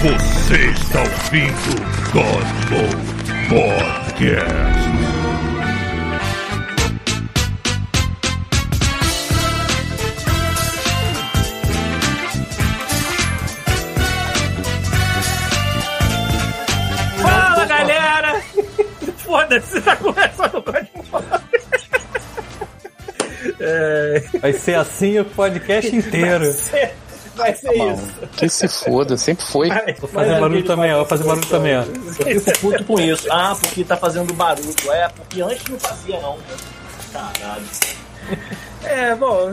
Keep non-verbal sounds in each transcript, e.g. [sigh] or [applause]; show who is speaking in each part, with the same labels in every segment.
Speaker 1: Você está ouvindo Cosmo Podcast.
Speaker 2: Fala galera! Foda-se, tá começando o Código
Speaker 3: Vai ser assim o podcast inteiro.
Speaker 2: Vai ser isso.
Speaker 4: Que se foda, sempre foi.
Speaker 3: Vou fazer barulho também, ó. Vou fazer barulho também, ó.
Speaker 5: Eu fico puto com isso. Ah, porque tá fazendo barulho. É, porque antes não fazia, não. Caralho.
Speaker 2: né? É, bom,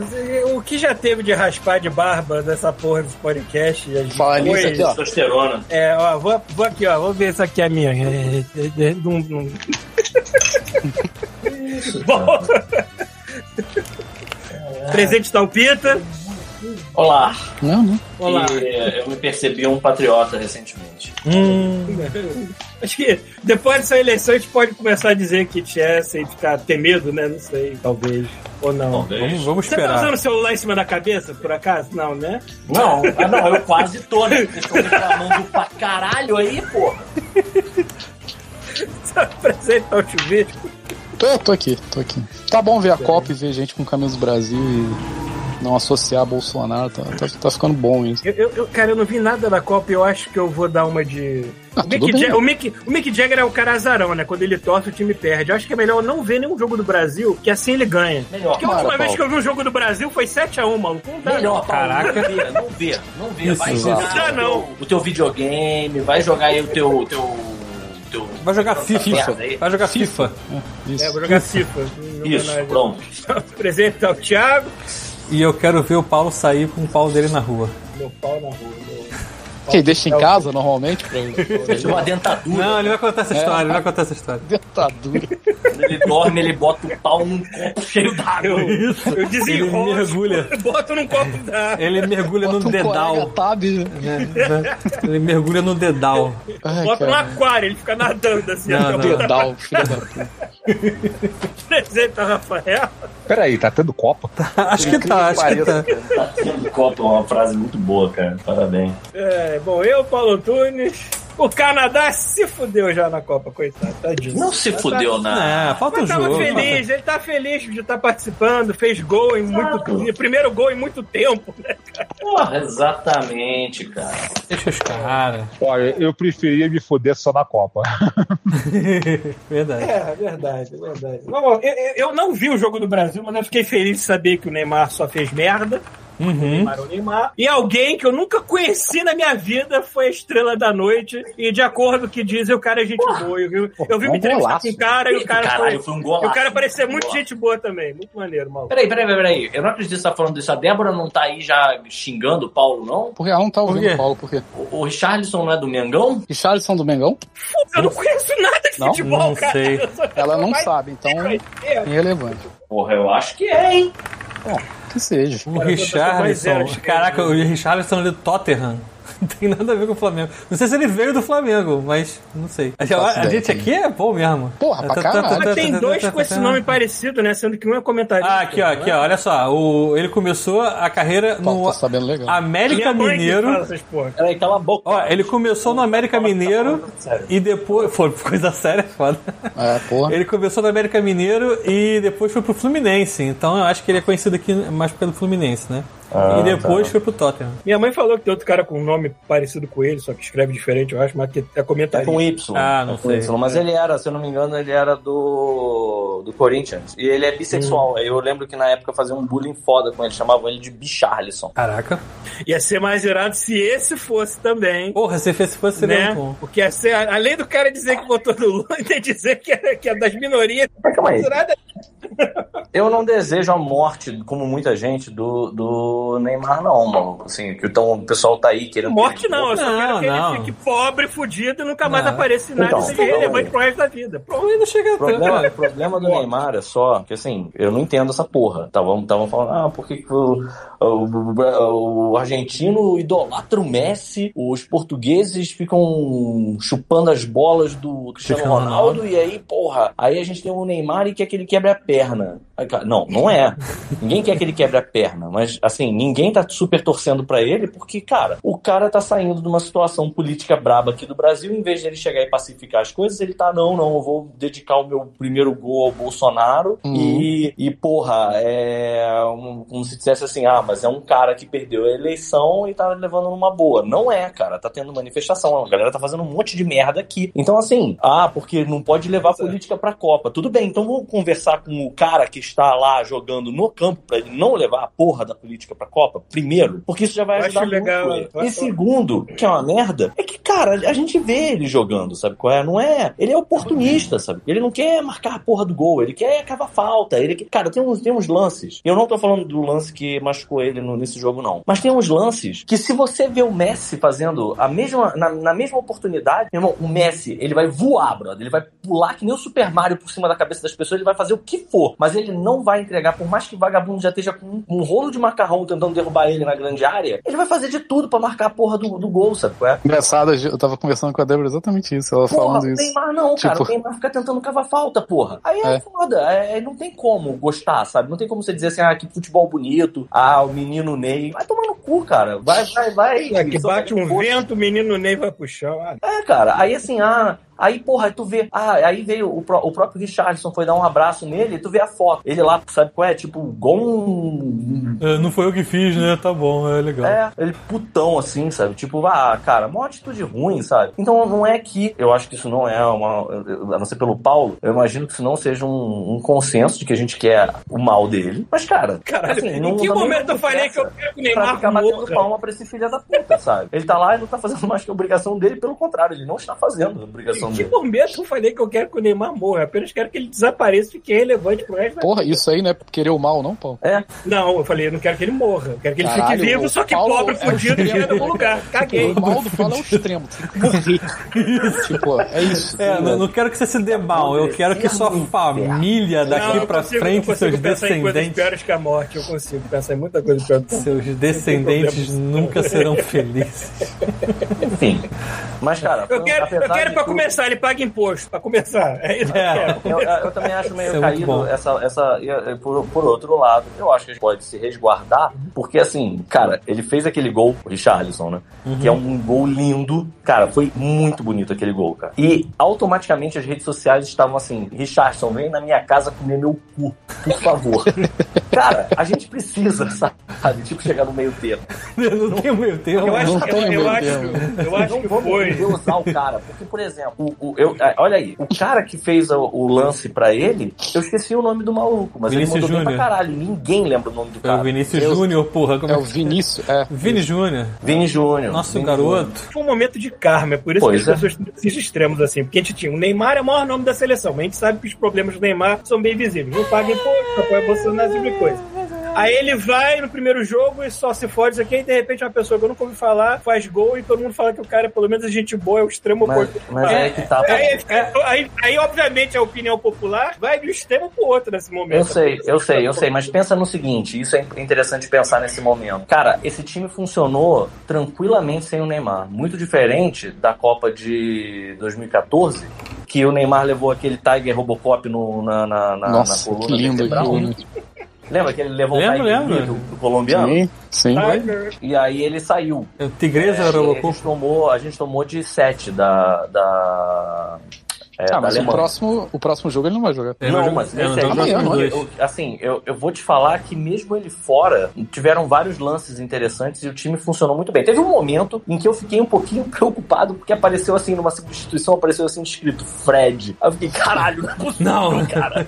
Speaker 2: o que já teve de raspar de barba dessa porra desse podcast? já
Speaker 4: Fala nisso
Speaker 2: foi-
Speaker 4: aqui, ó.
Speaker 5: Testosterona.
Speaker 2: É, ó, vou, vou aqui, ó, vou ver se aqui é minha. É, é, é, não- não- [laughs] Bom. Presente Talpita.
Speaker 5: Olá.
Speaker 4: Não, não.
Speaker 2: Olá.
Speaker 5: E, eu me percebi um patriota recentemente.
Speaker 2: Acho que depois dessa eleição a gente pode começar a dizer que é sem ficar temido, né? Não sei, talvez. Ou não.
Speaker 3: Vamos, vamos
Speaker 2: Você tá usando
Speaker 3: esperar.
Speaker 2: o celular em cima da cabeça, por acaso? Não, né? [laughs]
Speaker 5: Não, ah, não, eu quase tô, né? Vocês estão reclamando pra caralho aí, porra.
Speaker 2: Só apresenta o chuvisco.
Speaker 4: Tô, tô aqui, tô aqui. Tá bom ver a Copa e ver gente com camisa do Brasil e não associar a Bolsonaro. Tá, tá, tá ficando bom isso.
Speaker 2: Eu, eu- eu- cara, eu não vi nada da Copa e eu acho que eu vou dar uma de.
Speaker 4: Ah,
Speaker 2: o,
Speaker 4: tudo
Speaker 2: Mick
Speaker 4: bem.
Speaker 2: Ja- o, Mick, o Mick Jagger é o cara azarão, né? Quando ele torce, o time perde. Eu acho que é melhor eu não ver nenhum jogo do Brasil, que assim ele ganha.
Speaker 5: Melhor.
Speaker 2: Porque a última
Speaker 4: Para,
Speaker 2: vez
Speaker 4: Paulo.
Speaker 2: que eu vi um jogo do Brasil foi 7x1, maluco. Não dá, né?
Speaker 5: Melhor, Paulo.
Speaker 3: Caraca.
Speaker 5: Não vê, não vê, não vê.
Speaker 3: Isso,
Speaker 5: vai
Speaker 3: isso.
Speaker 5: jogar
Speaker 2: Não.
Speaker 5: o teu- o teu videogame, vai jogar aí o teu. teu, teu
Speaker 3: Vai jogar FIFA.
Speaker 5: merda aí.
Speaker 3: Vai jogar FIFA.
Speaker 2: É, eu
Speaker 4: Isso.
Speaker 2: vou jogar FIFA. em
Speaker 5: Isso,
Speaker 2: homenagem.
Speaker 5: pronto.
Speaker 2: Apresenta o Thiago.
Speaker 3: E eu quero ver o Paulo sair com o pau dele na rua.
Speaker 2: Meu pau na rua. meu.
Speaker 4: Quem deixa em casa normalmente
Speaker 3: [laughs]
Speaker 4: pra
Speaker 5: Deixa uma dentadura.
Speaker 3: Não, ele vai contar essa história, ele vai contar essa história.
Speaker 4: É, dentadura.
Speaker 5: Quando né? ele dorme, ele bota o pau num copo cheio d'água.
Speaker 2: Eu, eu desenrolo.
Speaker 3: Ele mergulha.
Speaker 2: [laughs] Boto num copo d'água.
Speaker 3: Ele mergulha
Speaker 4: Bota
Speaker 3: no
Speaker 4: um colega
Speaker 3: dedal.
Speaker 4: tab, né?
Speaker 3: Ele mergulha no dedal.
Speaker 4: Ai,
Speaker 2: Bota um
Speaker 4: É, cara.
Speaker 2: aquário, ele fica nadando assim. até
Speaker 3: Não,
Speaker 2: o-
Speaker 4: Dedal, filho da puta.
Speaker 2: Apresenta o Rafael.
Speaker 6: Peraí, tá tendo Copa?
Speaker 3: Acho que tá, acho que tá.
Speaker 5: Tá sendo copo é uma frase muito boa, cara. Parabéns.
Speaker 2: É, bom, eu, Paulo Antunes. O Canadá se fudeu já na Copa, coitado. Tadinho.
Speaker 5: Não se fudeu né? na.
Speaker 3: Ah, falta o
Speaker 2: Mas tava
Speaker 3: jogo.
Speaker 2: feliz, ele tá feliz de estar participando, fez gol em muito. Primeiro gol em muito tempo, né?
Speaker 5: Porra, exatamente, cara.
Speaker 3: Deixa os caras.
Speaker 6: Olha, É, eu preferia me foder só na Copa.
Speaker 3: [laughs]
Speaker 6: [laughs]
Speaker 3: Verdade.
Speaker 2: É, verdade, verdade. Bom, eu, eu- eu não vi o jogo do Brasil, mas eu fiquei feliz de saber que o Neymar só fez merda.
Speaker 3: Uhum.
Speaker 2: Para o Neymar. E alguém que eu nunca conheci na minha vida foi a estrela da noite. E de acordo com o que dizem, o cara é gente boa. Eu, vi- eu vi
Speaker 4: é um
Speaker 2: me entrevistar
Speaker 4: golaço.
Speaker 2: com o cara e o cara foi.
Speaker 5: Caralho, foi um golaço.
Speaker 2: E o cara parecia muito
Speaker 5: Golaço.
Speaker 2: gente boa também. Muito maneiro, maluco.
Speaker 5: Peraí, peraí, peraí. peraí. Eu não acredito que você tá falando isso. A Débora não tá aí já xingando o Paulo, não?
Speaker 4: Porque ah, não tá
Speaker 3: quê?
Speaker 4: ouvindo o Paulo, por quê?
Speaker 5: O, o Richarlison não é do Mengão?
Speaker 4: Richarlison do Mengão?
Speaker 2: Eu não conheço nada de
Speaker 4: Não?
Speaker 2: futebol,
Speaker 3: Não
Speaker 2: cara.
Speaker 3: sei.
Speaker 2: Eu sou-
Speaker 4: Ela não
Speaker 2: Vai-
Speaker 4: sabe, então
Speaker 2: vai ter.
Speaker 4: irrelevante.
Speaker 5: Porra, eu acho que é, hein?
Speaker 4: Que seja.
Speaker 2: Cara, eu tô
Speaker 3: O
Speaker 2: com mais zero de
Speaker 3: Richarlison.
Speaker 2: crédito.
Speaker 3: Caraca, o Richarlison é do Tottenham. [laughs] Não tem nada a ver com o Flamengo. Não sei se ele veio do Flamengo, mas não sei. A,
Speaker 4: faço
Speaker 3: a
Speaker 4: ideia
Speaker 3: gente
Speaker 4: também.
Speaker 3: aqui é bom mesmo.
Speaker 4: Porra, pra
Speaker 3: Tá, tá,
Speaker 4: caralho.
Speaker 3: tá, tá,
Speaker 2: Mas tem
Speaker 3: tá,
Speaker 2: dois
Speaker 3: tá,
Speaker 2: com
Speaker 3: tá,
Speaker 2: esse
Speaker 3: tá.
Speaker 2: nome parecido, né? Sendo que um é comentarista.
Speaker 3: Ah, aqui ó, aqui ó, olha só. O, ele começou a carreira
Speaker 4: Pô,
Speaker 3: no Ah.
Speaker 4: tá sabendo legal.
Speaker 2: Minha
Speaker 3: América
Speaker 2: mãe que fala
Speaker 3: Mineiro.
Speaker 2: essas porra.
Speaker 5: Peraí, cala a boca.
Speaker 3: Ó, ele começou no América Mineiro e depois. Foi coisa séria, foda.
Speaker 4: É, porra.
Speaker 3: Ele começou no América Mineiro e depois foi pro Fluminense. Então eu acho que ele é conhecido aqui mais pelo Fluminense, né? e depois foi pro Tottenham.
Speaker 2: Minha mãe falou que tem outro cara com um nome parecido com ele, só que escreve diferente, eu acho, mas que é
Speaker 5: É
Speaker 2: comentarista.
Speaker 5: com Y.
Speaker 3: Ah, não
Speaker 5: é com
Speaker 3: sei.
Speaker 5: Y. Mas ele era, se eu não me engano, ele era do, do Corinthians. E ele é bissexual. Eu lembro que na época faziam um bullying foda com ele. Chamavam ele de Bicharlison.
Speaker 3: Caraca.
Speaker 2: Ia ser mais irado se esse fosse também.
Speaker 3: Porra, se fez- se fosse seria
Speaker 2: Né?
Speaker 3: muito bom.
Speaker 2: Porque ia ser, além do cara dizer que votou no Lula, [laughs] ainda dizer que é, que é das minorias,
Speaker 5: Mas calma aí.
Speaker 2: nada
Speaker 5: Eu não desejo a morte, como muita gente, do, do Neymar, não, mano. Assim, que então, o pessoal tá aí querendo.
Speaker 2: morte não, eu só
Speaker 3: Não,
Speaker 2: quero que
Speaker 3: não.
Speaker 2: ele fique pobre, fudido e nunca mais
Speaker 3: Não.
Speaker 2: apareça em nada
Speaker 5: Então,
Speaker 2: e seja
Speaker 5: então-
Speaker 2: relevante pro resto da vida. Pronto.
Speaker 3: Não chega
Speaker 5: O problema, o problema do Neymar é só que, assim, eu não entendo essa porra. Estavam tavam falando, ah, por que que o, o, o argentino idolatra o Messi, os portugueses ficam chupando as bolas do Cristiano
Speaker 3: Cristiano
Speaker 5: Ronaldo, e aí, porra, aí a gente tem o Neymar e quer que ele quebre a perna. Aí, cara, Não, não é. Ninguém quer que ele quebre a perna, mas, assim, assim, ninguém tá super torcendo pra ele, porque, cara, o cara tá saindo de uma situação política braba aqui do Brasil, em vez de ele chegar e pacificar as coisas, ele tá, não, não, eu vou dedicar o meu primeiro gol ao Bolsonaro
Speaker 4: Uhum.
Speaker 5: e, e, porra, é um- como se dissesse assim, ah, mas é um cara que perdeu a eleição e tá levando numa boa. Não é, cara, tá tendo manifestação, a galera tá fazendo um monte de merda aqui. Então, assim, ah, porque não pode levar a política pra Copa. Tudo bem, então vamos conversar com o cara que está lá jogando no campo pra ele não levar a porra da política pra Copa, primeiro, porque isso já vai
Speaker 2: Eu
Speaker 5: ajudar
Speaker 2: acho
Speaker 5: muito
Speaker 2: legal,
Speaker 5: ele.
Speaker 2: eu
Speaker 5: E
Speaker 2: acho-
Speaker 5: segundo, que é uma merda, é que, cara, a gente vê ele jogando, sabe qual é? Não é... Ele é oportunista, sabe? Ele não quer marcar a porra do gol, ele quer cavar falta, ele quer... Cara, tem uns, tem uns lances, eu não tô falando do lance que machucou ele no- nesse jogo, não, mas tem uns lances que se você vê o Messi fazendo a mesma... na, na mesma oportunidade, meu irmão, o Messi, ele vai voar, brother, ele vai pular que nem o Super Mario por cima da cabeça das pessoas, ele vai fazer o que for, mas ele não vai entregar, por mais que o vagabundo já esteja com um, um rolo de macarrão tentando derrubar ele na grande área, ele vai fazer de tudo pra marcar a porra do, do gol, sabe qual é?
Speaker 4: Engraçado, eu tava conversando com a Débora exatamente isso, ela
Speaker 5: Porra,
Speaker 4: falando
Speaker 5: o
Speaker 4: isso.
Speaker 5: Neymar não, cara.
Speaker 4: Tipo-
Speaker 5: O Neymar fica tentando cavar falta, porra. Aí é,
Speaker 4: É.
Speaker 5: foda. É, não tem como gostar, sabe? Não tem como você dizer assim, ah, que futebol bonito. Ah, o menino Ney. Vai tomar no cu, cara. Vai, vai, vai.
Speaker 2: É que
Speaker 5: Só
Speaker 2: bate um
Speaker 5: poxa.
Speaker 2: vento, o menino nem vai pro chão. Ah,
Speaker 5: É, cara. Aí assim, ah. Aí, porra, tu vê. Ah, aí veio o, pró- o próprio Richardson, foi dar um abraço nele, e tu vê a foto. Ele lá, sabe qual é? Tipo, igual um
Speaker 3: É, Não foi eu que fiz, né? Tá bom, é legal.
Speaker 5: É, ele putão assim, sabe? Tipo, ah, cara, mó atitude ruim, sabe? Então não é que. Eu acho que isso não é uma. A não ser pelo Paulo, eu imagino que isso não seja um, um consenso de que a gente quer o mal dele. Mas, cara.
Speaker 2: Caralho,
Speaker 5: assim,
Speaker 2: em
Speaker 5: não-
Speaker 2: que
Speaker 5: não me
Speaker 2: momento eu falei que eu quero
Speaker 5: interessa
Speaker 2: que o
Speaker 5: Pra
Speaker 2: Neymar
Speaker 5: ficar batendo
Speaker 2: morra?
Speaker 5: palma pra esse filho da puta, sabe? Ele tá lá e não tá fazendo mais que a obrigação dele, pelo contrário, ele não está fazendo a obrigação
Speaker 2: Em que
Speaker 5: dele.
Speaker 2: momento eu falei que eu quero que o Neymar morra? Eu apenas quero que ele desapareça e fique relevante pro resto da
Speaker 4: Porra, isso aí não é querer o mal, não, Paulo?
Speaker 5: É,
Speaker 2: Não, eu falei, eu não quero que ele morra. Eu quero que ele
Speaker 4: Caralho,
Speaker 2: fique vivo, só que
Speaker 4: Paulo
Speaker 2: pobre,
Speaker 4: é o
Speaker 2: fudido,
Speaker 4: extremo.
Speaker 2: em algum lugar. Caguei.
Speaker 4: O mal do Paulo é o extremo, tem que morrer. [laughs] tipo, é isso.
Speaker 3: É, não, não quero que você se dê mal, eu quero que sua família
Speaker 2: Não,
Speaker 3: daqui
Speaker 2: eu
Speaker 3: pra
Speaker 2: consigo-
Speaker 3: frente,
Speaker 2: eu consigo
Speaker 3: seus
Speaker 2: pensar em coisas
Speaker 3: descendentes,
Speaker 2: piores que a morte. Eu consigo pensar em muita coisa pior do que a morte.
Speaker 3: seus descendentes nunca serão felizes.
Speaker 5: Enfim. Mas, cara. um-
Speaker 2: Eu quero,
Speaker 5: apesar
Speaker 2: eu quero
Speaker 5: de
Speaker 2: pra
Speaker 5: tudo-
Speaker 2: começar, ele paga imposto. Pra começar. É isso que eu
Speaker 3: É.
Speaker 2: quero.
Speaker 5: Eu, eu também acho
Speaker 3: Isso
Speaker 5: meio
Speaker 3: é muito bom.
Speaker 5: caído essa. essa e, e, por, por outro lado, eu acho que a gente pode se resguardar, porque assim, cara, ele fez aquele gol, o Richarlison, né?
Speaker 3: Uhum.
Speaker 5: Que é um gol lindo. Cara, foi muito bonito aquele gol, cara. E automaticamente as redes sociais estavam assim: Richarlison, vem na minha casa comer meu cu, por
Speaker 3: [laughs]
Speaker 5: favor. cara, a gente precisa, sabe? Tipo, chegar no meio termo.
Speaker 3: Eu não tenho meio tempo.
Speaker 2: Eu acho,
Speaker 4: não
Speaker 2: que-
Speaker 4: tem
Speaker 2: eu, eu
Speaker 4: meio
Speaker 2: acho,
Speaker 4: termo.
Speaker 2: eu acho
Speaker 5: não
Speaker 2: que
Speaker 5: vamos
Speaker 2: foi.
Speaker 5: usar o cara. Porque, por exemplo, o, o- eu, ah, olha aí, o cara que fez o, o lance pra ele, eu esqueci o nome do maluco, mas
Speaker 3: Vinícius
Speaker 5: ele mandou bem
Speaker 3: Júnior.
Speaker 5: pra caralho. Ninguém lembra o nome do
Speaker 3: É o
Speaker 5: cara.
Speaker 3: Vinícius
Speaker 4: Eu-
Speaker 3: Júnior, porra. Como
Speaker 4: É
Speaker 3: é
Speaker 4: o
Speaker 3: que...
Speaker 4: Vinícius, é.
Speaker 3: Vini Júnior.
Speaker 5: Vini Júnior.
Speaker 3: Nosso
Speaker 5: Vini Júnior.
Speaker 3: garoto.
Speaker 2: Foi um momento de karma, é por isso
Speaker 5: Pois
Speaker 2: que
Speaker 5: é.
Speaker 2: as pessoas têm esses extremos assim. Porque a gente tinha o Neymar é o maior nome da seleção, mas a gente sabe que os problemas do Neymar são bem visíveis. Não paga imposto, apoia Bolsonaro e coisa. Aí ele vai no primeiro jogo e só se fode isso aqui, e de repente uma pessoa que eu nunca ouvi falar faz gol e todo mundo fala que o cara, pelo menos, é gente boa, é o extremo
Speaker 5: Mas,
Speaker 2: oposto.
Speaker 5: mas é que tá.
Speaker 2: Aí, aí- aí, obviamente, a opinião popular vai de um extremo pro outro nesse momento.
Speaker 5: Eu sei, eu sei, eu sei, mas pensa no seguinte, isso é interessante pensar nesse momento. Cara, esse time funcionou tranquilamente sem o Neymar, muito diferente da Copa de 2014, que o Neymar levou aquele Tiger Robocop no, na, na, Ah, na, na
Speaker 4: Nossa,
Speaker 5: coluna
Speaker 4: que lindo
Speaker 5: vertebral.
Speaker 4: aquilo. né?
Speaker 5: Lembra que ele levou um o
Speaker 3: Lembro,
Speaker 5: Tiger
Speaker 3: lembro.
Speaker 5: do, do colombiano?
Speaker 4: Sim, sim.
Speaker 2: Tiger.
Speaker 5: E aí ele saiu.
Speaker 3: É o Tigresa
Speaker 5: É,
Speaker 3: era
Speaker 5: a, gente tomou, a gente tomou de 7 da. da é,
Speaker 4: Ah,
Speaker 5: da
Speaker 4: mas o
Speaker 5: Alemanha.
Speaker 4: próximo, o próximo jogo ele não vai jogar.
Speaker 5: Não, mas
Speaker 3: é,
Speaker 5: esse aí,
Speaker 3: não,
Speaker 4: amanhã, não
Speaker 3: não,
Speaker 4: é?
Speaker 3: dois.
Speaker 5: eu- assim, eu, eu vou te falar que mesmo ele fora, tiveram vários lances interessantes e o time funcionou muito bem. Teve um momento em que eu fiquei um pouquinho [laughs] preocupado, porque apareceu assim, numa substituição, apareceu assim escrito Fred. Aí eu fiquei, caralho, não é possível,
Speaker 3: Não.
Speaker 5: cara.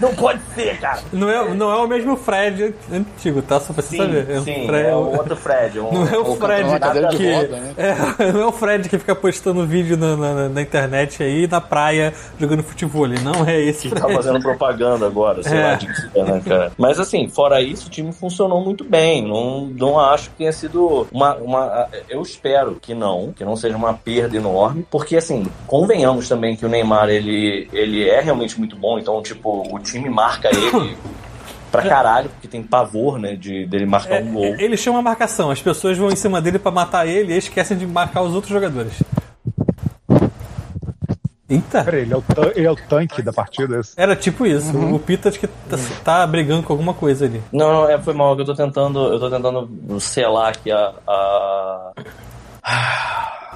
Speaker 5: Não pode ser, cara.
Speaker 3: Não é, não é o mesmo Fred antigo, tá? Só pra
Speaker 5: Sim,
Speaker 3: você saber. É um
Speaker 5: sim,
Speaker 3: Fred-
Speaker 5: é um outro
Speaker 3: [laughs]
Speaker 5: Fred. é um-
Speaker 3: Não é o
Speaker 4: Ou comprar
Speaker 3: Fred
Speaker 4: uma cadeira de
Speaker 3: que.
Speaker 4: roda, né?
Speaker 3: é, [laughs] não é o Fred que fica postando vídeo na, na- na internet aí na praia jogando futebol. Não é esse
Speaker 5: que tá
Speaker 3: Fred.
Speaker 5: fazendo propaganda agora, sei
Speaker 3: É.
Speaker 5: lá, de que é, né, cara? Mas assim, fora isso, o time funcionou muito bem. Não, não acho que tenha sido uma, uma. Eu espero que não, que não seja uma perda enorme, porque assim, convenhamos também que o Neymar ele, ele é realmente muito bom, então, tipo, o time marca ele. Pra caralho, porque tem pavor, né, de, dele marcar um gol.
Speaker 3: Ele chama a marcação, as pessoas vão em cima dele pra matar ele e esquecem de marcar os outros jogadores. Eita!
Speaker 6: Peraí, ele é o, tan- ele é o tanque da partida. esse.
Speaker 3: Era tipo isso.
Speaker 5: Uhum.
Speaker 3: O Pita acho que tá, tá brigando com alguma coisa ali.
Speaker 5: Não, não, é, foi mal, que eu tô tentando, eu tô tentando selar aqui a. a...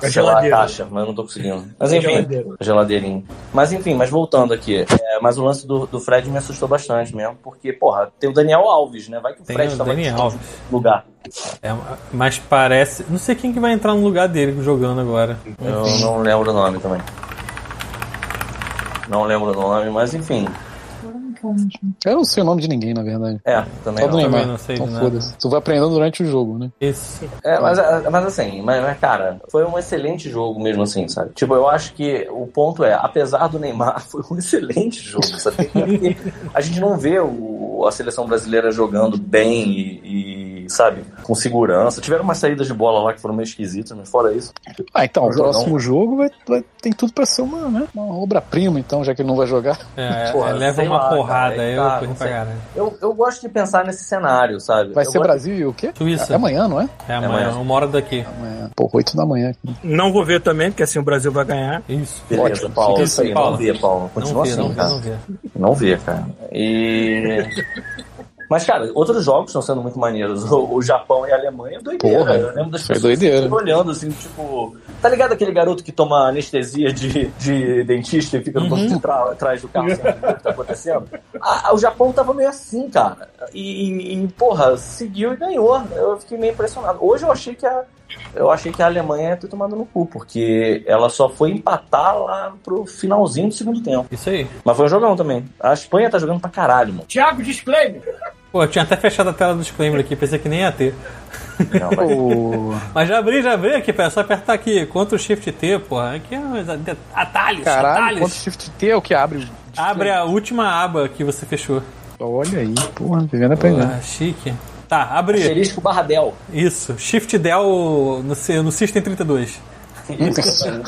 Speaker 2: A
Speaker 5: Selar a
Speaker 2: geladeira.
Speaker 5: caixa, mas eu não tô conseguindo. Mas
Speaker 2: A
Speaker 5: enfim,
Speaker 2: geladeira.
Speaker 5: geladeirinho. Mas enfim, mas voltando aqui. é, mas o lance do, do Fred me assustou bastante mesmo, porque, porra, tem o Daniel Alves, né? Vai que o
Speaker 3: Tem
Speaker 5: Fred
Speaker 3: o
Speaker 5: tava em
Speaker 3: Daniel
Speaker 5: outro
Speaker 3: Alves.
Speaker 5: lugar.
Speaker 3: É, mas parece. Não sei quem que vai entrar no lugar dele jogando agora.
Speaker 5: Eu não lembro o nome também. Não lembro o nome, mas enfim.
Speaker 4: Eu não sei o nome de ninguém, na verdade.
Speaker 5: É, também.
Speaker 4: Só do
Speaker 5: não.
Speaker 4: Neymar.
Speaker 3: não sei
Speaker 4: Então
Speaker 3: de nada.
Speaker 4: foda-se. Tu vai aprendendo durante o jogo, né?
Speaker 3: Isso.
Speaker 5: É, mas, mas assim, mas, mas, cara, foi um excelente jogo mesmo assim, sabe? Tipo, eu acho que o ponto é, apesar do Neymar, [laughs] foi um excelente jogo, sabe? Porque a gente não vê o- a seleção brasileira jogando bem e, e, sabe, com segurança. Tiveram umas saídas de bola lá que foram meio esquisitas, mas fora isso.
Speaker 4: Ah, então, o
Speaker 5: Vai jogar
Speaker 4: próximo jogo vai, vai- tem tudo pra ser uma, né, uma obra-prima, então, já que ele não vai jogar.
Speaker 3: É,
Speaker 5: Porra,
Speaker 3: é, leva
Speaker 5: sei
Speaker 3: uma
Speaker 5: lá,
Speaker 3: porrada
Speaker 5: cara,
Speaker 3: aí,
Speaker 5: tá,
Speaker 3: eu corri
Speaker 5: não
Speaker 3: pra
Speaker 5: sei.
Speaker 3: caralho.
Speaker 5: Eu, eu gosto de pensar nesse cenário, sabe?
Speaker 4: Vai
Speaker 5: Eu
Speaker 4: ser
Speaker 5: gosto-
Speaker 4: Brasil e o quê?
Speaker 3: Suíça.
Speaker 4: É amanhã, não é?
Speaker 3: É amanhã,
Speaker 5: amanhã.
Speaker 3: uma hora daqui.
Speaker 4: Amanhã. Pô, 8 da manhã.
Speaker 2: Não vou ver também, porque assim o Brasil vai ganhar.
Speaker 3: Isso.
Speaker 5: Beleza,
Speaker 4: Ótimo,
Speaker 5: Paulo.
Speaker 4: fica assim,
Speaker 5: Isso
Speaker 4: isso aí,
Speaker 5: aí, não
Speaker 3: Paulo.
Speaker 5: vê, Paulo. Continua
Speaker 3: não vê,
Speaker 5: assim,
Speaker 3: não vê,
Speaker 5: cara.
Speaker 3: não vê.
Speaker 5: Não vê, cara.
Speaker 4: [laughs]
Speaker 5: E. Mas, cara, outros jogos estão sendo muito maneiros. O, o Japão e a Alemanha é doideira.
Speaker 4: Porra,
Speaker 5: eu lembro das
Speaker 4: foi
Speaker 5: pessoas
Speaker 4: doideira.
Speaker 5: sempre olhando, assim, tipo. Tá ligado aquele garoto que toma anestesia de, de dentista e fica no
Speaker 4: Uhum.
Speaker 5: banco de tra- atrás do carro sem entender o que tá acontecendo? A- a- o Japão tava meio assim, cara. E, e- e, porra, seguiu e ganhou. Eu fiquei meio impressionado. Hoje eu achei que a. Eu achei que a Alemanha ia ter tomado no cu, porque ela só foi empatar lá pro finalzinho do segundo tempo.
Speaker 3: Isso aí.
Speaker 5: Mas foi um jogão também. A Espanha tá jogando pra caralho, mano.
Speaker 2: Thiago, disclaimer!
Speaker 3: Pô, eu tinha até fechado a tela do disclaimer aqui, pensei que nem ia ter.
Speaker 5: Não, mas-
Speaker 4: Pô,
Speaker 3: Mas já abri, já abri aqui, pera, é só apertar aqui. Ctrl Shift T, porra. Aqui é uns at- atalhos,
Speaker 4: caralho, quanto
Speaker 3: atalhos.
Speaker 4: shift T é o que abre? o
Speaker 3: Abre a última aba que você fechou.
Speaker 4: Olha aí, porra, vivendo aprendendo.
Speaker 3: Ah, chique. Tá, abri.
Speaker 5: Asterisco barra Del.
Speaker 3: Isso. Shift Del no, C- no System 32. [coughs]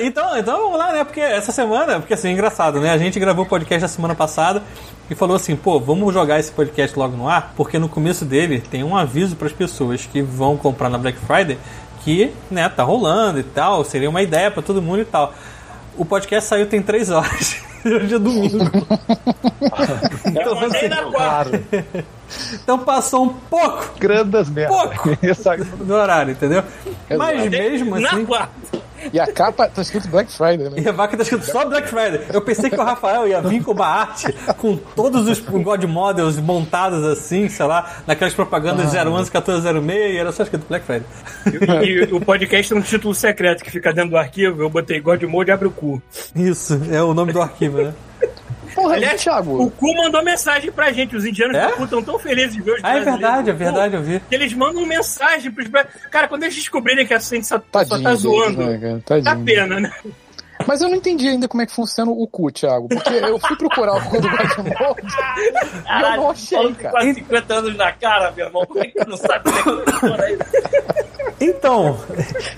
Speaker 3: Então, então vamos lá, né? Porque essa semana, porque assim, é engraçado, né? A gente gravou o podcast da semana passada e falou assim, pô, vamos jogar esse podcast logo no ar, porque no começo dele tem um aviso para as pessoas que vão comprar na Black Friday que, né, tá rolando e tal, seria uma ideia para todo mundo e tal. O podcast saiu tem três horas. [laughs] Hoje é domingo.
Speaker 2: Eu mandei na quarta.
Speaker 3: Então passou um pouco,
Speaker 6: Grandas merda.
Speaker 3: pouco
Speaker 6: Essa-
Speaker 3: do horário, entendeu? Mas
Speaker 4: Exato.
Speaker 3: mesmo
Speaker 2: Na
Speaker 3: assim.
Speaker 2: quarta.
Speaker 4: E a capa tá escrito Black Friday, né?
Speaker 3: E a vaca tá escrito só Black Friday. Eu pensei que o Rafael ia vir com uma arte com todos os God Models montados assim, sei lá, naquelas propagandas 011, 1406, e era só escrito Black Friday.
Speaker 2: E, e o podcast tem um título secreto que fica dentro do arquivo. Eu botei God Mode abre o cu.
Speaker 3: Isso, é o nome do arquivo, né?
Speaker 4: Porra,
Speaker 2: Aliás, O
Speaker 4: Thiago.
Speaker 2: cu mandou mensagem pra gente. Os indianos
Speaker 3: É?
Speaker 2: do cu estão tão felizes de ver os
Speaker 3: Ah, é
Speaker 2: brasileiros
Speaker 3: verdade, é
Speaker 2: do cu,
Speaker 3: verdade, eu vi.
Speaker 2: que Eles mandam mensagem pros brasileiros. Cara, quando eles descobrirem que a gente só, só
Speaker 4: Tadinho,
Speaker 2: tá
Speaker 4: deles,
Speaker 2: zoando,
Speaker 4: né, cara?
Speaker 2: dá
Speaker 4: Tadinho.
Speaker 2: pena, né?
Speaker 4: Mas eu não entendi ainda como é que funciona o cu, Thiago. Porque eu fui procurar o cu do Batman e eu não achei,
Speaker 2: Falando
Speaker 4: cara.
Speaker 2: quase 50 anos na cara, meu irmão. Como é que tu não sabe como é que funciona isso?
Speaker 3: Então,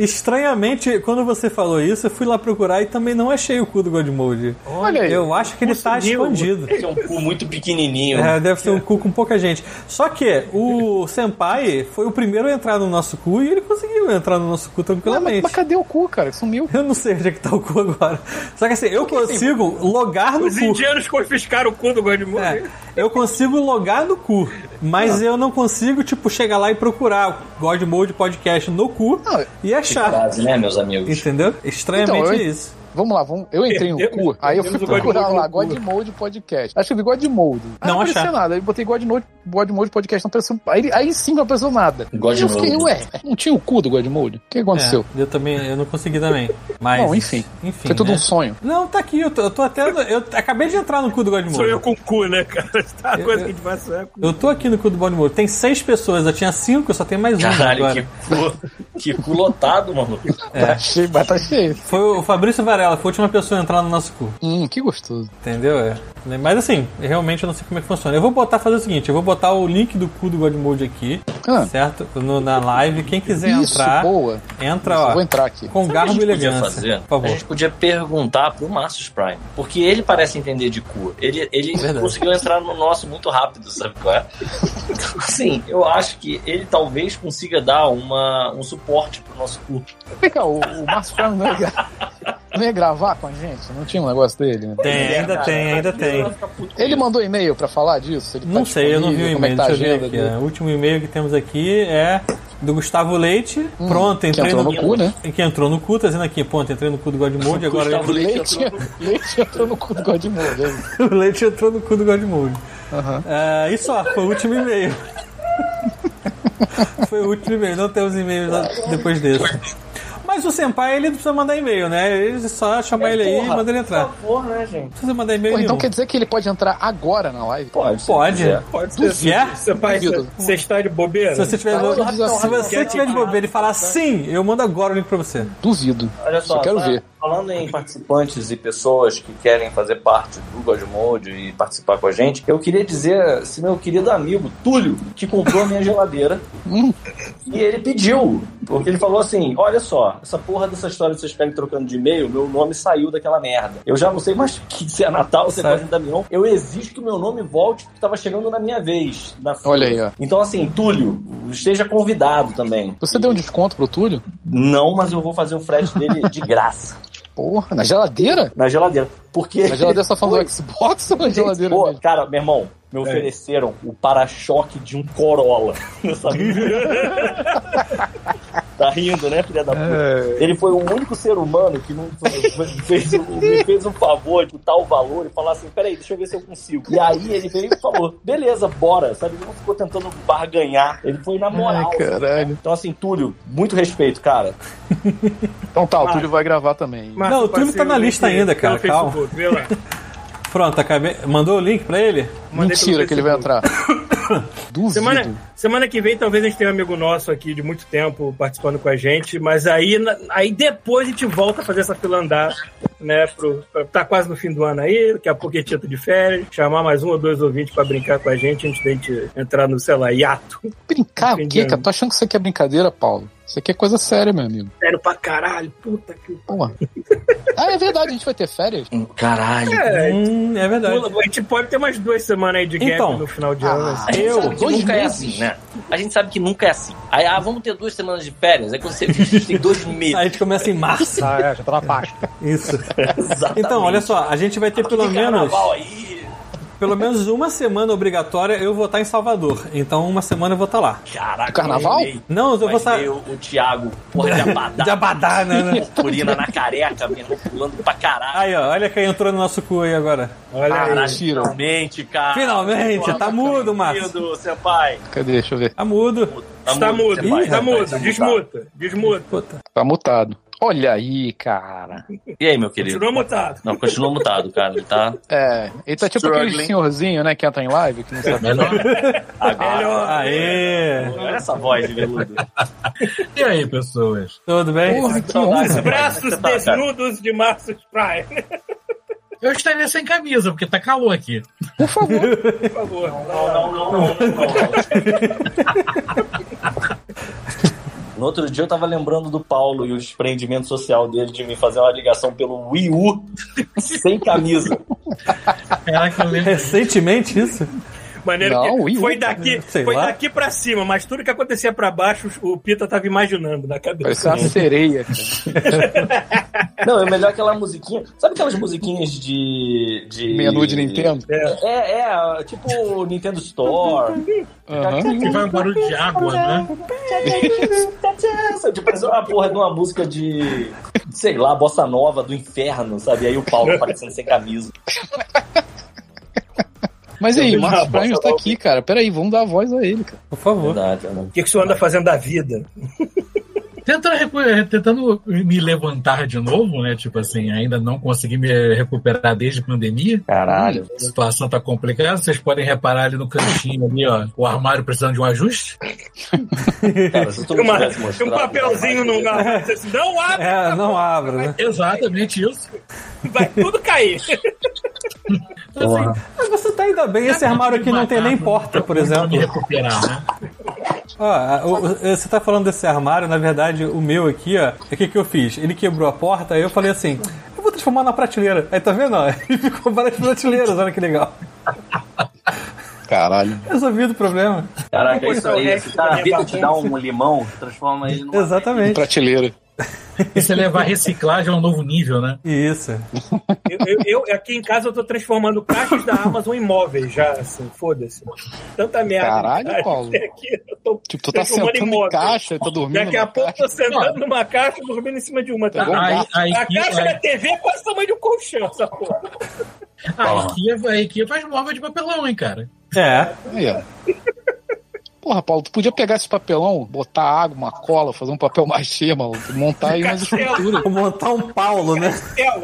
Speaker 3: estranhamente, quando você falou isso, eu fui lá procurar e também não achei o cu do God Mode.
Speaker 4: Olha aí. Ah,
Speaker 3: Eu acho que ele tá
Speaker 2: Conseguiu.
Speaker 3: escondido.
Speaker 5: Esse é um cu muito pequenininho.
Speaker 3: É, deve ser um cu com pouca gente. Só que o Senpai foi o primeiro a entrar no nosso cu e ele conseguiu entrar no nosso cu
Speaker 4: Não, mas,
Speaker 3: tranquilamente.
Speaker 4: mas cadê o cu, cara? Sumiu.
Speaker 3: Eu não sei onde é que tá o cu agora. Só que assim, eu consigo logar no
Speaker 2: Os
Speaker 3: cu.
Speaker 2: indianos confiscaram o cu do God Mode.
Speaker 3: É, eu consigo logar no cu, mas eu não consigo, tipo, chegar lá e procurar o God Mode Podcast no cu
Speaker 4: Não,
Speaker 3: e achar.
Speaker 5: Frase, né, meus amigos?
Speaker 3: Entendeu? Estranhamente
Speaker 4: Então, eu-
Speaker 3: isso. É,
Speaker 4: Vamos lá, vamos. Eu entrei no
Speaker 2: Perdemos-
Speaker 4: cu, aí eu fui
Speaker 2: perdemos o God
Speaker 4: procurar
Speaker 2: Mode
Speaker 4: lá,
Speaker 2: no cu.
Speaker 4: God Mode Podcast. Acho que eu vi God Mode. Ah,
Speaker 3: Não
Speaker 4: não apareceu
Speaker 3: achar.
Speaker 4: nada. Aí eu botei God Mode, God Mode Podcast, não apareceu. Aí, aí sim não apareceu nada.
Speaker 5: God
Speaker 4: Aí eu fiquei,
Speaker 5: Mode.
Speaker 4: ué, não tinha o cu do God Mode? O que aconteceu?
Speaker 3: É, eu também, eu não consegui também. Mas.
Speaker 4: Bom, enfim.
Speaker 3: Enfim.
Speaker 4: Foi tudo
Speaker 3: né?
Speaker 4: um sonho.
Speaker 3: Não, tá aqui, eu tô, eu tô até. Eu acabei de entrar no cu do God
Speaker 2: Sou eu
Speaker 3: Mode.
Speaker 2: com o cu, né, cara? [laughs] Tá uma
Speaker 3: Eu-
Speaker 2: coisa
Speaker 3: eu-
Speaker 2: que a gente vai sair com-
Speaker 3: Eu tô aqui no cu do God Mode. Tem seis pessoas, eu tinha cinco, eu só tenho mais
Speaker 2: Então,
Speaker 3: uma
Speaker 5: Caralho,
Speaker 3: agora.
Speaker 5: que cu, que cu lotado, mano.
Speaker 3: É.
Speaker 4: Tá cheio, mas tá cheio.
Speaker 3: Foi o Fabrício Varela, foi a última pessoa a entrar no nosso cu.
Speaker 4: Hum, que gostoso.
Speaker 3: Entendeu? É. Né, Mas assim, realmente eu não sei como é que funciona. Eu vou botar, fazer o seguinte, eu vou botar o link do cu do Godmode aqui,
Speaker 4: Ah,
Speaker 3: certo? No- na live. Quem quiser
Speaker 4: isso,
Speaker 3: entrar,
Speaker 4: boa.
Speaker 3: entra,
Speaker 4: Isso,
Speaker 3: ó.
Speaker 4: vou entrar aqui.
Speaker 3: Com
Speaker 5: Sabe o
Speaker 3: garbo
Speaker 5: que
Speaker 3: e
Speaker 5: a gente podia
Speaker 3: elegância.
Speaker 5: fazer? É.
Speaker 3: Por
Speaker 5: A
Speaker 3: favor.
Speaker 5: gente podia perguntar pro Marcus Prime, porque ele parece entender de cu. Ele, ele
Speaker 3: Verdade.
Speaker 5: conseguiu entrar no nosso muito rápido, sabe qual é? Então, assim, eu acho que ele talvez consiga dar uma, um suporte pro nosso cu.
Speaker 4: é? Vem cá, o, o Márcio Carlos não é Não ia gravar com a gente? Não tinha um negócio dele? né?
Speaker 3: Tem, ainda
Speaker 5: Cara, tá
Speaker 3: tem, ainda tem.
Speaker 4: Ele mandou e-mail pra falar disso? Ele tá
Speaker 3: Não sei, eu não vi o
Speaker 4: disponível? Como é
Speaker 3: e-mail.
Speaker 4: que tá a
Speaker 3: Deixa eu ver
Speaker 4: agenda
Speaker 3: aqui.
Speaker 4: dele?
Speaker 3: né? O último e-mail que temos aqui é do Gustavo Leite. Pronto, entrei
Speaker 4: Hum. entrou no cu, né?
Speaker 3: Que entrou no cu, tá dizendo aqui, pronto, entrei no cu do Godmode, agora
Speaker 5: Gustavo
Speaker 4: Leite, leite entrou no cu do Godmode. hein?
Speaker 3: [laughs] o Leite entrou no cu do Godmode. É, e só, foi o último e-mail. [laughs] foi o último e-mail, não temos e-mail lá depois desse. Mas o Senpai, ele não precisa mandar e-mail, né? Ele só chamar ele aí e manda ele entrar. Não
Speaker 5: Por favor, né, gente?
Speaker 3: precisa mandar e-mail
Speaker 4: Pô, então
Speaker 3: nenhum.
Speaker 4: quer dizer que ele pode entrar agora na live?
Speaker 5: Pode. se
Speaker 3: Pode.
Speaker 5: quiser.
Speaker 2: Pode
Speaker 3: Tu
Speaker 2: ser. assim.
Speaker 3: quer?
Speaker 2: Seu pai,
Speaker 4: Duvido.
Speaker 2: você está de bobeira?
Speaker 3: Se você tiver,
Speaker 4: Tá,
Speaker 3: bo-
Speaker 4: rapidão,
Speaker 3: se
Speaker 4: rapidão.
Speaker 3: você tiver de bobeira e falar sim, eu mando agora o link pra você.
Speaker 4: Duvido.
Speaker 5: Olha só,
Speaker 4: Só quero
Speaker 5: fa-
Speaker 4: ver.
Speaker 5: falando em participantes e pessoas que querem fazer parte do Godmode e participar com a gente, eu queria dizer esse meu querido amigo Túlio, que comprou a minha geladeira.
Speaker 4: Hum.
Speaker 5: e ele pediu, porque ele falou assim: olha só, essa porra dessa história de vocês ficarem trocando de e-mail, meu nome saiu daquela merda. Eu já não sei mais [laughs] que se é Natal, se é
Speaker 3: Sabe?
Speaker 5: Coisa de Damião. Eu exijo que meu nome volte, porque tava chegando na minha vez. Na fila.
Speaker 4: Olha aí, ó.
Speaker 5: Então, assim, Túlio, esteja convidado também.
Speaker 4: Você deu um desconto pro Túlio?
Speaker 5: Não, mas eu vou fazer o frete dele
Speaker 4: [laughs]
Speaker 5: de graça.
Speaker 4: Porra, na geladeira?
Speaker 5: Na geladeira. Porque.
Speaker 4: Na geladeira só
Speaker 5: [laughs]
Speaker 4: falando do Xbox ou na geladeira
Speaker 5: Pô,
Speaker 4: mesmo?
Speaker 5: cara, meu irmão, me ofereceram o para-choque de um Corolla. [laughs] Sabe? tá rindo, né, filha da puta? Ele foi o único ser humano que não fez, o- me fez um favor de tal valor e falar assim: peraí, deixa eu ver se eu consigo. E aí ele veio e falou: beleza, bora. Sabe? Ele não ficou tentando barganhar. Ele foi na moral.
Speaker 4: Ai, caralho.
Speaker 5: então, assim, Túlio, muito respeito, cara.
Speaker 4: Então tá, o Túlio vai gravar também.
Speaker 2: Mas
Speaker 3: Não, o
Speaker 2: eu passei um
Speaker 3: Túlio tá na
Speaker 2: link
Speaker 3: lista ainda,
Speaker 2: pelo
Speaker 3: cara, calma.
Speaker 2: Facebook, vê lá.
Speaker 3: Pronto, acabei. Mandou o link pra ele?
Speaker 2: Mandei pelo
Speaker 4: Mentira que ele vai
Speaker 2: Facebook.
Speaker 4: entrar. Duvido.
Speaker 2: Semana, semana que vem, talvez a gente tenha um amigo nosso aqui de muito tempo participando com a gente, mas aí, na- aí depois a gente volta a fazer essa fila andar, né? Pro, pra- tá quase no fim do ano aí, daqui a pouco a gente entra de férias, chamar mais um ou dois ouvintes pra brincar com a gente antes da gente entrar no, sei lá, hiato.
Speaker 4: Brincar o quê,
Speaker 2: Entendendo.
Speaker 4: cara? Tô achando que isso aqui é brincadeira, Paulo. Isso aqui é coisa séria, meu amigo.
Speaker 2: Sério pra caralho, puta que.
Speaker 4: Porra. Ah, é verdade, a gente vai ter férias?
Speaker 5: Caralho.
Speaker 2: É,
Speaker 3: Hum, é verdade.
Speaker 2: a gente pode ter umas duas semanas aí de gap
Speaker 3: Então.
Speaker 2: no final de ano. assim.
Speaker 5: A gente
Speaker 4: Eu?
Speaker 5: sabe que
Speaker 4: Dois
Speaker 5: nunca é
Speaker 4: meses?
Speaker 5: assim, né? A gente sabe que nunca é assim. Aí, ah, vamos ter duas semanas de férias. Aí quando você vê, a gente tem dois
Speaker 3: [laughs]
Speaker 5: meses.
Speaker 3: A gente começa em março.
Speaker 6: Ah, é, já tá na
Speaker 4: [laughs]
Speaker 6: Páscoa.
Speaker 3: Isso.
Speaker 5: Exatamente.
Speaker 3: Então, olha só, a gente vai ter pelo
Speaker 5: Tem
Speaker 3: menos,
Speaker 5: carnaval aí.
Speaker 3: pelo menos uma semana obrigatória. Eu vou estar em Salvador. Então, uma semana eu vou estar lá.
Speaker 5: Caraca,
Speaker 4: Carnaval?
Speaker 5: eu amei.
Speaker 3: Não, eu vou
Speaker 5: Vai
Speaker 3: estar.
Speaker 5: ver o, o Thiago, porra de abadá.
Speaker 3: De abadá, né, [laughs] né?
Speaker 5: Purpurina na careca, meu irmão, pulando pra caralho.
Speaker 3: Aí, ó, olha quem entrou no nosso cu aí agora.
Speaker 2: Olha aí.
Speaker 5: Caralho,
Speaker 4: mentira.
Speaker 5: finalmente, cara.
Speaker 3: Finalmente, tá mudo, Márcio.
Speaker 5: Lindo, seu pai.
Speaker 4: Cadê? Deixa eu ver.
Speaker 3: Tá mudo.
Speaker 2: Está mudo,
Speaker 5: senpai.
Speaker 2: está mudo,
Speaker 5: Vai
Speaker 2: desmuta, desmuta.
Speaker 3: Puta.
Speaker 4: Tá mutado. Olha aí, cara.
Speaker 5: E aí, meu querido?
Speaker 2: Continua mutado.
Speaker 5: Não, continua mutado, cara. Ele tá.
Speaker 4: É, ele tá tipo aquele
Speaker 5: Struggling.
Speaker 4: senhorzinho, né, que entra em live, que não sabe.
Speaker 5: Melhor.
Speaker 2: Melhor.
Speaker 3: Aê!
Speaker 5: Olha essa voz de veludo.
Speaker 7: E aí, pessoas?
Speaker 3: Tudo bem?
Speaker 4: Porra, que
Speaker 5: Saudades,
Speaker 4: honra.
Speaker 5: rapaz.
Speaker 2: Braços
Speaker 5: Como é que você tá, cara?
Speaker 2: desnudos de Márcio Prime.
Speaker 7: Eu estaria sem camisa, porque tá calor aqui.
Speaker 4: Por favor.
Speaker 2: Por favor.
Speaker 5: não, não, não, não, [laughs] No outro dia eu tava lembrando do Paulo e o desprendimento social dele de me fazer uma ligação pelo Wii U sem camisa.
Speaker 7: Era que eu lembro.
Speaker 3: Recentemente isso?
Speaker 2: Maneiro
Speaker 4: Não, né?
Speaker 2: que
Speaker 4: Wii U,
Speaker 2: foi
Speaker 4: cara.
Speaker 2: daqui,
Speaker 3: Sei
Speaker 2: foi
Speaker 3: lá.
Speaker 2: daqui pra cima, mas tudo que acontecia pra baixo, o Pita tava imaginando na
Speaker 4: Parece
Speaker 2: cabeça.
Speaker 4: uma sereia, cara.
Speaker 5: Não, é melhor aquela musiquinha. Sabe aquelas musiquinhas de. de...
Speaker 4: Menu de Nintendo.
Speaker 5: É, é, tipo Nintendo Store.
Speaker 4: Aham.
Speaker 7: Que vai um barulho de água, né?
Speaker 5: Tipo, parece uma porra de uma música de. Sei lá, bossa nova do inferno, sabe? Aí o Paulo aparecendo sem camisa.
Speaker 4: Mas e aí,
Speaker 2: Eu
Speaker 4: Márcio
Speaker 2: já-
Speaker 4: Prime tá aqui, cara. Peraí, vamos dar a voz a ele, cara.
Speaker 3: Por favor.
Speaker 5: Verdade, né?
Speaker 2: O que, que o senhor anda fazendo da vida?
Speaker 7: Tenta recu- eh, tentando me levantar de novo, né? Tipo assim, ainda não consegui me recuperar desde a pandemia.
Speaker 5: Caralho.
Speaker 7: A situação tá complicada. Vocês podem reparar ali no cantinho ali, ó. O armário precisando de um ajuste.
Speaker 5: Cara, se tu
Speaker 2: Tem
Speaker 5: não
Speaker 2: uma-
Speaker 5: tivesse
Speaker 2: tem um
Speaker 5: mostrado,
Speaker 2: papelzinho no assim, não abre,
Speaker 3: É, não abra, né?
Speaker 7: Exatamente isso.
Speaker 2: vai tudo cair.
Speaker 7: Então, assim,
Speaker 3: Mas você tá ainda bem. Tá Esse armário aqui não tem nem porta, por exemplo.
Speaker 7: me recuperar, né?
Speaker 3: Ó, a- o- o- você tá falando desse armário, na verdade, o meu aqui, ó, o que que eu fiz? Ele quebrou a porta, aí eu falei assim, eu vou transformar na prateleira. Aí tá vendo, ó, [laughs] ele ficou várias prateleiras, olha que legal.
Speaker 4: Caralho.
Speaker 3: Resolvido o problema.
Speaker 5: Caraca, é
Speaker 2: Vou
Speaker 5: isso
Speaker 2: botar o
Speaker 5: aí.
Speaker 2: resto
Speaker 5: Se
Speaker 2: da
Speaker 5: tá, a
Speaker 2: minha
Speaker 5: vida te dá
Speaker 2: bagunça.
Speaker 3: [laughs]
Speaker 5: um limão, transforma ele num.
Speaker 3: Exatamente.
Speaker 4: Prateleira.
Speaker 7: Isso é levar reciclagem a um novo nível, né?
Speaker 3: Isso.
Speaker 2: Eu, eu- eu- aqui em casa eu tô transformando caixas da Amazon em móveis já, assim, foda-se. Tanta merda.
Speaker 4: Caralho,
Speaker 2: cara,
Speaker 4: Paulo.
Speaker 2: até Aqui, eu tô
Speaker 4: Tipo, tu tá
Speaker 2: transformando
Speaker 4: sentando em
Speaker 2: móvel.
Speaker 4: caixa, tá dormindo
Speaker 2: Daqui a
Speaker 4: na
Speaker 2: pouco
Speaker 4: caixa.
Speaker 2: tô sentando numa caixa e dormindo em cima de uma. Tá?
Speaker 4: Pegou um
Speaker 2: A-
Speaker 4: gato.
Speaker 7: A,
Speaker 2: A
Speaker 7: IKEA,
Speaker 2: caixa da TV é quase o tamanho de um colchão, essa porra.
Speaker 7: a, IKEA, a IKEA é, faz móvel de papelão, hein, cara?
Speaker 3: É.
Speaker 4: Aí, ó. Porra, Paulo, tu podia pegar esse papelão, botar água, uma cola, fazer um papel machê, maluco, montar aí
Speaker 5: [laughs]
Speaker 4: umas estruturas,
Speaker 3: Vou montar um Paulo, né?
Speaker 2: É,
Speaker 5: tá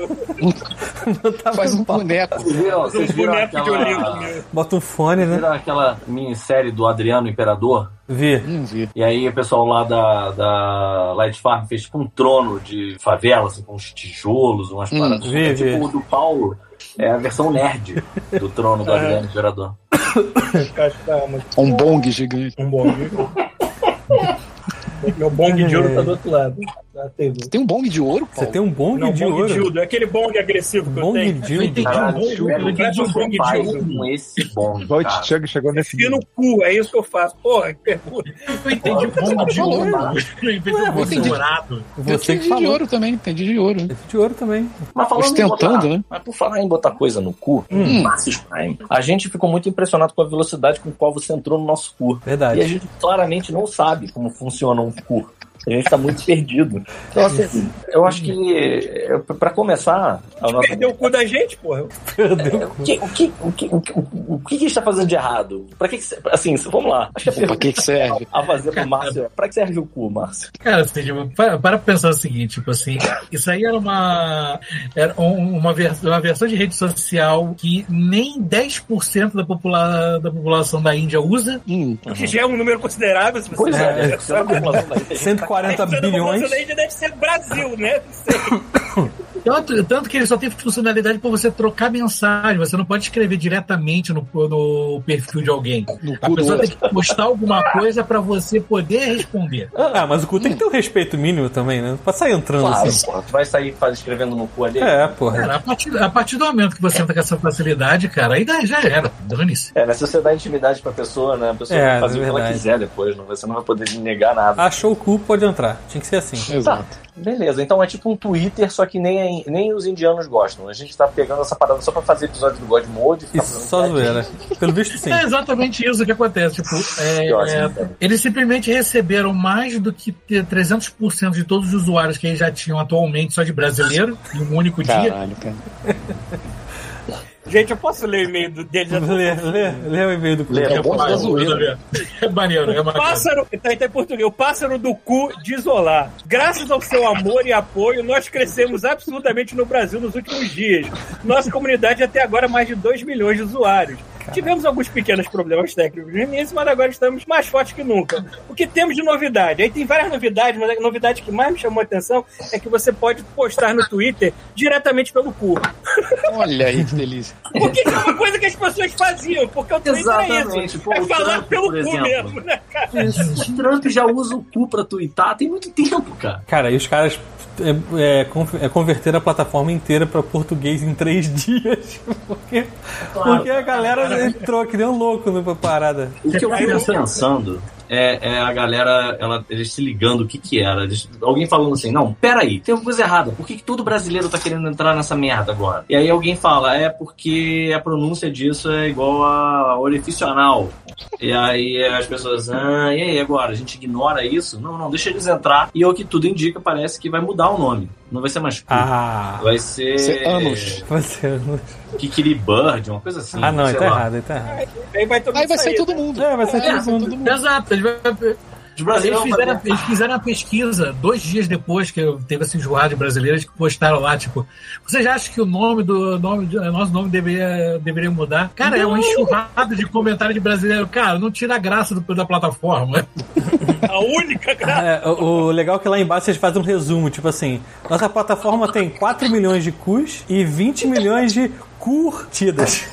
Speaker 3: Montar
Speaker 4: faz um
Speaker 3: Paulo.
Speaker 4: boneco.
Speaker 5: Vocês viram,
Speaker 2: um
Speaker 5: vocês viram
Speaker 2: boneco de Olimpo.
Speaker 5: aquela...
Speaker 2: meu.
Speaker 3: Bota um fone, né?
Speaker 5: Viram aquela minissérie do Adriano Imperador?
Speaker 3: Vi.
Speaker 4: Não vi.
Speaker 5: E aí o pessoal lá da, da Light Farm fez tipo um trono de favela, assim, com uns tijolos, umas
Speaker 4: Hum,
Speaker 5: paradas.
Speaker 3: vi,
Speaker 5: É
Speaker 3: vi.
Speaker 5: tipo o do Paulo, é a versão nerd do trono do Adriano Imperador.
Speaker 2: Caixa da Amazon.
Speaker 4: Um bong gigante.
Speaker 2: Um bong. Meu bong de ouro tá do outro lado. Da TV.
Speaker 4: Tem um bong de ouro, Paulo?
Speaker 3: Você tem um É. bong
Speaker 2: Não,
Speaker 3: de
Speaker 2: bong
Speaker 3: ouro. Um
Speaker 2: dildo. É aquele bong agressivo que eu
Speaker 3: Bong
Speaker 2: tenho.
Speaker 3: dildo.
Speaker 7: Tem
Speaker 5: Caralho,
Speaker 7: um
Speaker 5: velho,
Speaker 7: bom-
Speaker 5: o que
Speaker 2: tem um
Speaker 5: que
Speaker 2: bom
Speaker 5: você faz
Speaker 2: idiota.
Speaker 5: com esse bom,
Speaker 6: Deutsche
Speaker 5: cara?
Speaker 6: Chang chegou nesse
Speaker 2: Fio no
Speaker 6: nível.
Speaker 2: cu, é isso que eu faço. Porra, que
Speaker 3: Uhum.
Speaker 2: pergunta.
Speaker 7: Eu entendi
Speaker 2: tá
Speaker 7: bom de ouro. Eu entendi bom de
Speaker 4: entendi.
Speaker 7: dourado.
Speaker 4: Eu tenho
Speaker 3: um- Você que
Speaker 4: um de
Speaker 3: falou.
Speaker 4: ouro também, tem de ouro. né?
Speaker 3: De
Speaker 2: [laughs]
Speaker 3: ouro também.
Speaker 5: Mas falando em
Speaker 4: Ostentando,
Speaker 5: botar-
Speaker 4: né?
Speaker 5: Mas por falar em botar coisa no cu,
Speaker 4: Hum.
Speaker 5: Marcus Prime, a gente ficou muito impressionado com a velocidade com a qual você entrou no nosso cu. E a
Speaker 3: Verdade.
Speaker 5: gente claramente não sabe como funciona um cu. A gente tá muito perdido. Então, assim, eu acho que, é, pra começar, a nossa-
Speaker 2: Perdeu o cu da gente, porra.
Speaker 5: o que, o que, o que, o que, o que a gente tá fazendo de errado? Pra que, que se- assim, vamos lá. Acho que a
Speaker 4: Pra
Speaker 5: pergunta
Speaker 4: que que
Speaker 3: [laughs]
Speaker 4: serve?
Speaker 5: a fazer pro Márcio é: pra que serve o cu, Márcio?
Speaker 7: Cara, assim, tipo, para, para pensar o seguinte, tipo assim, isso aí era uma era um- uma, vers- uma versão de rede social que nem 10% da, popula da população da Índia usa.
Speaker 4: Hum,
Speaker 3: Uhum.
Speaker 2: O que já é um número considerável. Se você
Speaker 5: Pois
Speaker 2: parar
Speaker 5: é,
Speaker 2: pra
Speaker 5: né? Você tá
Speaker 2: pensar.
Speaker 5: acumulando aí.
Speaker 3: 140
Speaker 2: Essa população
Speaker 3: bilhões.
Speaker 2: da Índia deve ser Brasil, né? Não sei.
Speaker 7: Tanto, tanto que ele só tem funcionalidade para você trocar mensagem. Você não pode escrever diretamente no, no perfil de alguém.
Speaker 4: no
Speaker 7: A
Speaker 4: cu do
Speaker 7: pessoa tem
Speaker 4: outro.
Speaker 7: que postar alguma coisa para você poder responder.
Speaker 3: Ah, mas o cu tem que ter um respeito mínimo também, né? Pra sair entrando
Speaker 5: Claro,
Speaker 3: assim.
Speaker 5: pô, tu vai sair faz, escrevendo no cu ali.
Speaker 3: É, porra.
Speaker 7: Cara, a partir, a partir do momento que você entra com essa facilidade, cara, aí dá- já era. Dane-se.
Speaker 5: É, né? Se você dá intimidade pra pessoa, né? A pessoa
Speaker 3: É,
Speaker 5: vai fazer o que ela
Speaker 3: verdade.
Speaker 5: quiser depois, não, você não vai poder negar nada.
Speaker 3: Achou o cu, pode entrar. Tinha que ser assim.
Speaker 4: Exato.
Speaker 5: Beleza, então é tipo um Twitter, só que nem, nem os indianos gostam. A gente tá pegando essa parada só pra fazer episódio do God Mode. ficar
Speaker 3: Isso
Speaker 5: fazendo
Speaker 3: é só
Speaker 5: piadinha.
Speaker 3: zoeira. Pelo visto, sim. [laughs]
Speaker 7: É exatamente isso que acontece. Tipo, é,
Speaker 5: Que ótimo,
Speaker 7: é,
Speaker 5: cara.
Speaker 7: eles simplesmente receberam mais do que te- 300% de todos os usuários que eles já tinham atualmente só de brasileiro, em um único dia.
Speaker 4: Caralho, cara.
Speaker 2: Gente, eu posso ler o e-mail do- dele? Já
Speaker 3: Lê, lê, lê o e-mail do cu.
Speaker 4: É bom da zoeira.
Speaker 7: [laughs] É maneiro, é maneiro.
Speaker 2: Pássaro, tá tá em português, o pássaro do cu de isolar. Graças ao seu amor e apoio, nós crescemos absolutamente no Brasil nos últimos dias. Nossa comunidade é até agora mais de 2 milhões de usuários. Tivemos alguns pequenos problemas técnicos no início, mas agora estamos mais fortes que nunca. O que temos de novidade? Aí tem várias novidades, mas a novidade que mais me chamou a atenção é que você pode postar no Twitter diretamente pelo cu.
Speaker 4: Olha aí que
Speaker 5: [laughs]
Speaker 4: delícia.
Speaker 2: O que que é uma coisa que as pessoas faziam, porque o Twitter é
Speaker 5: Exatamente,
Speaker 2: isso.
Speaker 5: pô,
Speaker 2: é
Speaker 5: o
Speaker 2: falar
Speaker 5: Trump,
Speaker 2: pelo
Speaker 5: por
Speaker 2: cu
Speaker 5: exemplo.
Speaker 2: mesmo, né, cara?
Speaker 5: Os Trump já usam o cu pra twittar tem muito tempo, cara.
Speaker 3: Cara, e os caras é, é, con- é, converteram a plataforma inteira pra português em três [laughs] dias. Porque, porque a galera entrou que nem um louco na parada.
Speaker 5: O que eu
Speaker 2: Eu-
Speaker 5: fico pensando é, é a galera, ela, eles se ligando o que que era. Eles- alguém falando assim, não, peraí, tem alguma coisa errada. Por que, que todo brasileiro tá querendo entrar nessa merda agora? E aí alguém fala, é porque a pronúncia disso é igual a orifício anal. E aí as pessoas, ah, e aí agora? A gente ignora isso? Não, não, deixa eles entrar. E é o que tudo indica, parece que vai mudar o nome. Não vai ser mais cu.
Speaker 3: Ah,
Speaker 5: Vai ser.
Speaker 4: Isso é anos.
Speaker 3: você.
Speaker 5: Kikiri Bird, uma coisa assim.
Speaker 3: Ah, não,
Speaker 5: sei
Speaker 3: ele tá
Speaker 5: lá.
Speaker 3: errado, ele tá errado.
Speaker 2: Aí vai todo
Speaker 4: Aí
Speaker 2: mundo
Speaker 4: vai sair
Speaker 2: sair,
Speaker 4: todo mundo.
Speaker 3: É, vai ser todo mundo.
Speaker 7: Exato, eles vai-
Speaker 5: Os brasileiros
Speaker 7: Eles
Speaker 5: vão fazer-
Speaker 7: [laughs] fizeram, eles fizeram a pesquisa dois dias depois que eu- teve essa enjoada de brasileiras que postaram lá, tipo, você já acha que o nome do nome, de- nosso nome deveria, deveria mudar? Cara, é um enxurrado de comentário de brasileiro. Cara, não tira a graça do- da plataforma.
Speaker 2: A única graça.
Speaker 3: É, o, o legal é que lá embaixo vocês fazem um resumo, tipo assim, nossa plataforma tem 4 milhões de cus e 20 milhões de curtidas.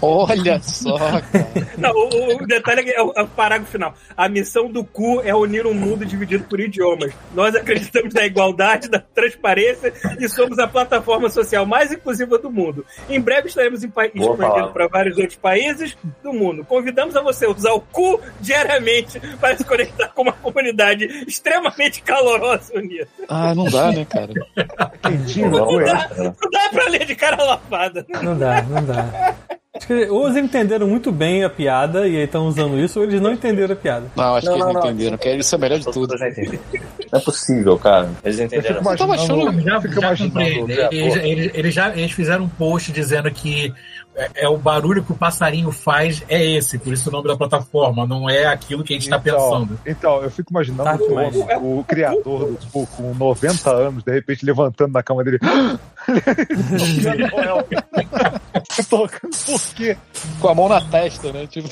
Speaker 4: Olha só, cara.
Speaker 2: Não, o, o detalhe é que é o, é o parágrafo final. A missão do cu é unir um mundo dividido por idiomas. Nós acreditamos na igualdade, na transparência e somos a plataforma social mais inclusiva do mundo. Em breve estaremos em pa- expandindo
Speaker 5: palavra.
Speaker 2: para vários outros países do mundo. Convidamos a você a usar o cu diariamente para se conectar com uma comunidade extremamente calorosa unida.
Speaker 4: Ah, não dá, né, cara?
Speaker 6: Entendi, né? Tá ué.
Speaker 2: Não dá pra ler de cara lavada. né?
Speaker 3: Não dá, não dá. Acho que ou eles entenderam muito bem a piada e aí estão usando isso, ou eles não entenderam a piada.
Speaker 4: Não, acho
Speaker 5: Não,
Speaker 4: que eles
Speaker 5: não,
Speaker 4: não
Speaker 5: não.
Speaker 4: entenderam. que Isso é o melhor de tudo.
Speaker 5: Eu já entendi. Não é possível, cara. Eles entenderam.
Speaker 6: Eu
Speaker 4: tava achando-
Speaker 6: eu
Speaker 7: Já,
Speaker 6: fico
Speaker 7: já comprei.
Speaker 6: imaginando.
Speaker 5: já,
Speaker 7: Eles,
Speaker 5: porra.
Speaker 7: eles- eles já eles fizeram um post dizendo que é, é o barulho que o passarinho faz é esse, por isso o nome da plataforma, não é aquilo que a gente está pensando.
Speaker 6: então, eu fico imaginando
Speaker 3: Tá
Speaker 6: o,
Speaker 3: demais.
Speaker 6: dono, o criador do Cu com 90 anos, de repente levantando na cama dele. Tocando, por quê?
Speaker 4: Com a mão na testa, né?
Speaker 3: [laughs]
Speaker 4: Tipo...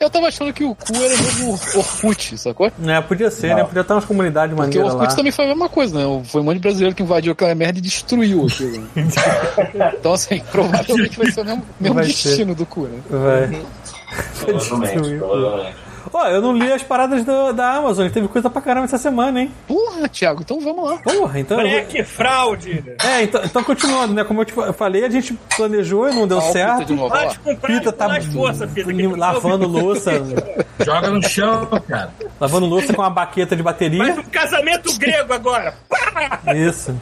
Speaker 4: Eu tava achando que o cu era mesmo Orkut, sacou?
Speaker 3: Né, podia ser, né? Podia estar umas comunidades
Speaker 4: Porque o
Speaker 3: maneiras lá.
Speaker 4: Orkut também foi a mesma coisa, né? Foi um monte de brasileiro que invadiu aquela merda e destruiu aquilo. né?
Speaker 3: [laughs]
Speaker 4: então, assim, provavelmente vai ser o mesmo, mesmo
Speaker 3: Vai ser.
Speaker 4: destino do cu, né?
Speaker 3: Vai.
Speaker 5: Provavelmente, provavelmente.
Speaker 3: Ó, eu não li as paradas do- da Amazon, teve coisa pra caramba essa semana, hein?
Speaker 4: Porra, Thiago, então vamos lá.
Speaker 3: Porra, então. eu vou-
Speaker 2: Breque, é fraude. né?
Speaker 3: É, então, então continuando, né? Como eu te fa- falei, a gente planejou e não deu
Speaker 4: Ó, o Pita
Speaker 3: certo.
Speaker 4: de novo, ó lá.
Speaker 2: Bate com praia,
Speaker 3: Pita tá
Speaker 2: mais força, Pita. que
Speaker 3: lavando louça,
Speaker 7: [laughs] Joga no chão, cara.
Speaker 3: lavando louça com uma baqueta de
Speaker 2: Faz
Speaker 3: bateria.
Speaker 2: um casamento grego agora. Pá!
Speaker 3: Isso.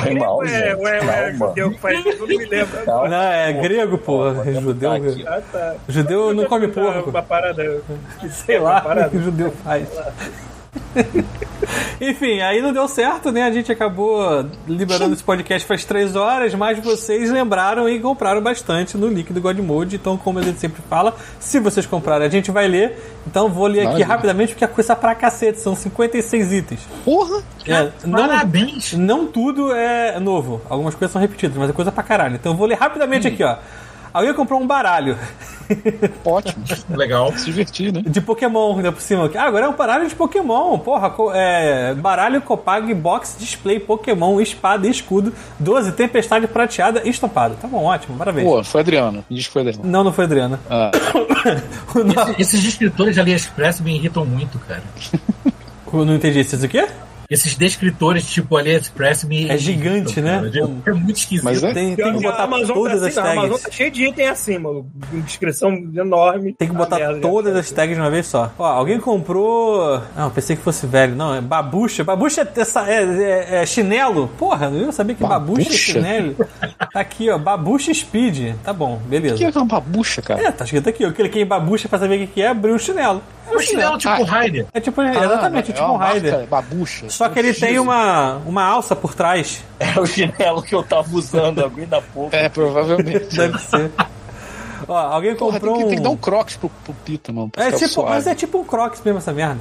Speaker 5: Foi mal,
Speaker 2: é,
Speaker 5: gente.
Speaker 2: ué, ué,
Speaker 5: Calma.
Speaker 2: judeu que faz isso, não me lembro.
Speaker 5: Calma.
Speaker 3: Não, é grego, porra. Judeu.
Speaker 2: Ah, tá.
Speaker 3: Judeu não come porco.
Speaker 2: Uma parada.
Speaker 3: Sei lá o que
Speaker 2: Parada.
Speaker 3: o judeu faz. [laughs] Enfim, aí não deu certo, né? A gente acabou liberando esse podcast faz três horas, mas vocês lembraram e compraram bastante no link do Godmode. Então, como a gente sempre fala, se vocês comprarem, a gente vai ler. Então, vou ler aqui
Speaker 4: Maravilha.
Speaker 3: rapidamente, porque é coisa pra cacete. São 56 itens.
Speaker 4: Porra!
Speaker 3: É, não,
Speaker 7: Parabéns.
Speaker 3: não tudo é novo. Algumas coisas são repetidas, mas é coisa pra caralho. Então, eu vou ler rapidamente aqui, ó. Alguém comprou um baralho.
Speaker 4: Ótimo.
Speaker 7: Legal.
Speaker 4: Se divertir,
Speaker 3: [laughs]
Speaker 4: né?
Speaker 3: De Pokémon, ainda por cima. Ah, agora é um baralho de Pokémon. Porra, co- é, baralho Copag Box Display Pokémon Espada e Escudo 12 Tempestade Prateada e Estampado. Tá bom, ótimo, parabéns.
Speaker 4: Pô, foi Adriano. Me diz que foi Adriano.
Speaker 3: Não, não foi Adriana.
Speaker 4: Ah,
Speaker 3: [coughs] O nome-
Speaker 7: Esse- esses escritores de AliExpress me irritam muito, cara.
Speaker 3: [coughs] Eu não entendi isso. é o quê?
Speaker 7: Esses descritores tipo AliExpress me.
Speaker 3: É gigante,
Speaker 7: irritam,
Speaker 3: né?
Speaker 7: cara. É muito esquisito.
Speaker 4: mas é?
Speaker 3: Tem, tem que
Speaker 2: a
Speaker 3: botar
Speaker 2: Amazon
Speaker 3: todas
Speaker 2: tá
Speaker 3: as
Speaker 2: assim, não, a Amazon
Speaker 3: tags.
Speaker 2: tá cheia de item assim, mano. Descrição enorme.
Speaker 3: Tem que
Speaker 2: Ah,
Speaker 3: botar
Speaker 2: merda,
Speaker 3: todas
Speaker 2: já.
Speaker 3: as tags de uma vez só. Ó, alguém comprou. Não, pensei que fosse velho. Não, é babucha. Babucha é, essa- é- é- é chinelo. Porra, eu sabia que babucha, é
Speaker 4: Babucha?
Speaker 3: chinelo. Tá aqui, ó. Babucha Speed. Tá bom, beleza.
Speaker 4: que é uma babucha, cara?
Speaker 3: É, tá escrito aqui. Eu cliquei em babucha pra saber o que que é, abri o chinelo. É
Speaker 7: O
Speaker 4: assim, né?
Speaker 7: chinelo tipo
Speaker 4: Ah.
Speaker 7: Raider.
Speaker 3: É tipo, exatamente,
Speaker 4: é
Speaker 3: tipo um
Speaker 4: uma
Speaker 3: Raider.
Speaker 4: marca, Babucha.
Speaker 3: Só que ele tem uma, uma alça
Speaker 4: [laughs]
Speaker 3: por trás.
Speaker 5: É o chinelo que eu tava usando aguenta pouco.
Speaker 4: É, provavelmente.
Speaker 3: Deve ser. Ó, alguém
Speaker 4: Porra, tem
Speaker 3: [laughs] comprou
Speaker 4: que, tem que dar
Speaker 3: um...
Speaker 4: um crocs pro, pro Pita, mano. pra
Speaker 3: É
Speaker 4: ficar
Speaker 3: tipo,
Speaker 4: suave.
Speaker 3: mas tipo, é tipo um Crocs mesmo essa merda.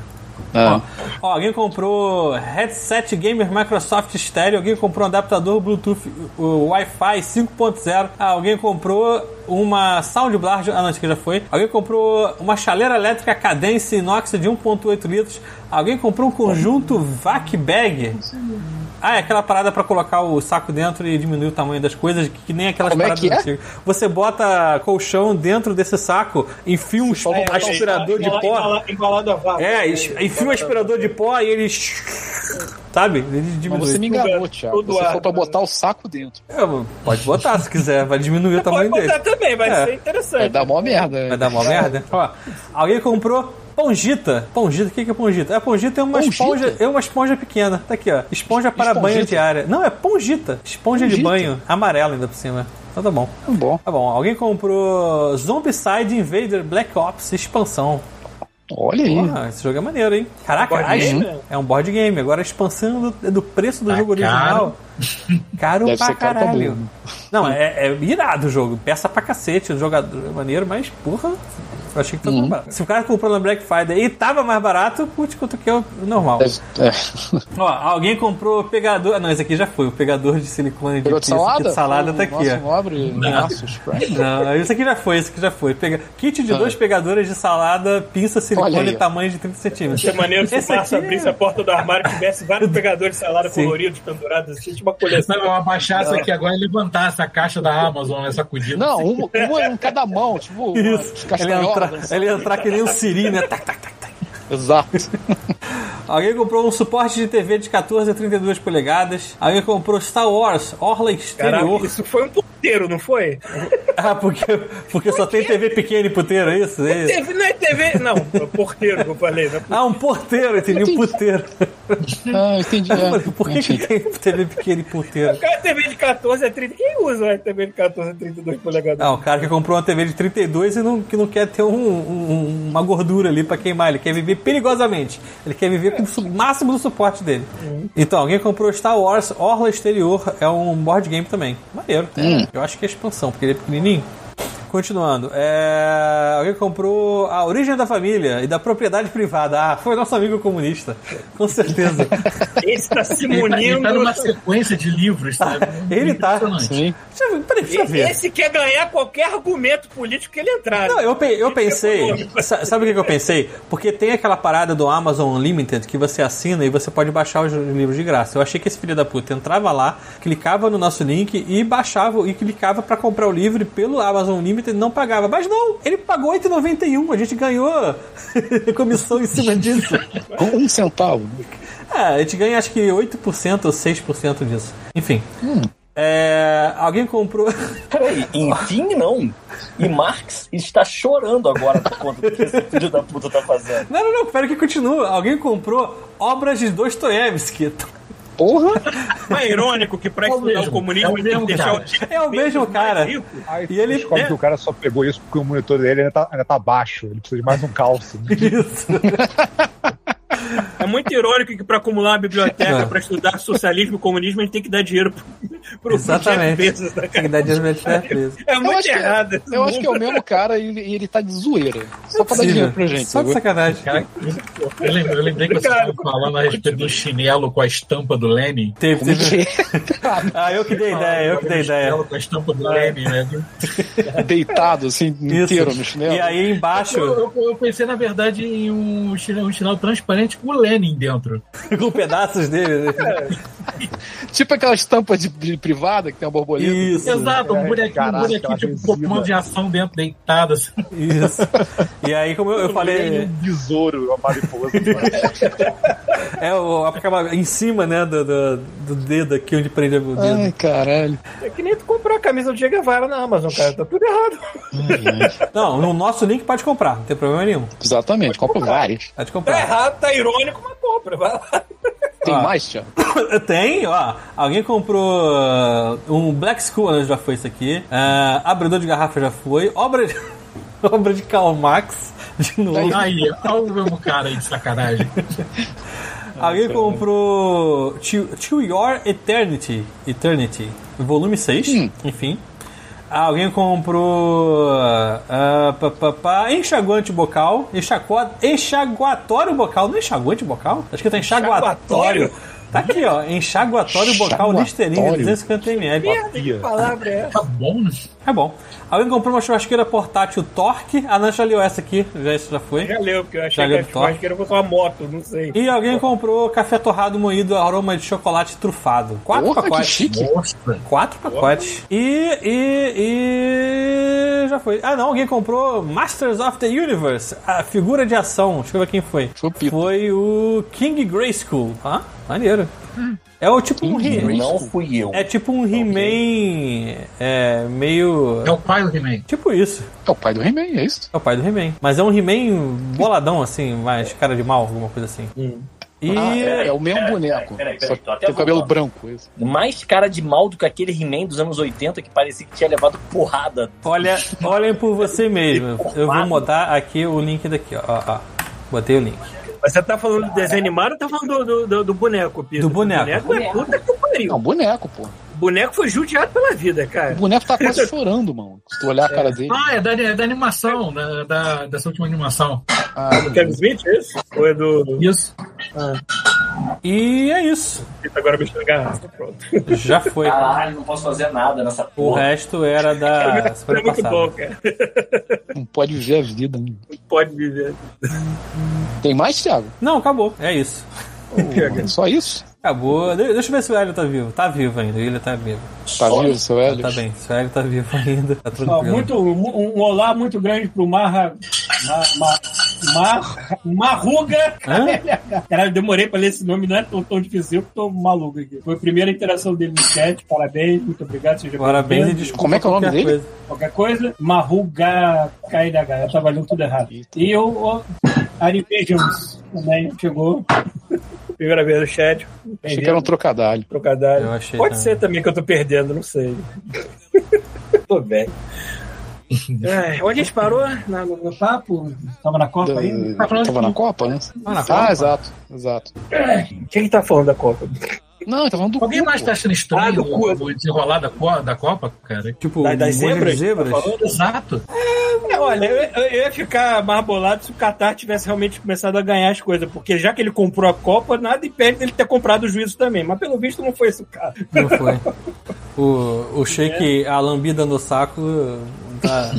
Speaker 4: Ah.
Speaker 3: Ó, alguém comprou headset gamer Microsoft Stereo, alguém comprou um adaptador Bluetooth o Wi-Fi 5.0, ah, alguém comprou uma soundbar, ah não, isso aqui já foi, alguém comprou uma chaleira elétrica Cadence inox de 1.8 litros, alguém comprou um conjunto vac bag. Ah, é aquela parada pra colocar o saco dentro e diminuir o tamanho das coisas, que nem aquelas
Speaker 4: Como é
Speaker 3: paradas
Speaker 4: que é?
Speaker 3: antigas. Você bota colchão dentro desse saco, enfia um
Speaker 4: Você coloca um
Speaker 3: aspirador de
Speaker 2: Enrola-
Speaker 3: pó.
Speaker 2: enrola- Enrolado a vaca.
Speaker 3: É, es- enfia um aspirador de pó e ele. Sabe? Ele
Speaker 4: Mas
Speaker 3: diminui.
Speaker 4: você me enganou, Thiago.
Speaker 2: Todo
Speaker 4: Você
Speaker 2: ar,
Speaker 4: falou pra
Speaker 2: né?
Speaker 4: botar o saco dentro.
Speaker 3: É, Pode botar se quiser, vai diminuir o
Speaker 2: Pode
Speaker 3: tamanho dele.
Speaker 2: botar também, vai
Speaker 3: É.
Speaker 2: ser
Speaker 4: Vai
Speaker 2: interessante.
Speaker 4: dar mó merda.
Speaker 3: Vai dar uma merda? Ó, alguém comprou pongita. Pongita, o que que é pongita? É, pongita é uma
Speaker 4: Pongita?
Speaker 3: esponja, é uma esponja pequena. Tá aqui, ó. Esponja para
Speaker 4: Espongita?
Speaker 3: banho diária. Não, é pongita. Esponja de
Speaker 4: Pongita?
Speaker 3: banho, amarela ainda por cima. Então tá bom.
Speaker 4: Tá bom.
Speaker 3: Tá bom, alguém comprou Zombicide Invader Black Ops expansão.
Speaker 4: Olha aí.
Speaker 3: Porra, esse jogo é maneiro, hein? Caraca,
Speaker 2: board
Speaker 3: a
Speaker 2: game,
Speaker 3: exp- é um board game. Agora a expansão do, do preço do
Speaker 7: Tá
Speaker 3: jogo original. [laughs] Caro
Speaker 4: Deve
Speaker 3: pra
Speaker 4: ser caro pra
Speaker 3: caralho.
Speaker 4: burro.
Speaker 3: Não, é, é irado o jogo. Peça pra cacete. O jogador é maneiro, mas, porra, eu achei que tava
Speaker 4: Uhum.
Speaker 3: mais barato. Se o cara comprou na Black Friday e tava mais barato, putz, quanto que é o normal.
Speaker 4: Deve-
Speaker 3: [laughs]
Speaker 4: é.
Speaker 3: Ó, alguém comprou o pegador. Ah, não, esse aqui já foi. O pegador de silicone de,
Speaker 4: Pegou de
Speaker 3: pizza,
Speaker 4: salada? Hum,
Speaker 3: que salada
Speaker 4: O
Speaker 3: tá aqui,
Speaker 4: nosso
Speaker 3: ó.
Speaker 4: nobre Inácio Prime.
Speaker 3: Não, isso aqui já foi, isso aqui já foi. Pega... Kit de dois pegadores de salada, pinça,
Speaker 4: Ah. Olha
Speaker 3: silicone
Speaker 4: aí.
Speaker 3: tamanho de 30 centímetros.
Speaker 2: Seria maneiro se o
Speaker 3: [laughs] Esse
Speaker 2: Márcio
Speaker 3: aqui é-
Speaker 2: abrisse a porta do armário e tivesse vários pegadores de salada
Speaker 3: Sim.
Speaker 2: coloridos pendurados, assim, tipo uma coleção.
Speaker 7: Sabe, eu abaixar isso aqui agora e levantar essa caixa da Amazon, essa sacudida.
Speaker 4: Não, um, um é um cada mão, tipo, uma
Speaker 3: [laughs] Isso. Ele
Speaker 4: castanhola.
Speaker 3: entrar,
Speaker 4: dançando.
Speaker 3: ele entrar que nem um siri, né? Tac, tac, tac, tac.
Speaker 4: Exato.
Speaker 3: Alguém comprou um suporte de TV de 14 a 32 polegadas. Alguém comprou Star Wars, Orla
Speaker 2: Caraca,
Speaker 3: Exterior.
Speaker 2: isso foi um ponteiro, não foi?
Speaker 3: Ah, porque, porque só tem TV pequena e puteiro, é isso? É isso.
Speaker 2: TV, não é TV, não, é porteiro que eu falei. Né?
Speaker 3: Ah, um porteiro, eu entendi, um puteiro.
Speaker 4: Ah, eu entendi.
Speaker 3: Eu
Speaker 4: É.
Speaker 3: falei, [laughs] por que, que tem TV pequena e puteiro?
Speaker 2: Cara, TV de 14 a 30, quem usa uma TV de 14 a 32 polegadas?
Speaker 3: Ah, o cara que comprou uma TV de 32 e não, que não quer ter um- um- uma gordura ali pra queimar. Ele quer viver perigosamente. Ele quer viver com o su- máximo do suporte dele. Então, alguém comprou Star Wars Orla Exterior. É um board game também. Maneiro. Eu acho que é expansão, porque ele é pequenininho. Continuando, é... alguém comprou a origem da família e da propriedade privada. Ah, foi nosso amigo comunista, com certeza.
Speaker 2: Esse tá se
Speaker 7: Ele tá, ele
Speaker 2: munindo.
Speaker 7: tá numa sequência de
Speaker 4: [laughs]
Speaker 7: livros, sabe?
Speaker 3: Ele tá.
Speaker 7: Impressionante.
Speaker 3: [laughs]
Speaker 4: Sim.
Speaker 3: Deixa eu ver, peraí, deixa eu ver.
Speaker 2: Esse quer ganhar qualquer argumento político que ele entrar.
Speaker 3: Não, eu, pe- eu pensei. sa- Sabe o que que eu pensei? Porque tem aquela parada do Amazon Unlimited que você assina e você pode baixar os livros de graça. Eu achei que esse filho da puta entrava lá, clicava no nosso link e baixava e clicava pra comprar o livro pelo Amazon Unlimited e não pagava. Mas não, ele pagou 8,91. A gente ganhou [laughs] comissão em cima disso.
Speaker 4: Com um centavo.
Speaker 3: É, a gente ganha acho que 8% ou 6% disso. Enfim. É, alguém comprou. [laughs]
Speaker 5: Peraí, enfim não. E Marx está chorando agora por conta do que esse filho da puta tá fazendo.
Speaker 3: Não, não, não, pera que continua. Alguém comprou obras de Dostoiévski.
Speaker 4: Porra!
Speaker 2: Não é irônico que pra
Speaker 7: É o
Speaker 2: estudar
Speaker 7: mesmo,
Speaker 2: o comunismo
Speaker 7: é o
Speaker 2: ele tem que
Speaker 7: mesmo
Speaker 2: deixar
Speaker 7: cara.
Speaker 2: o tipo
Speaker 3: É o mesmo cara.
Speaker 2: rico.
Speaker 6: Aí
Speaker 3: E ele- é
Speaker 6: descobre
Speaker 2: né?
Speaker 6: que o cara só pegou isso porque o monitor dele ainda tá, ainda tá baixo. Ele precisa de mais um calço.
Speaker 3: Isso.
Speaker 2: É muito irônico que pra acumular uma biblioteca,
Speaker 3: É.
Speaker 2: pra estudar socialismo e comunismo, a gente tem que dar dinheiro pro, pro Jeff
Speaker 3: Exatamente.
Speaker 2: Bezos, né,
Speaker 3: Tem
Speaker 2: cara?
Speaker 3: que dar dinheiro pra preso.
Speaker 2: É
Speaker 4: Eu
Speaker 2: muito
Speaker 4: acho que é-
Speaker 2: errado. esse
Speaker 4: Eu acho que é o
Speaker 2: mundo.
Speaker 4: mesmo cara e, ele- e ele tá de zoeira. Só pra dar dinheiro pra gente.
Speaker 3: Só
Speaker 4: sacou?
Speaker 3: de sacanagem.
Speaker 7: Eu lembrei, eu lembrei que vocês
Speaker 2: Cara,
Speaker 7: estavam falando a respeito do chinelo com a estampa do Lenin.
Speaker 3: Teve,
Speaker 4: Como é
Speaker 3: teve.
Speaker 4: que
Speaker 3: [laughs] Ah, eu que dei ideia, eu que dei ideia.
Speaker 7: Chinelo com a estampa do Lenin, né?
Speaker 4: é? Deitado, assim, inteiro no
Speaker 3: Isso.
Speaker 4: chinelo.
Speaker 3: E aí
Speaker 7: [laughs]
Speaker 3: embaixo,
Speaker 7: Eu, eu- eu pensei, na verdade, em um chinelo, um chinelo transparente com o Lenin dentro.
Speaker 3: com pedaços dele. né?
Speaker 4: Tipo aquela estampa de, de privada que tem uma borboleta.
Speaker 3: Isso.
Speaker 7: Exato, um
Speaker 6: É,
Speaker 7: bonequinho,
Speaker 6: caraca,
Speaker 7: um bonequinho
Speaker 6: aquela
Speaker 7: tipo
Speaker 6: resina.
Speaker 7: comando de ação dentro, deitado, assim. [laughs]
Speaker 3: Isso. E aí, como eu, eu falei,
Speaker 6: Um besouro, uma mariposa.
Speaker 3: [laughs] é o acaba em cima, né, do, do, do dedo aqui onde prende o dedo.
Speaker 4: Ai, caralho.
Speaker 2: É que nem tu comprar a camisa do Che Guevara na Amazon, cara. Tá tudo errado.
Speaker 3: Não, no nosso link pode comprar, não tem problema nenhum.
Speaker 4: Exatamente, compra várias.
Speaker 3: Pode
Speaker 2: Tá
Speaker 3: comprar.
Speaker 2: errado, tá irônico, mas compra. Vai lá.
Speaker 4: Tem
Speaker 3: Ah.
Speaker 4: mais, Tiago?
Speaker 3: [laughs] Tem, ó. Alguém comprou ah, um Black School, né, já foi isso aqui. Ah, abridor de garrafa já foi. Obra de, [laughs] obra de Karl Marx, de novo.
Speaker 7: Aí, olha o mesmo cara aí de sacanagem.
Speaker 3: Tá, Alguém
Speaker 4: então
Speaker 3: comprou to, To Your Eternity, Eternity, volume 6, enfim. Alguém comprou ah, pá, pá, pá, enxaguante bocal, enxacua- enxaguatório bocal, não é enxaguante bocal? Acho que tá enxaguatório.
Speaker 2: Enxaguatório?
Speaker 3: Tá aqui, ó, enxaguatório bocal
Speaker 4: Enxaguatório.
Speaker 3: Listerine 250ml.
Speaker 2: Que palavra é essa?
Speaker 7: Tá bom, né?
Speaker 3: É bom. Alguém comprou uma churrasqueira portátil Torque, a Nan já leu essa aqui, já, isso já foi.
Speaker 4: É.
Speaker 2: Já leu, porque eu achei
Speaker 3: Já leu
Speaker 2: que a
Speaker 3: do Thor?
Speaker 2: churrasqueira fosse uma moto, não sei.
Speaker 3: E alguém comprou café torrado moído aroma de chocolate trufado. Quatro
Speaker 4: Porra, que
Speaker 3: pacotes.
Speaker 4: chique.
Speaker 7: Nossa.
Speaker 3: Quatro pacotes. E, e, e. Já foi. Ah, não, alguém comprou Masters of the Universe, a figura de ação. Deixa eu ver quem foi.
Speaker 4: Foi o Pito.
Speaker 3: Foi o King Grayskull. Ah, maneiro. É o tipo um he
Speaker 5: Não fui eu.
Speaker 3: É tipo um He-Man. É meio.
Speaker 7: É o pai do He-Man.
Speaker 3: Tipo isso.
Speaker 4: É o pai do He-Man, é isso?
Speaker 3: É o pai do He-Man. Mas é um He-Man boladão, assim, mais cara de mal, alguma coisa assim.
Speaker 5: Hum.
Speaker 3: E.
Speaker 4: Ah, é, é o mesmo boneco.
Speaker 5: peraí,
Speaker 4: só
Speaker 5: peraí, tô até
Speaker 4: tem o cabelo
Speaker 5: voltando.
Speaker 4: branco. Isso.
Speaker 5: Mais cara de mal do que aquele He-Man dos anos 80 que parecia que tinha levado porrada.
Speaker 3: Olha, olhem por você mesmo. Eu vou
Speaker 5: Formado. mudar
Speaker 3: mudar aqui o link daqui, ó. Botei o link.
Speaker 2: Mas você tá falando do desenho animado ou tá falando do, do, do- do boneco, Pedro?
Speaker 3: Do boneco.
Speaker 2: O boneco é puta que pariu.
Speaker 4: Não, boneco, pô.
Speaker 2: O boneco foi judiado pela vida,
Speaker 4: O
Speaker 2: cara.
Speaker 4: boneco tá quase chorando, mano. Se tu olhar a cara dele.
Speaker 7: Ah, é da, é da animação, da, da- dessa última animação.
Speaker 4: Ah,
Speaker 2: Do Kevin Smith, é isso? Ou é do.
Speaker 7: Isso.
Speaker 3: E é isso.
Speaker 2: Agora me enxergar. Ah, Pronto.
Speaker 3: Já foi.
Speaker 5: Caralho, não posso fazer nada nessa
Speaker 3: O
Speaker 5: porra.
Speaker 3: resto era da
Speaker 2: É
Speaker 3: semana
Speaker 2: muito bom,
Speaker 3: passada.
Speaker 2: cara. [laughs]
Speaker 4: não pode viver a vida. né?
Speaker 2: Pode viver.
Speaker 4: Tem mais, Thiago?
Speaker 3: Não, acabou. É isso.
Speaker 4: Pô, Só isso?
Speaker 3: Acabou. De- Deixa eu ver se o Hélio tá vivo. Tá vivo ainda. Ele tá vivo.
Speaker 4: Tá vivo, seu Hélio?
Speaker 3: Tá bem. Se o Hélio tá vivo ainda, tá
Speaker 2: Ó,
Speaker 3: tranquilo.
Speaker 2: muito, um, um olá muito grande pro Marra. Ma, Ma, Mar... Marruga
Speaker 3: Hã?
Speaker 2: KLH. Caralho, eu demorei pra ler esse nome, não é tão, tão difícil, eu tô maluco aqui. Foi a primeira interação dele no chat, parabéns, muito obrigado, seja
Speaker 3: Parabéns e
Speaker 2: bem-vindo.
Speaker 3: desculpa.
Speaker 4: Como é que é o nome
Speaker 3: qualquer
Speaker 4: dele?
Speaker 3: coisa.
Speaker 2: Qualquer coisa, Marruga KLH, eu tava lendo tudo errado. E o, o Arivejamos também chegou. Primeira vez no chat.
Speaker 4: Achei que era um trocadalho.
Speaker 2: Trocadalho.
Speaker 3: Eu achei
Speaker 2: Pode
Speaker 3: também.
Speaker 2: ser também que eu tô perdendo, não sei. [laughs] tô [laughs] velho. É, onde a gente parou? Na- no, no papo? Tava na Copa ainda?
Speaker 4: Da- Tava na Copa, né?
Speaker 3: na
Speaker 4: Ah,
Speaker 3: Copa.
Speaker 4: exato, exato.
Speaker 2: Quem que tá falando da Copa?
Speaker 4: Não, ele tá falando do.
Speaker 7: Alguém
Speaker 4: cu,
Speaker 7: mais
Speaker 4: pô.
Speaker 7: tá achando
Speaker 2: Ah,
Speaker 7: estranho
Speaker 2: do cu.
Speaker 7: o, o desenrolar da, co- da Copa, cara?
Speaker 3: Tipo,
Speaker 2: Da- das
Speaker 3: um monte de
Speaker 2: zebras?
Speaker 3: zebras?
Speaker 2: Tá falando?
Speaker 7: Exato.
Speaker 2: É, olha, eu, eu- eu ia ficar marbolado se o Qatar tivesse realmente começado a ganhar as coisas, porque já que ele comprou a Copa, nada impede dele ter comprado o juízo também. Mas pelo visto não foi esse o caso.
Speaker 3: Não foi. O, o shake,
Speaker 2: É.
Speaker 3: a lambida no saco.
Speaker 4: [laughs]
Speaker 3: Tá...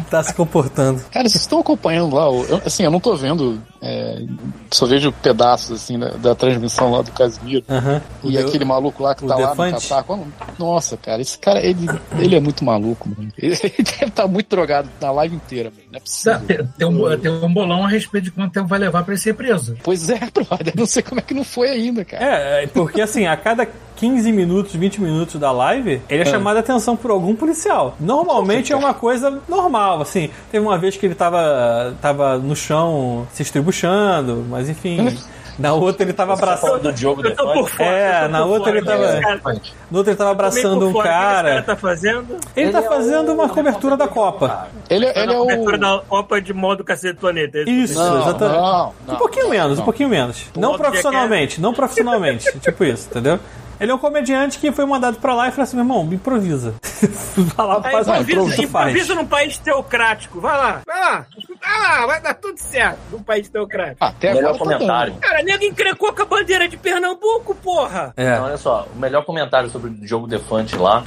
Speaker 3: [laughs] tá se comportando.
Speaker 4: Cara, vocês estão acompanhando lá. o- eu- assim, eu não tô vendo. é, só vejo pedaços assim da, da transmissão lá do Casimiro.
Speaker 3: Aham.
Speaker 4: E
Speaker 3: Eu-
Speaker 4: aquele maluco lá que
Speaker 3: o
Speaker 4: tá lá no
Speaker 3: Defante?
Speaker 4: Catar. Qual o nome? Nossa, cara, esse cara, ele, ele é muito maluco, mano. [laughs] Ele deve estar muito drogado na live inteira, mano. Não é
Speaker 7: Tá,
Speaker 4: possível.
Speaker 7: Tem, tem um, tem um bolão a respeito de quanto tempo vai levar pra ele ser preso.
Speaker 4: Pois é, [laughs] brother. Não sei como é que não foi ainda, cara.
Speaker 3: É, é, porque assim, a cada 15 minutos, 20 minutos da live, ele é chamado a atenção por algum policial. Normalmente é uma coisa normal, assim. Teve uma vez que ele tava, tava no chão se estribuchando, mas [laughs] enfim. Na outra ele tava abraçando.
Speaker 5: do Diogo
Speaker 2: Eu tô por
Speaker 5: Defante.
Speaker 2: fora.
Speaker 3: É,
Speaker 2: eu tô
Speaker 3: na
Speaker 2: por
Speaker 3: outra
Speaker 2: fora
Speaker 3: ele tava-
Speaker 2: desse cara.
Speaker 3: No outro ele tava abraçando
Speaker 2: Também
Speaker 3: um
Speaker 2: por fora, o que esse cara
Speaker 3: cara.
Speaker 2: tá fazendo?
Speaker 3: Ele tá fazendo uma cobertura da Copa.
Speaker 4: Ele, ele é o.
Speaker 2: Cobertura da Copa de modo cacete do planeta. é
Speaker 3: Isso,
Speaker 4: Não,
Speaker 3: exatamente.
Speaker 4: não, não.
Speaker 3: um pouquinho menos, um pouquinho menos. Não
Speaker 2: outro dia
Speaker 3: profissionalmente, não profissionalmente. tipo isso, entendeu? Ele é um comediante que foi mandado pra lá e falou assim: meu irmão, improvisa. [laughs] Vai lá,
Speaker 2: Aí,
Speaker 3: faz uma coisa
Speaker 2: É, improvisa,
Speaker 3: que faz.
Speaker 2: improvisa num país teocrático. Vai lá, vai lá. Vai lá, vai dar tudo certo num país teocrático.
Speaker 4: Ah, Até
Speaker 5: Melhor
Speaker 4: agora tá
Speaker 5: comentário.
Speaker 2: Cara, nego encrecou com a bandeira de Pernambuco, porra.
Speaker 5: Então, olha só, o melhor comentário sobre o Diogo Defante lá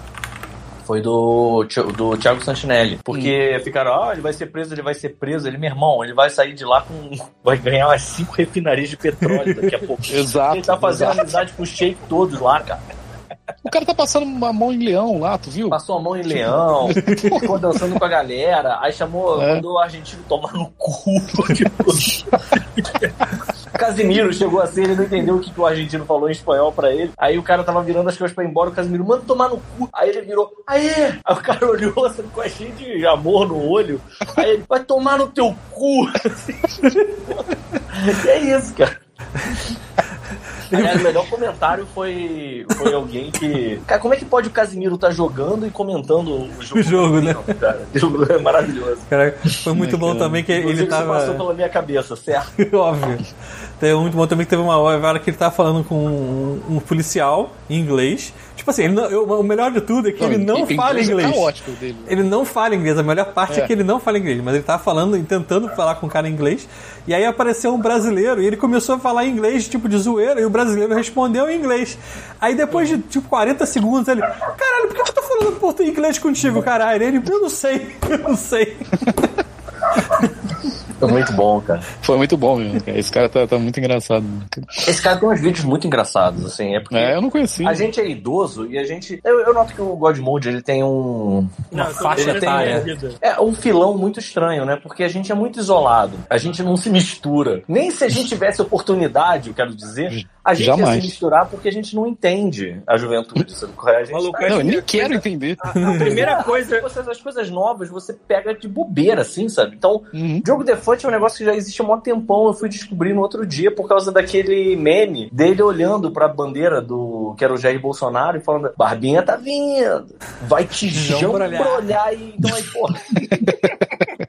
Speaker 5: foi do, Thi- do Thiago Santinelli. Porque ficaram, ah, ele vai ser preso, ele vai ser preso. Ele, meu irmão, ele vai sair de lá com. [laughs] Vai ganhar umas cinco refinarias de petróleo daqui a pouco.
Speaker 4: dando. [laughs] Exato.
Speaker 5: Ele tá fazendo
Speaker 4: exato.
Speaker 5: amizade com o Sheik todos lá, cara.
Speaker 4: O cara tá passando uma mão em leão lá, tu viu?
Speaker 5: Passou a mão em leão, ficou dançando com a galera, aí chamou,
Speaker 4: É.
Speaker 5: mandou o argentino tomar no cu. [laughs] tipo. Casimiro chegou assim, ele não entendeu o que, que o argentino falou em espanhol pra ele. Aí o cara tava virando as coisas pra ir embora, o Casimiro manda tomar no cu. Aí ele virou, aê! Aí o cara [laughs] olhou assim, com a cheia de amor no olho. Aí ele, vai tomar no teu cu! E é isso, cara. Aliás, o melhor comentário foi, foi alguém que. Cara, como é que pode o Casimiro estar jogando e comentando o jogo?
Speaker 3: O jogo, né?
Speaker 5: Cara, o jogo é maravilhoso.
Speaker 3: Cara, foi muito bom também que ele
Speaker 5: Inclusive, Isso passou
Speaker 3: tava.
Speaker 5: pela minha cabeça, certo?
Speaker 3: [laughs] Óbvio. Teve muito bom também que teve uma hora que ele tava falando com um, um policial em inglês. Tipo assim, ele não- eu- o melhor de tudo é que ele não
Speaker 4: Tem-
Speaker 3: fala
Speaker 4: tem-
Speaker 3: inglês.
Speaker 4: Tá ótimo dele.
Speaker 3: Ele não fala inglês, a melhor parte é,
Speaker 4: É.
Speaker 3: que ele não fala inglês, mas ele tava falando, e tentando falar com o cara em inglês, e aí apareceu um brasileiro e ele começou a falar em inglês, tipo de zoeira, e o brasileiro respondeu em inglês. Aí depois de tipo 40 segundos ele, caralho, por que eu tô falando português inglês contigo, caralho? Ele, eu não sei, [laughs] eu não sei.
Speaker 5: É muito bom, cara.
Speaker 4: Foi muito bom mesmo, cara. Esse cara tá, tá muito engraçado.
Speaker 5: Esse cara tem uns vídeos muito engraçados, assim. É porque
Speaker 4: É, eu não conheci.
Speaker 5: a gente é idoso e a gente. Eu, eu noto que o Godmode ele tem um.
Speaker 2: Não, eu tô
Speaker 3: faixa
Speaker 2: vendo essa
Speaker 3: etária.
Speaker 2: medida.
Speaker 5: É um filão muito estranho, né? Porque a gente é muito isolado. A gente não se mistura. Nem se a gente tivesse oportunidade, eu quero dizer, a gente ia
Speaker 4: Jamais.
Speaker 5: se misturar porque a gente não entende a juventude. Sabe? qual é? A gente
Speaker 2: Maluco,
Speaker 5: tá-
Speaker 4: Não, eu nem quero entender.
Speaker 5: Ah.
Speaker 2: A primeira coisa
Speaker 5: Vocês- as coisas novas você pega de bobeira, assim, sabe? Então,
Speaker 4: Uhum.
Speaker 5: Diogo Defante é um negócio que já existe há um tempão. Eu fui descobrir no outro dia por causa daquele meme dele olhando pra bandeira do que era o Jair Bolsonaro e falando: Barbinha tá vindo, vai te
Speaker 3: Jambrolhar."
Speaker 5: jambrolhar. E então aí, porra. [laughs]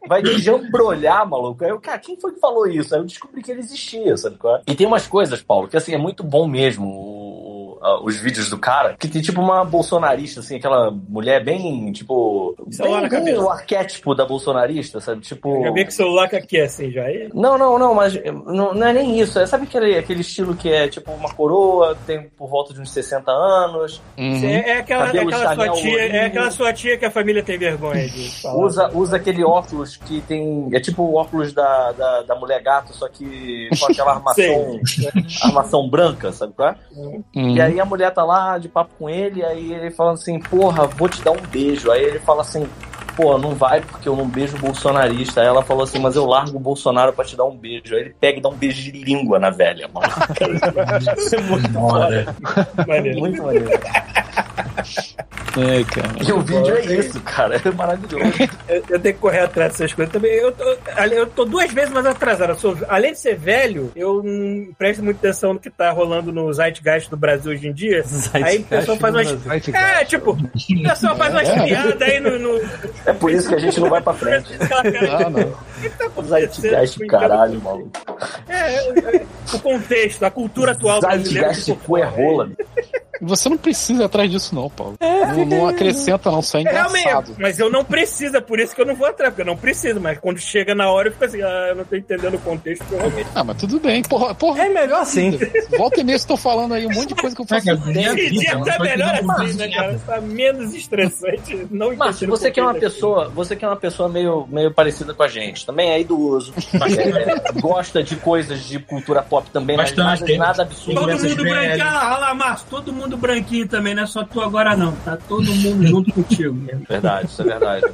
Speaker 5: Vai te jambrolhar, maluco. Aí eu, cara, quem foi que falou isso? Aí eu descobri que ele existia, sabe qual é? E tem umas coisas, Paulo, que assim, é muito bom mesmo o- o- a- os vídeos do cara, que tem tipo uma bolsonarista, assim, aquela mulher bem, tipo...
Speaker 2: Celular é na
Speaker 5: Bem, bem
Speaker 2: cabeça.
Speaker 5: o arquétipo da bolsonarista, sabe? Tipo...
Speaker 2: Já vi que o celular que aqui é assim já. E-
Speaker 5: Não, não, não, mas eh, não, não é nem isso. É, sabe aquele, aquele estilo que é tipo uma coroa, tem por volta de uns 60 anos,
Speaker 4: Uhum.
Speaker 2: É, é aquela, é
Speaker 5: Cabelo
Speaker 2: aquela sua
Speaker 5: Chanel
Speaker 2: tia,
Speaker 5: lourinho.
Speaker 2: é aquela sua tia que a família tem vergonha de falar.
Speaker 5: usa, usa aquele óculos que tem. É tipo o óculos da, da, da mulher gato, só que com aquela armação, [laughs] armação branca, sabe qual é?
Speaker 4: Uhum.
Speaker 5: E aí a mulher tá lá de papo com ele, aí ele falando assim, porra, vou te dar um beijo. Aí ele fala assim, pô, não vai porque eu não beijo bolsonarista. Aí ela falou assim, mas eu largo o Bolsonaro pra te dar um beijo. Aí ele pega e dá um beijo de língua na velha, mano. Isso é muito foda.
Speaker 2: Maneiro.
Speaker 5: Muito maneiro.
Speaker 4: É, cara.
Speaker 5: E o vídeo é isso, cara. É maravilhoso.
Speaker 2: Eu, eu tenho que correr atrás dessas coisas também. Eu tô, ali- eu tô duas vezes mais atrasado. Eu sou- além de ser velho, eu não presto muita atenção no que tá rolando no Zeitgeist do Brasil hoje em dia. aí o pessoal faz umas.
Speaker 6: Vai ficar.
Speaker 2: É, tipo, o pessoal faz umas piadas aí no. no...
Speaker 5: É por isso que a gente não vai pra frente.
Speaker 2: [laughs]
Speaker 4: Ah, não.
Speaker 2: Tá
Speaker 5: Zeitgeist, caralho, maluco.
Speaker 2: É, é, é, tipo, então, o contexto, a cultura atual brasileira. tipo,
Speaker 5: Zeitgeist, cu é rola.
Speaker 7: né?
Speaker 4: Você não precisa ir atrás disso, não, Paulo.
Speaker 5: É,
Speaker 4: não, não acrescenta, não. Só é
Speaker 2: É, realmente,
Speaker 4: engraçado.
Speaker 2: mas eu não preciso, é por isso que eu não vou atrás, porque eu não preciso, mas quando chega na hora eu fico assim, ah, eu não tô entendendo o contexto, eu realmente.
Speaker 4: Ah, mas tudo bem. Porra, porra
Speaker 3: É melhor assim.
Speaker 4: volta e meia estou falando aí um monte de coisa que eu faço.
Speaker 7: Cara, minha
Speaker 2: Esse
Speaker 7: vida,
Speaker 2: dia
Speaker 7: ela
Speaker 2: tá
Speaker 7: foi
Speaker 2: melhor
Speaker 7: tudo uma
Speaker 2: assim, né, cara? Tá menos estressante. [laughs] Não
Speaker 5: Mas
Speaker 2: entender o
Speaker 5: você que é uma
Speaker 2: contexto.
Speaker 5: pessoa, você que é uma pessoa meio, meio parecida com a gente, também é idoso, mas é- gosta de coisas de cultura pop também, mas nada,
Speaker 7: Bastante.
Speaker 5: nada absurdo.
Speaker 7: Todo
Speaker 5: Essas-
Speaker 7: mundo branquinho.
Speaker 2: Ah, lá, Márcio, todo mundo branquinho também, não é só tu agora não. Tá todo mundo junto contigo.
Speaker 5: Verdade, isso é verdade.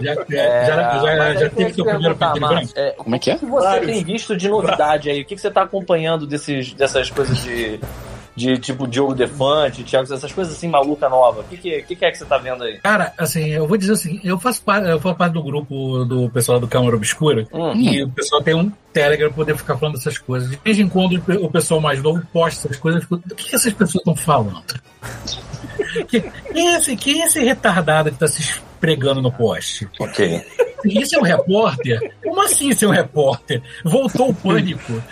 Speaker 7: Já, já,
Speaker 5: É,
Speaker 7: já, já,
Speaker 5: mas
Speaker 7: já
Speaker 5: eu
Speaker 7: teve
Speaker 5: queria
Speaker 7: seu
Speaker 5: te
Speaker 7: primeiro
Speaker 5: perguntar,
Speaker 7: pentelho branco?
Speaker 5: Márcio, é,
Speaker 4: Como é que é?
Speaker 5: O que você
Speaker 2: Vários.
Speaker 5: tem visto de novidade aí? O que, que você tá acompanhando desses, dessas coisas de, de tipo Diogo Defante, Thiago, essas coisas assim maluca nova? O que, que, que que é que você tá vendo aí?
Speaker 7: Cara, assim, eu vou dizer o seguinte, eu faço parte, eu faço parte do grupo do pessoal do Câmara Obscura
Speaker 5: Hum.
Speaker 7: e o pessoal tem um Telegram pra poder ficar falando essas coisas. De vez em quando o pe- o pessoal mais novo posta essas coisas, eu fico, do que que essas pessoas estão falando? [laughs] Que- Quem é, esse, quem é esse retardado que tá se esfregando no poste?
Speaker 5: Ok.
Speaker 7: Isso é um repórter? Como assim isso é um repórter? Voltou o pânico.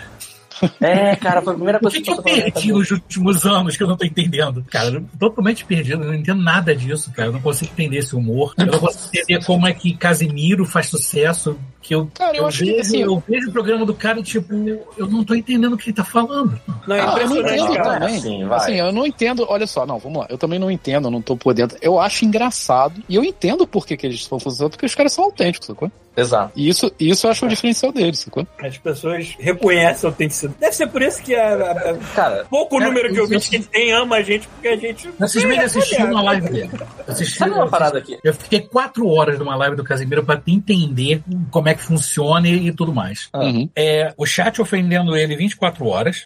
Speaker 5: É, cara, foi a primeira
Speaker 7: O
Speaker 5: coisa
Speaker 7: que, que
Speaker 5: passou
Speaker 7: eu
Speaker 5: pela minha
Speaker 7: perdi
Speaker 5: cabeça.
Speaker 7: nos últimos anos que eu não tô entendendo? Cara, eu tô totalmente perdido, eu não entendo nada disso, cara. Eu não consigo entender esse humor. Eu não consigo entender como é que Casimiro faz sucesso. Que eu,
Speaker 4: Cara, eu acho que,
Speaker 7: vejo,
Speaker 4: assim,
Speaker 7: eu vejo o programa do cara e, tipo, eu não tô entendendo o que ele tá falando.
Speaker 2: Não, é
Speaker 4: Ah, eu não
Speaker 2: impressionante,
Speaker 4: entendo
Speaker 5: cara.
Speaker 4: também.
Speaker 5: Sim,
Speaker 4: Assim,
Speaker 5: vai.
Speaker 4: eu não entendo. Olha só, não, vamos lá. Eu também não entendo, não tô por dentro. Eu acho engraçado e eu entendo por que, que eles estão funcionando, porque os caras são autênticos, sacou?
Speaker 5: Exato.
Speaker 4: E isso, isso eu acho o diferencial deles, sacou?
Speaker 2: As pessoas reconhecem a autenticidade. Deve ser por isso que a, a- a-
Speaker 5: Cara,
Speaker 2: pouco
Speaker 7: Cara,
Speaker 2: número de
Speaker 7: eu-
Speaker 2: ouvintes que a gente tem ama a gente, porque a gente.
Speaker 7: Vocês me
Speaker 2: É,
Speaker 7: assistiram
Speaker 2: olha,
Speaker 7: uma live dele. Assistiram-
Speaker 5: sabe uma parada aqui?
Speaker 7: Eu fiquei quatro horas numa live do Casimiro pra entender como é que funciona e, e tudo mais.
Speaker 4: Uhum. Hum.
Speaker 7: É, o chat ofendendo ele 24 horas.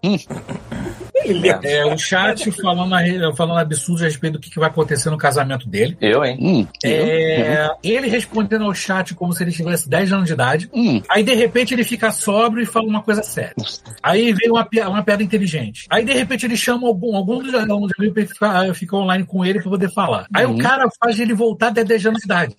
Speaker 7: É, o chat falando, a- falando absurdos a respeito do que, que vai acontecer no casamento dele.
Speaker 4: [laughs]
Speaker 5: Eu, hein?
Speaker 4: Hum,
Speaker 7: É,
Speaker 4: Uhum.
Speaker 7: ele respondendo ao chat como se ele tivesse 10 anos de idade.
Speaker 4: Hum.
Speaker 7: Aí, de repente, ele fica sóbrio e fala uma coisa séria. Aí vem uma, pia- uma piada inteligente. Aí, de repente, ele chama algum, algum dos alunos dele pra ele ficar, ficar online com ele pra poder falar. Aí
Speaker 4: Uhum.
Speaker 7: o cara faz ele voltar até 10 anos de idade.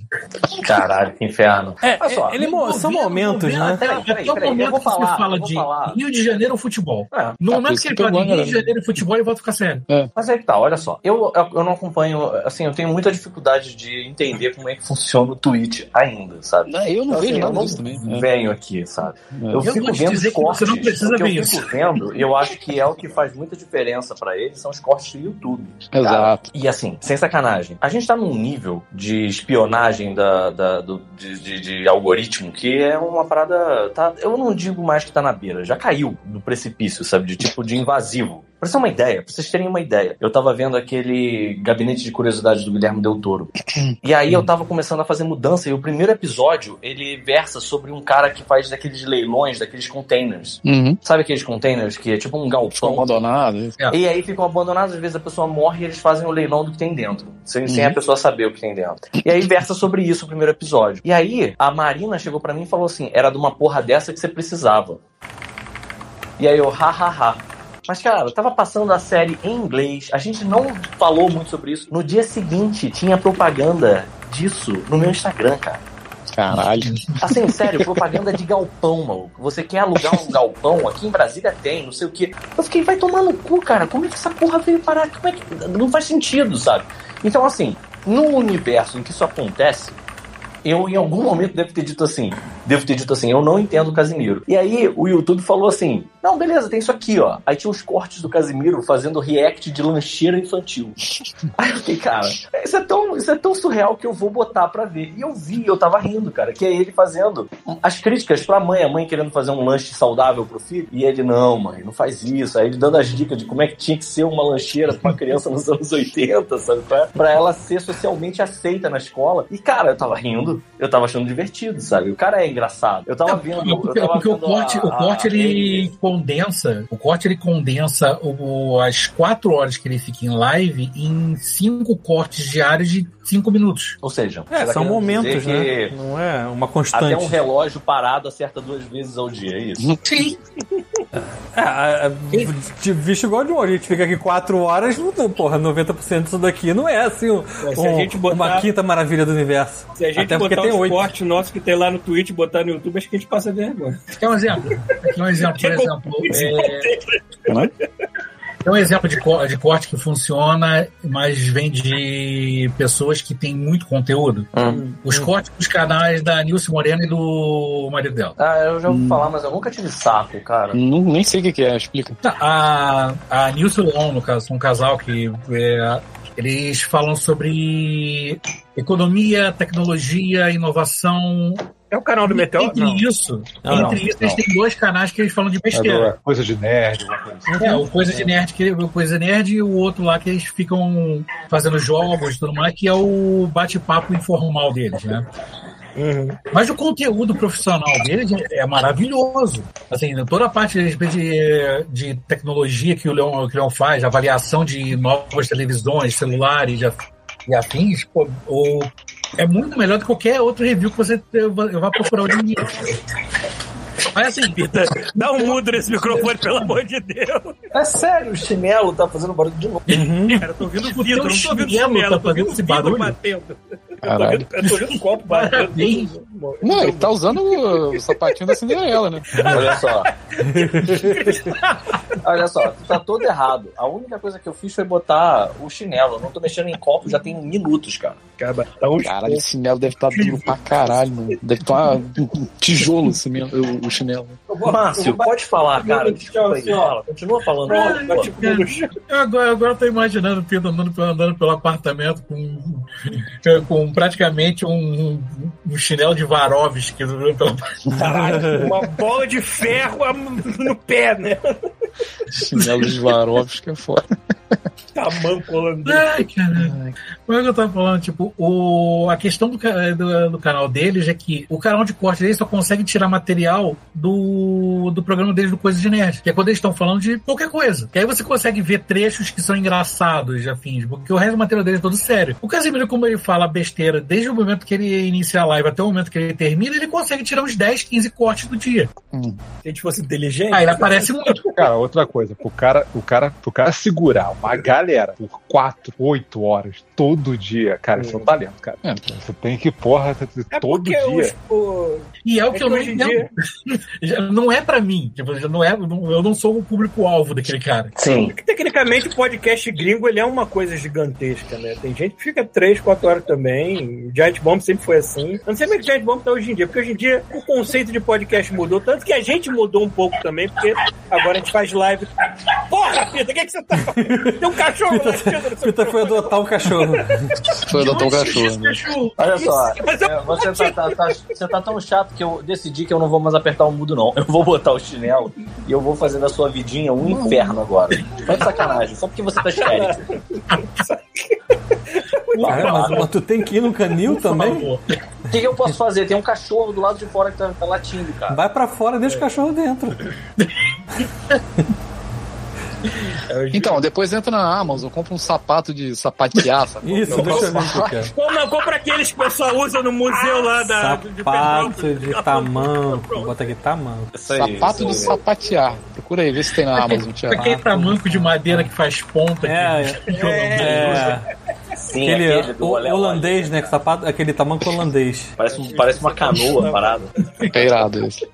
Speaker 5: Caralho, que inferno.
Speaker 3: É,
Speaker 5: Olha só,
Speaker 3: é- ele, mo- são
Speaker 7: Governo,
Speaker 3: momentos,
Speaker 7: governo,
Speaker 3: né?
Speaker 7: Até,
Speaker 5: Peraí, peraí,
Speaker 7: até o
Speaker 5: peraí, eu
Speaker 7: momento
Speaker 5: vou
Speaker 7: que você
Speaker 5: falar,
Speaker 7: fala
Speaker 5: eu vou
Speaker 7: de
Speaker 5: falar.
Speaker 7: Rio de Janeiro futebol.
Speaker 5: É,
Speaker 7: No
Speaker 3: Ah,
Speaker 4: tá,
Speaker 7: momento
Speaker 4: isso
Speaker 7: que ele
Speaker 4: pegou
Speaker 7: fala de
Speaker 4: a
Speaker 3: né?
Speaker 7: Rio de
Speaker 4: galera.
Speaker 7: Janeiro futebol, ele volta a ficar sério.
Speaker 5: Mas é que tá, olha só. Eu, eu não acompanho, assim, eu tenho muita dificuldade de entender como é que funciona o Twitch ainda, sabe?
Speaker 4: Ah, Eu não
Speaker 5: Assim,
Speaker 4: vejo
Speaker 5: eu
Speaker 4: nada
Speaker 5: não
Speaker 4: disso também. né?
Speaker 5: venho aqui, sabe? Eu,
Speaker 7: É. Eu
Speaker 5: fico
Speaker 7: vou te
Speaker 5: vendo
Speaker 7: dizer
Speaker 5: os
Speaker 7: que você
Speaker 5: cortes.
Speaker 7: não precisa
Speaker 5: o que
Speaker 7: ver
Speaker 5: eu
Speaker 7: isso.
Speaker 5: fico vendo, e eu acho que é o que faz muita diferença pra eles, são os cortes do YouTube. cara.
Speaker 4: Exato.
Speaker 5: E assim, sem sacanagem, a gente tá num nível de espionagem da, da- do, de, de- de algoritmo que é uma parada. Tá, eu não digo mais que tá na beira, já caiu do precipício, sabe? De tipo de invasivo. Pra vocês terem uma ideia, pra vocês terem uma ideia, eu tava vendo aquele gabinete de curiosidades do Guilherme Del Toro. E aí eu tava começando a fazer mudança, e o primeiro episódio ele versa sobre um cara que faz daqueles leilões, daqueles containers.
Speaker 4: Uhum.
Speaker 5: Sabe aqueles containers que é tipo um
Speaker 4: Ficou
Speaker 5: galpão
Speaker 4: abandonado. isso.
Speaker 5: e aí ficam abandonados, às vezes a pessoa morre e eles fazem o leilão do que tem dentro, sem, sem
Speaker 4: Uhum.
Speaker 5: a pessoa saber o que tem dentro. E aí versa sobre isso o primeiro episódio. E aí a Marina chegou pra mim e falou assim: era de uma porra dessa que você precisava. E aí eu, ha, ha, ha. Mas, cara, eu tava passando a série em inglês, a gente não falou muito sobre isso. No dia seguinte, tinha propaganda disso no meu Instagram, cara.
Speaker 4: Caralho.
Speaker 5: Assim, sério, propaganda de galpão, maluco. Você quer alugar um galpão? Aqui em Brasília tem, não sei o quê. Eu fiquei, vai tomar no cu, cara. Como é que essa porra veio parar? Como é que. Não faz sentido, sabe? Então, assim, num universo em que isso acontece, eu em algum momento devo ter dito assim: devo ter dito assim, eu não entendo o Casimiro. E aí o YouTube falou assim, não, beleza, tem isso aqui, ó. Aí tinha os cortes do Casimiro fazendo react de lancheira infantil. Aí eu fiquei, cara, isso é tão, isso é tão surreal que eu vou botar pra ver. E eu vi, eu tava rindo, cara, que é ele fazendo as críticas pra mãe, a mãe querendo fazer um lanche saudável pro filho. E ele, não, mãe, não faz isso. Aí ele dando as dicas de como é que tinha que ser uma lancheira pra uma criança nos anos [laughs] 80, sabe? Pra, pra ela ser socialmente aceita na escola. E, cara, eu tava rindo, eu tava achando divertido, sabe? O cara é engraçado. Eu tava
Speaker 7: Não,
Speaker 5: vendo.
Speaker 7: porque-
Speaker 5: Eu tava
Speaker 7: porque o
Speaker 5: vendo
Speaker 7: corte,
Speaker 5: a-
Speaker 7: o corte
Speaker 5: a-
Speaker 7: ele condensa, o corte ele condensa o, as quatro horas que ele fica em live em cinco cortes diários de cinco minutos.
Speaker 5: Ou seja,
Speaker 3: É,
Speaker 5: ela
Speaker 3: são
Speaker 5: querendo
Speaker 3: momentos,
Speaker 5: dizer que
Speaker 3: né? Não é uma constante.
Speaker 2: [laughs]
Speaker 5: Até um relógio parado acerta duas vezes ao dia, é isso?
Speaker 7: Sim.
Speaker 3: É,
Speaker 2: Ah,
Speaker 3: a- a- de- visto igual de um, a gente fica aqui quatro horas, não, não, porra, 90% disso daqui não é assim um-
Speaker 2: É, se a
Speaker 3: um-
Speaker 2: gente botar-
Speaker 3: uma quinta maravilha do universo.
Speaker 2: Se a gente
Speaker 3: Até porque
Speaker 2: botar um
Speaker 3: tem
Speaker 2: os
Speaker 3: oito. [laughs]
Speaker 2: cortes nossos que tem lá no Twitch, botar no YouTube, acho que a gente passa vergonha.
Speaker 7: Aqui é um exemplo. Aqui é um exemplo, por exemplo. É, tem um exemplo de, co- de corte que funciona, mas vem de pessoas que têm muito conteúdo. Os cortes dos canais da Nilce Moreno e do marido dela.
Speaker 5: Ah, eu já ouvi falar, mas eu nunca tive saco, cara.
Speaker 4: Não, nem sei o que, que é, explica.
Speaker 7: Tá, A, a Nilce e o Leon, no caso, são um casal que é, eles falam sobre economia, tecnologia, inovação.
Speaker 2: É o canal do Meteoro?
Speaker 7: entre
Speaker 2: Não.
Speaker 7: isso,
Speaker 3: Não, não,
Speaker 7: entre isso eles têm dois canais que eles falam de besteira.
Speaker 6: Agora, É, coisa de nerd, alguma coisa assim.
Speaker 7: É, o Coisa de Nerd, que, o Coisa Nerd e o outro lá que eles ficam fazendo jogos e tudo mais, que é o bate-papo informal deles, né?
Speaker 2: Uhum.
Speaker 7: Mas o conteúdo profissional deles é- é maravilhoso. Assim, toda a parte de, de, de tecnologia que o Leon, que o Leon faz, avaliação de novas televisões, celulares e af- e afins, pô, o- é muito melhor do que qualquer outro review que você te- vá procurar o dinheiro.
Speaker 2: [laughs]
Speaker 7: Mas assim,
Speaker 2: Pita, dá um mudo nesse microfone, pelo amor de Deus.
Speaker 5: É sério, o chinelo tá fazendo barulho de [laughs] novo.
Speaker 2: Cara, eu tô ouvindo
Speaker 7: O teu
Speaker 2: vidro, não tô ouvindo
Speaker 7: chinelo
Speaker 2: chinelo,
Speaker 7: tá
Speaker 2: eu tô ouvindo
Speaker 7: fazendo esse
Speaker 2: vidro
Speaker 7: barulho?
Speaker 2: batendo. Eu tô,
Speaker 4: Caralho.
Speaker 2: ouvindo, eu tô ouvindo um copo batendo.
Speaker 7: Parabéns.
Speaker 4: Não, ele tá usando o sapatinho da Cinderela, né?
Speaker 5: Olha só. [laughs] Olha só, tu tá todo errado. A única coisa que eu fiz foi botar o chinelo. Eu não tô mexendo em copo já tem minutos, cara.
Speaker 2: Acaba, tá um
Speaker 4: Caralho, esse chinelo deve estar duro pra caralho, mano. Deve estar um tijolo esse mesmo, o chinelo.
Speaker 5: Márcio, pode falar, cara.
Speaker 2: eu vou-
Speaker 5: Desculpa aí.
Speaker 2: tchau,
Speaker 5: Fala, continua falando.
Speaker 7: Ah,
Speaker 5: Pô,
Speaker 2: tipo, no chão.
Speaker 7: eu agora, agora eu tô imaginando o Pedro andando, pelo- andando pelo apartamento com, eh, com praticamente um, um chinelo de Varovski pelo
Speaker 3: [laughs]
Speaker 2: Caralho, uma bola de ferro a- no pé, né?
Speaker 4: Chinelo de Swarovski é foda.
Speaker 2: Tá Tamanco holandês.
Speaker 7: Ai, caralho. Como é que eu tava falando? Tipo, o, a questão do, ca- do, do canal deles é que o canal de corte deles só consegue tirar material do, do programa deles do Coisa de Nerd, que é quando eles estão falando de qualquer coisa. Que aí você consegue ver trechos que são engraçados, afins, porque o resto do material deles é todo sério. O Casimiro, como ele fala besteira desde o momento que ele inicia a live até o momento que ele termina, ele consegue tirar uns 10, 15 cortes do dia.
Speaker 2: Se a gente fosse inteligente,
Speaker 7: Aí ele aparece muito.
Speaker 6: [laughs] Cara, outra coisa, pro cara, o cara, pro cara segurar uma galera por 4, 8 horas todo dia, cara, isso é um talento, cara.
Speaker 4: É.
Speaker 6: Você tem que, porra, t- t-
Speaker 2: é
Speaker 6: todo
Speaker 2: porque
Speaker 6: dia.
Speaker 2: os- o-
Speaker 7: E é o
Speaker 2: É
Speaker 7: que
Speaker 2: que
Speaker 7: eu não
Speaker 2: hoje em
Speaker 7: entendo.
Speaker 2: dia-
Speaker 7: Já não é pra mim. Tipo, já não é, não- eu não sou o público-alvo daquele cara.
Speaker 5: Sim.
Speaker 2: Tecnicamente, o podcast gringo ele é uma coisa gigantesca, né? Tem gente que fica 3, 4 horas também. O Giant Bomb sempre foi assim. Eu não sei como é que o Giant Bomb tá hoje em dia, porque hoje em dia o conceito de podcast mudou, tanto que a gente mudou um pouco também, porque agora a gente faz live. Porra, Pita, o que, é que você tá fazendo? Tem um cachorro lá dentro.
Speaker 3: Pita foi adotar
Speaker 2: [laughs]
Speaker 3: o cachorro. É,
Speaker 4: Foi adotar o cachorro.
Speaker 7: Esse
Speaker 4: Né?
Speaker 7: cachorro.
Speaker 5: Olha só,
Speaker 2: Mas eu-
Speaker 5: é, você, tá, tá- tá- você tá tão chato que eu decidi que eu não vou mais apertar o mudo, não. Eu vou botar o chinelo e eu vou fazer da sua vidinha um inferno agora. Só de sacanagem, só porque você tá histérico.
Speaker 3: Cara, mas, mas tu tem que ir no canil também?
Speaker 7: Por favor.
Speaker 5: O que, que eu posso fazer? Tem um cachorro do lado de fora que tá, tá latindo, cara.
Speaker 3: Vai pra fora, deixa o cachorro dentro.
Speaker 4: Então, depois entra na Amazon, compra um sapato de sapateaça.
Speaker 3: [laughs] Isso, deixa eu ver o que que é.
Speaker 2: Ou não, compra aqueles que o pessoal usa no museu lá da, de- de
Speaker 3: Sapato
Speaker 2: Petrópolis.
Speaker 3: de tamanco. Bota aqui tamanco.
Speaker 5: É Isso aí,
Speaker 4: Sapato de
Speaker 5: isso aí.
Speaker 4: sapatear. Procura aí, vê se tem na Amazon, Tiago.
Speaker 7: Aquele tamanco de madeira que faz ponta.
Speaker 3: É,
Speaker 7: que-
Speaker 3: é.
Speaker 5: Sim,
Speaker 3: Aquele é
Speaker 5: aquele, do
Speaker 3: o-
Speaker 5: olé, olé.
Speaker 3: holandês, né? que Sapato, aquele tamanco holandês.
Speaker 5: Parece, um- parece uma canoa parada.
Speaker 4: É irado esse.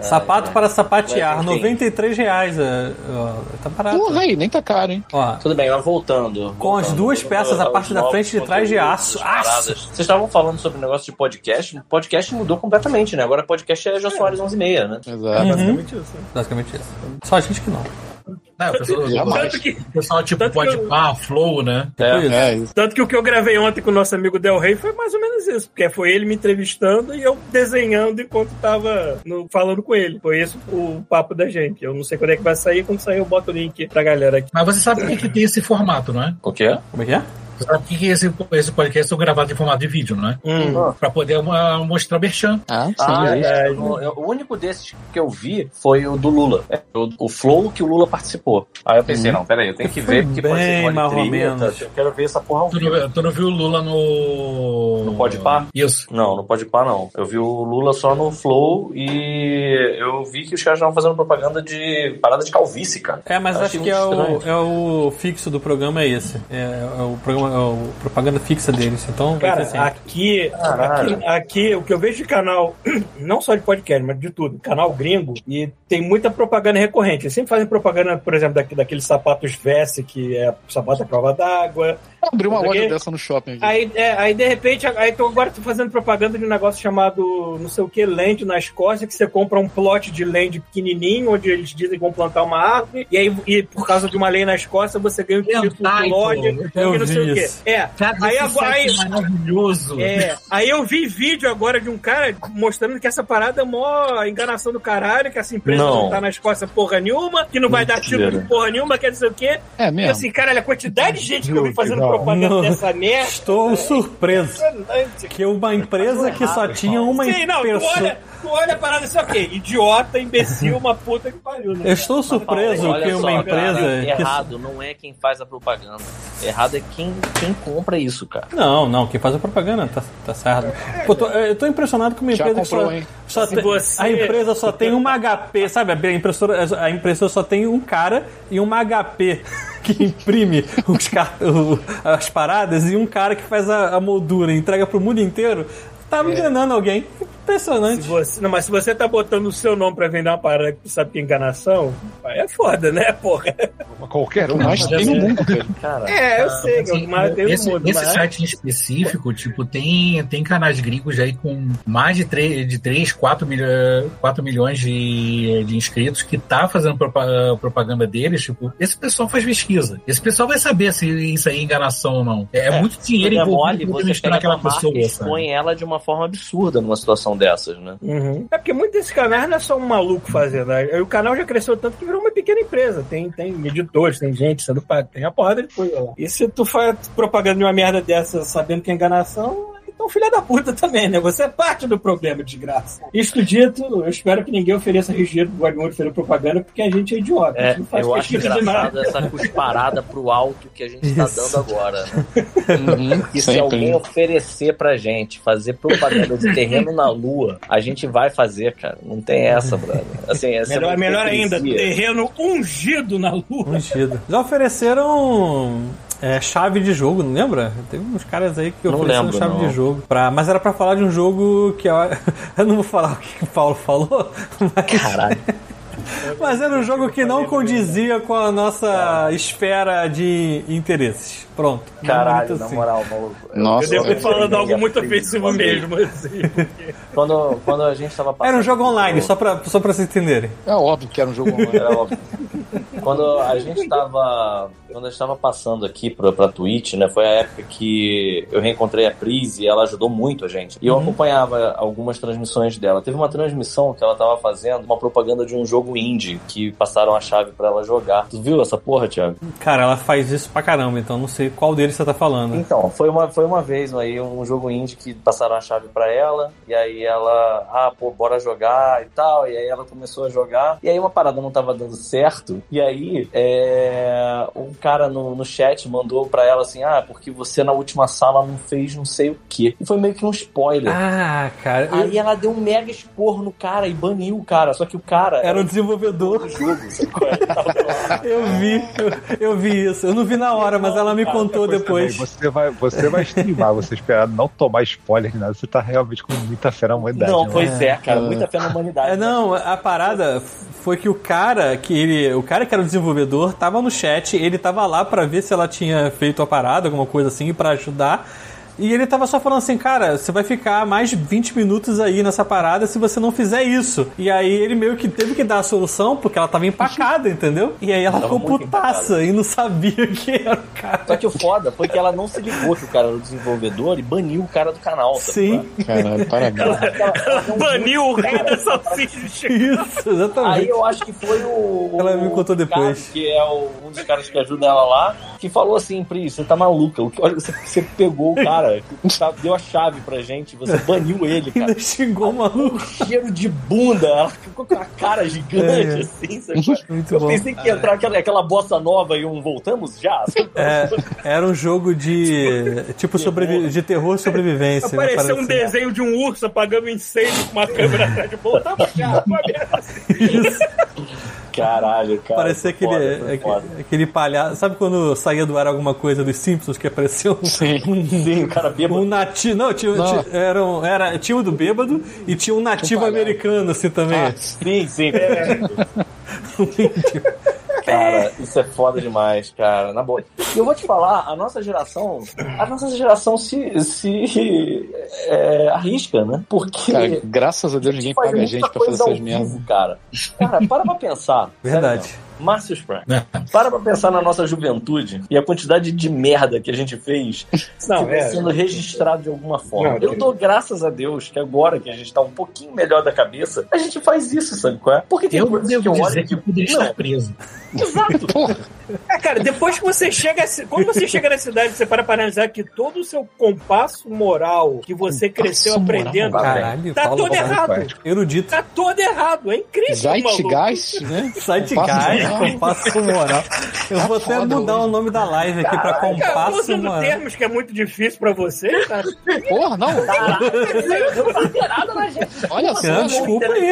Speaker 3: Sapato para sapatear,
Speaker 5: Vai, enfim.
Speaker 3: 93 reais. é, ó, tá barato.
Speaker 4: Porra, aí, nem tá caro, hein?
Speaker 3: Ó,
Speaker 5: Tudo bem, mas voltando.
Speaker 3: Com as
Speaker 5: voltando,
Speaker 3: duas
Speaker 5: voltando
Speaker 3: peças, a
Speaker 5: aos
Speaker 3: parte da
Speaker 5: novos
Speaker 3: frente e de trás de
Speaker 5: conteúdos,
Speaker 3: aço.
Speaker 5: paradas.
Speaker 3: Aço!
Speaker 5: Vocês estavam falando sobre o negócio de podcast. O podcast mudou completamente, né? Agora podcast é Jô Soares 11 e meia, né?
Speaker 4: Exato.
Speaker 2: Basicamente isso. né?
Speaker 3: basicamente isso. Só a gente que não.
Speaker 7: Não, Né, o pessoal,
Speaker 4: Jamais.
Speaker 2: Tanto que,
Speaker 7: o pessoal tipo
Speaker 2: Tanto que
Speaker 7: pode
Speaker 2: eu-
Speaker 7: pá, flow, né?
Speaker 3: Tipo isso.
Speaker 4: É, isso.
Speaker 2: tanto que o que eu gravei ontem com o nosso amigo Del Rey foi mais ou menos isso, porque foi ele me entrevistando e eu desenhando enquanto tava no- falando com ele. Foi isso o papo da gente. Eu não sei quando é que vai sair, quando sair eu boto o link pra galera aqui.
Speaker 7: Mas você sabe por que, que tem esse formato, não é?
Speaker 5: O quê?
Speaker 3: Como é que é?
Speaker 7: Você sabe por que, que esse, esse podcast foi gravado em formato de vídeo, não é?
Speaker 2: Hum.
Speaker 7: Pra poder ah, mostrar o Merchan.
Speaker 4: Ah, sim.
Speaker 5: Ah,
Speaker 4: aí.
Speaker 5: é, eu não- eu- o único desses que eu vi foi o do Lula. É, O, o flow que o Lula participou. Aí eu
Speaker 4: Uhum.
Speaker 5: pensei, não, peraí, eu tenho que ver, porque pode
Speaker 3: Bem
Speaker 5: ser uma
Speaker 3: mais ou
Speaker 5: treta,
Speaker 3: menos.
Speaker 5: Eu quero ver essa porra ao
Speaker 7: Tu
Speaker 5: vivo.
Speaker 7: não, tu não viu o Lula no.
Speaker 5: No Podpah?
Speaker 7: Isso.
Speaker 5: Não, não pode par não. Eu vi o Lula só no Flow e eu vi que os caras estavam fazendo propaganda de parada de calvície, cara.
Speaker 3: É, mas acho
Speaker 5: Achei
Speaker 3: que é
Speaker 5: muito
Speaker 3: o,
Speaker 5: estranho.
Speaker 3: é o fixo do programa é esse. É, é o programa, é o propaganda fixa deles. Então, vai
Speaker 2: Cara,
Speaker 3: ser sempre.
Speaker 2: aqui,
Speaker 5: Caralho.
Speaker 2: aqui, aqui, o que eu vejo de canal, [clears throat] não só de podcast, mas de tudo, canal gringo, e tem muita propaganda recorrente. Eles sempre fazem propaganda, por exemplo, daqui, daqueles sapatos Vest, que é sapato à prova d'água.
Speaker 4: Abriu uma
Speaker 2: Porque-
Speaker 4: loja dessa no shopping aqui.
Speaker 2: Aí, é, aí, de repente, aí tô, agora tô fazendo propaganda de um negócio chamado, não sei o que, land na Escócia, que você compra um plot de land pequenininho, onde eles dizem que vão plantar uma árvore, e aí, e por causa de uma lei na Escócia, você ganha o título de
Speaker 7: Hentai,
Speaker 2: loja,
Speaker 7: pô.
Speaker 3: Eu
Speaker 2: e não sei
Speaker 3: vi
Speaker 2: o quê.
Speaker 3: isso.
Speaker 2: É,
Speaker 7: Cara,
Speaker 2: aí
Speaker 7: esse
Speaker 2: agora...
Speaker 7: site
Speaker 2: aí-
Speaker 7: maravilhoso.
Speaker 2: é, aí eu vi vídeo agora de um cara mostrando que essa parada é mó enganação do caralho, que essa empresa não,
Speaker 5: Não.
Speaker 2: tá na Escócia porra nenhuma, que não vai dar
Speaker 5: Mentira.
Speaker 2: título de porra nenhuma, quer dizer o quê?
Speaker 4: É
Speaker 2: E
Speaker 4: mesmo.
Speaker 2: assim, caralho, a quantidade de gente que eu vi fazendo
Speaker 6: Não,
Speaker 2: propaganda
Speaker 3: não.
Speaker 2: dessa merda. é
Speaker 3: Estou surpreso
Speaker 2: impressionante.
Speaker 3: que uma empresa que só tinha uma
Speaker 2: Sim, não, tu
Speaker 3: pessoa.
Speaker 2: olha, tu olha a parada assim, ok, idiota, imbecil, uma puta que pariu, né?
Speaker 3: Eu estou surpreso
Speaker 5: Olha
Speaker 3: que
Speaker 5: só,
Speaker 3: uma empresa.
Speaker 5: cara,
Speaker 3: que-
Speaker 5: Errado não é quem faz a propaganda. Errado é quem, quem compra isso, cara.
Speaker 3: Não, não, quem faz a propaganda tá, tá certo. Pô, tô- eu tô impressionado com uma
Speaker 4: Já
Speaker 3: empresa que
Speaker 4: comprou,
Speaker 3: só,
Speaker 4: hein?
Speaker 3: só
Speaker 2: Se
Speaker 3: tem-
Speaker 2: você-
Speaker 3: A empresa só tem uma HP, sabe? A impressora, a impressora só tem um cara e uma HP que imprime os car- o- as paradas e um cara que faz a, a moldura e entrega pro mundo inteiro. Tá
Speaker 4: É.
Speaker 3: me enganando alguém.
Speaker 2: Se
Speaker 3: Impressionante.
Speaker 2: você- não, mas se você tá botando o seu nome pra vender uma parada que tu sabe que é enganação, aí é foda, né, porra?
Speaker 6: Qualquer um.
Speaker 4: Mas tem no mundo, cara.
Speaker 5: Cara,
Speaker 2: É, eu sei,
Speaker 7: Assim,
Speaker 2: mas tem
Speaker 7: esse,
Speaker 2: um mundo,
Speaker 7: esse
Speaker 2: mas-
Speaker 7: site em específico, tipo, tem, tem canais gringos aí com mais de 3, de 3 4, milho- 4 milhões de, de inscritos que tá fazendo propa- propaganda deles, tipo, esse pessoal faz pesquisa. Esse pessoal vai saber se isso aí é enganação ou não. É,
Speaker 5: É,
Speaker 7: muito
Speaker 5: se
Speaker 7: dinheiro
Speaker 5: der
Speaker 7: envolvido pra
Speaker 5: você
Speaker 7: misturar
Speaker 5: pega
Speaker 7: aquela
Speaker 5: aquela marca
Speaker 7: pessoa,
Speaker 5: e
Speaker 7: sabe?
Speaker 5: expõe ela de uma forma absurda numa situação dessas, né?
Speaker 2: Uhum. É porque muito desses canais não é só um maluco fazendo. né? O canal já cresceu tanto que virou uma pequena empresa. Tem, tem editores, tem gente sendo pago, tem a porrada de coisa lá. E se tu faz propaganda de uma merda dessa sabendo que é enganação, então filha da puta também, né? Você é parte do problema, desgraça. Isto dito, eu espero que ninguém ofereça regido do Guardião de propaganda, porque a gente é idiota. a
Speaker 5: É,
Speaker 2: gente não faz
Speaker 5: eu acho
Speaker 2: pesquisa de nada.
Speaker 5: engraçado essa cusparada pro alto que a gente tá dando agora. Uhum. E se
Speaker 4: Sempre,
Speaker 5: alguém
Speaker 4: né?
Speaker 5: oferecer pra gente fazer propaganda de terreno na lua, a gente vai fazer, cara. Não tem essa, brother. Assim, essa é
Speaker 2: Melhor,
Speaker 5: uma
Speaker 2: melhor ainda,
Speaker 5: hipocrisia. Hum.
Speaker 2: terreno ungido na lua.
Speaker 3: Ungido. Já ofereceram é, chave de jogo, não lembra? Teve uns caras aí que
Speaker 5: Não
Speaker 3: ofereceram
Speaker 5: lembro,
Speaker 3: chave
Speaker 5: não.
Speaker 3: de jogo. Pra, mas era pra falar de um jogo que. ó, Eu [laughs] não vou falar o que, que o Paulo falou, [laughs] mas,
Speaker 5: Caralho.
Speaker 3: [laughs] mas era um jogo que não condizia com a nossa
Speaker 5: É.
Speaker 3: esfera de interesses. Pronto.
Speaker 5: Caralho,
Speaker 3: Muito
Speaker 5: na
Speaker 3: assim.
Speaker 5: moral, maluco.
Speaker 2: Eu
Speaker 4: Nossa,
Speaker 2: devo
Speaker 4: é.
Speaker 2: ter falando algo muito
Speaker 5: Quando-
Speaker 2: ofensivo mesmo, assim.
Speaker 5: Quando, quando a gente tava passando.
Speaker 3: Era um jogo online, só pra, só pra vocês entenderem.
Speaker 4: é óbvio que era um jogo online.
Speaker 5: Era óbvio. Quando a gente tava. Quando a gente tava passando aqui pra, pra Twitch, né? Foi a época que eu reencontrei a Pris e ela ajudou muito a gente. E eu acompanhava algumas transmissões dela. Teve uma transmissão que ela tava fazendo, uma propaganda de um jogo indie que passaram a chave pra ela jogar. Tu viu essa porra, Thiago?
Speaker 3: Cara, ela faz isso pra caramba, então não sei qual deles você tá falando.
Speaker 5: Então, foi uma, foi uma vez aí um jogo indie que passaram a chave pra ela, e aí ela, ah, pô, bora jogar e tal, e aí ela começou a jogar, e aí uma parada não tava dando certo, e aí, é, um cara no, no chat mandou pra ela assim: ah, porque você na última sala não fez não sei o quê. E foi meio que um spoiler.
Speaker 3: Ah, cara. eu-
Speaker 5: Aí ela deu um mega esporro no cara e baniu o cara. Só que o cara
Speaker 3: Era um
Speaker 5: do
Speaker 3: desenvolvedor.
Speaker 5: jogo, sabe qual é? Tava lá.
Speaker 3: [laughs] Eu vi, eu, eu vi isso. Eu não vi na hora, mas ela me contou
Speaker 6: Você
Speaker 3: depois.
Speaker 6: vai- É, Você vai, você vai streamar, você esperar não tomar spoiler de nada, você tá realmente com muita fé na humanidade.
Speaker 5: Não,
Speaker 6: né?
Speaker 5: pois é, cara. Muita fé na humanidade.
Speaker 3: É, não, a parada f- foi que o cara que ele, o cara que era o desenvolvedor tava no chat, ele tava lá pra ver se ela tinha feito a parada, alguma coisa assim, pra ajudar. E ele tava só falando assim, cara, você vai ficar mais de 20 minutos aí nessa parada se você não fizer isso. E aí ele meio que teve que dar a solução, porque ela tava empacada, entendeu? E aí ela
Speaker 5: Tava
Speaker 3: ficou
Speaker 5: muito
Speaker 3: putaça e não sabia [laughs] o que era o
Speaker 5: Só
Speaker 3: cara.
Speaker 5: que o foda foi que ela não se ligou que o cara era o desenvolvedor e baniu o cara do canal. tá sabe?
Speaker 3: Sim,
Speaker 4: Caralho, parabéns.
Speaker 5: Ela- ela deu um
Speaker 2: Baniu o rei da
Speaker 5: Cara,
Speaker 2: salsicha.
Speaker 3: [laughs] isso, exatamente.
Speaker 5: Aí eu acho que foi o.
Speaker 3: Ela me contou
Speaker 5: o
Speaker 3: depois.
Speaker 5: cara que é o- um dos caras que ajuda ela lá, que falou assim, Pri, você tá maluca. o que- Olha, você, você pegou o cara, tá- deu a chave pra gente, você baniu ele,
Speaker 3: [laughs]
Speaker 5: cara.
Speaker 3: Ainda xingou o maluco.
Speaker 5: Cheiro de bunda, ela ficou com a cara gigante,
Speaker 3: É.
Speaker 5: assim, sabe?
Speaker 3: Muito
Speaker 5: Eu
Speaker 3: bom.
Speaker 5: pensei que ia entrar aquela, aquela bossa nova e um voltamos já. sabe?
Speaker 3: É, era um jogo de. tipo sobrevi- de terror e sobrevivência. né,
Speaker 2: Apareceu um
Speaker 5: assim.
Speaker 3: parece.
Speaker 2: desenho de um urso apagando um incêndio com uma câmera atrás de boa. Tá bugado, uma merda.
Speaker 5: Caralho, cara.
Speaker 3: Parecia
Speaker 5: foi
Speaker 3: aquele, é,
Speaker 5: foda, foi
Speaker 3: aque-
Speaker 5: foda.
Speaker 3: aquele, palhaço. Sabe quando saía do ar alguma coisa dos Simpsons que apareceu um.
Speaker 4: Sim.
Speaker 5: Sim, o cara
Speaker 3: Um
Speaker 5: bêbado.
Speaker 3: nativo. Não, tinha,
Speaker 4: Não.
Speaker 3: tinha- era, um, era, tinha um do bêbado e tinha um nativo
Speaker 4: palhaço.
Speaker 3: americano, assim também.
Speaker 4: Ah,
Speaker 5: Sim,
Speaker 3: [laughs]
Speaker 5: sim. Cara, isso é foda demais, cara. Na boa. E eu vou te falar, a nossa geração, a nossa geração se, se é, arrisca, né? Porque
Speaker 4: Cara, graças a Deus ninguém
Speaker 5: faz
Speaker 4: paga a
Speaker 5: muita
Speaker 4: gente pra fazer
Speaker 5: coisa ao
Speaker 4: essas
Speaker 5: vivo,
Speaker 4: merdas.
Speaker 5: Cara, cara, para pra pensar.
Speaker 3: Verdade.
Speaker 5: Sério mesmo. Márcio Sprang,
Speaker 7: É,
Speaker 5: para pra pensar na nossa juventude e a quantidade de merda que a gente fez
Speaker 2: Não,
Speaker 5: que vai
Speaker 2: é.
Speaker 5: sendo registrado de alguma forma.
Speaker 2: Não,
Speaker 5: eu dou graças a Deus que agora que a gente tá um pouquinho melhor da cabeça, a gente faz isso, sabe qual é? Porque tem
Speaker 7: Eu
Speaker 5: coisas que
Speaker 7: devo
Speaker 5: eu olho tipo,
Speaker 7: dizer
Speaker 5: e
Speaker 7: que eu
Speaker 5: digo,
Speaker 7: poderia
Speaker 5: não,
Speaker 7: estar
Speaker 5: [laughs]
Speaker 7: preso.
Speaker 5: exato,
Speaker 2: É, cara, depois que você chega. a ci- Quando você chega na cidade, você para pra analisar que todo o seu compasso moral que você cresceu
Speaker 4: moral,
Speaker 2: aprendendo.
Speaker 5: cara.
Speaker 3: [laughs] Caralho,
Speaker 2: Tá
Speaker 3: Paulo
Speaker 2: todo
Speaker 3: Roberto,
Speaker 2: errado.
Speaker 6: poético.
Speaker 3: Erudito.
Speaker 2: Tá todo errado. É incrível, maluco.
Speaker 4: Zeitgeist, né?
Speaker 3: Site
Speaker 4: moral. Tá
Speaker 3: compasso moral. Eu vou até
Speaker 4: foda
Speaker 3: mudar
Speaker 4: hoje.
Speaker 3: o nome da live aqui pra
Speaker 2: Cara, eu tô
Speaker 3: compasso
Speaker 2: usando
Speaker 3: moral.
Speaker 2: termos que é muito difícil pra [laughs] você, cara.
Speaker 4: Porra, não. Olha
Speaker 3: Não,
Speaker 4: só.
Speaker 3: desculpa aí.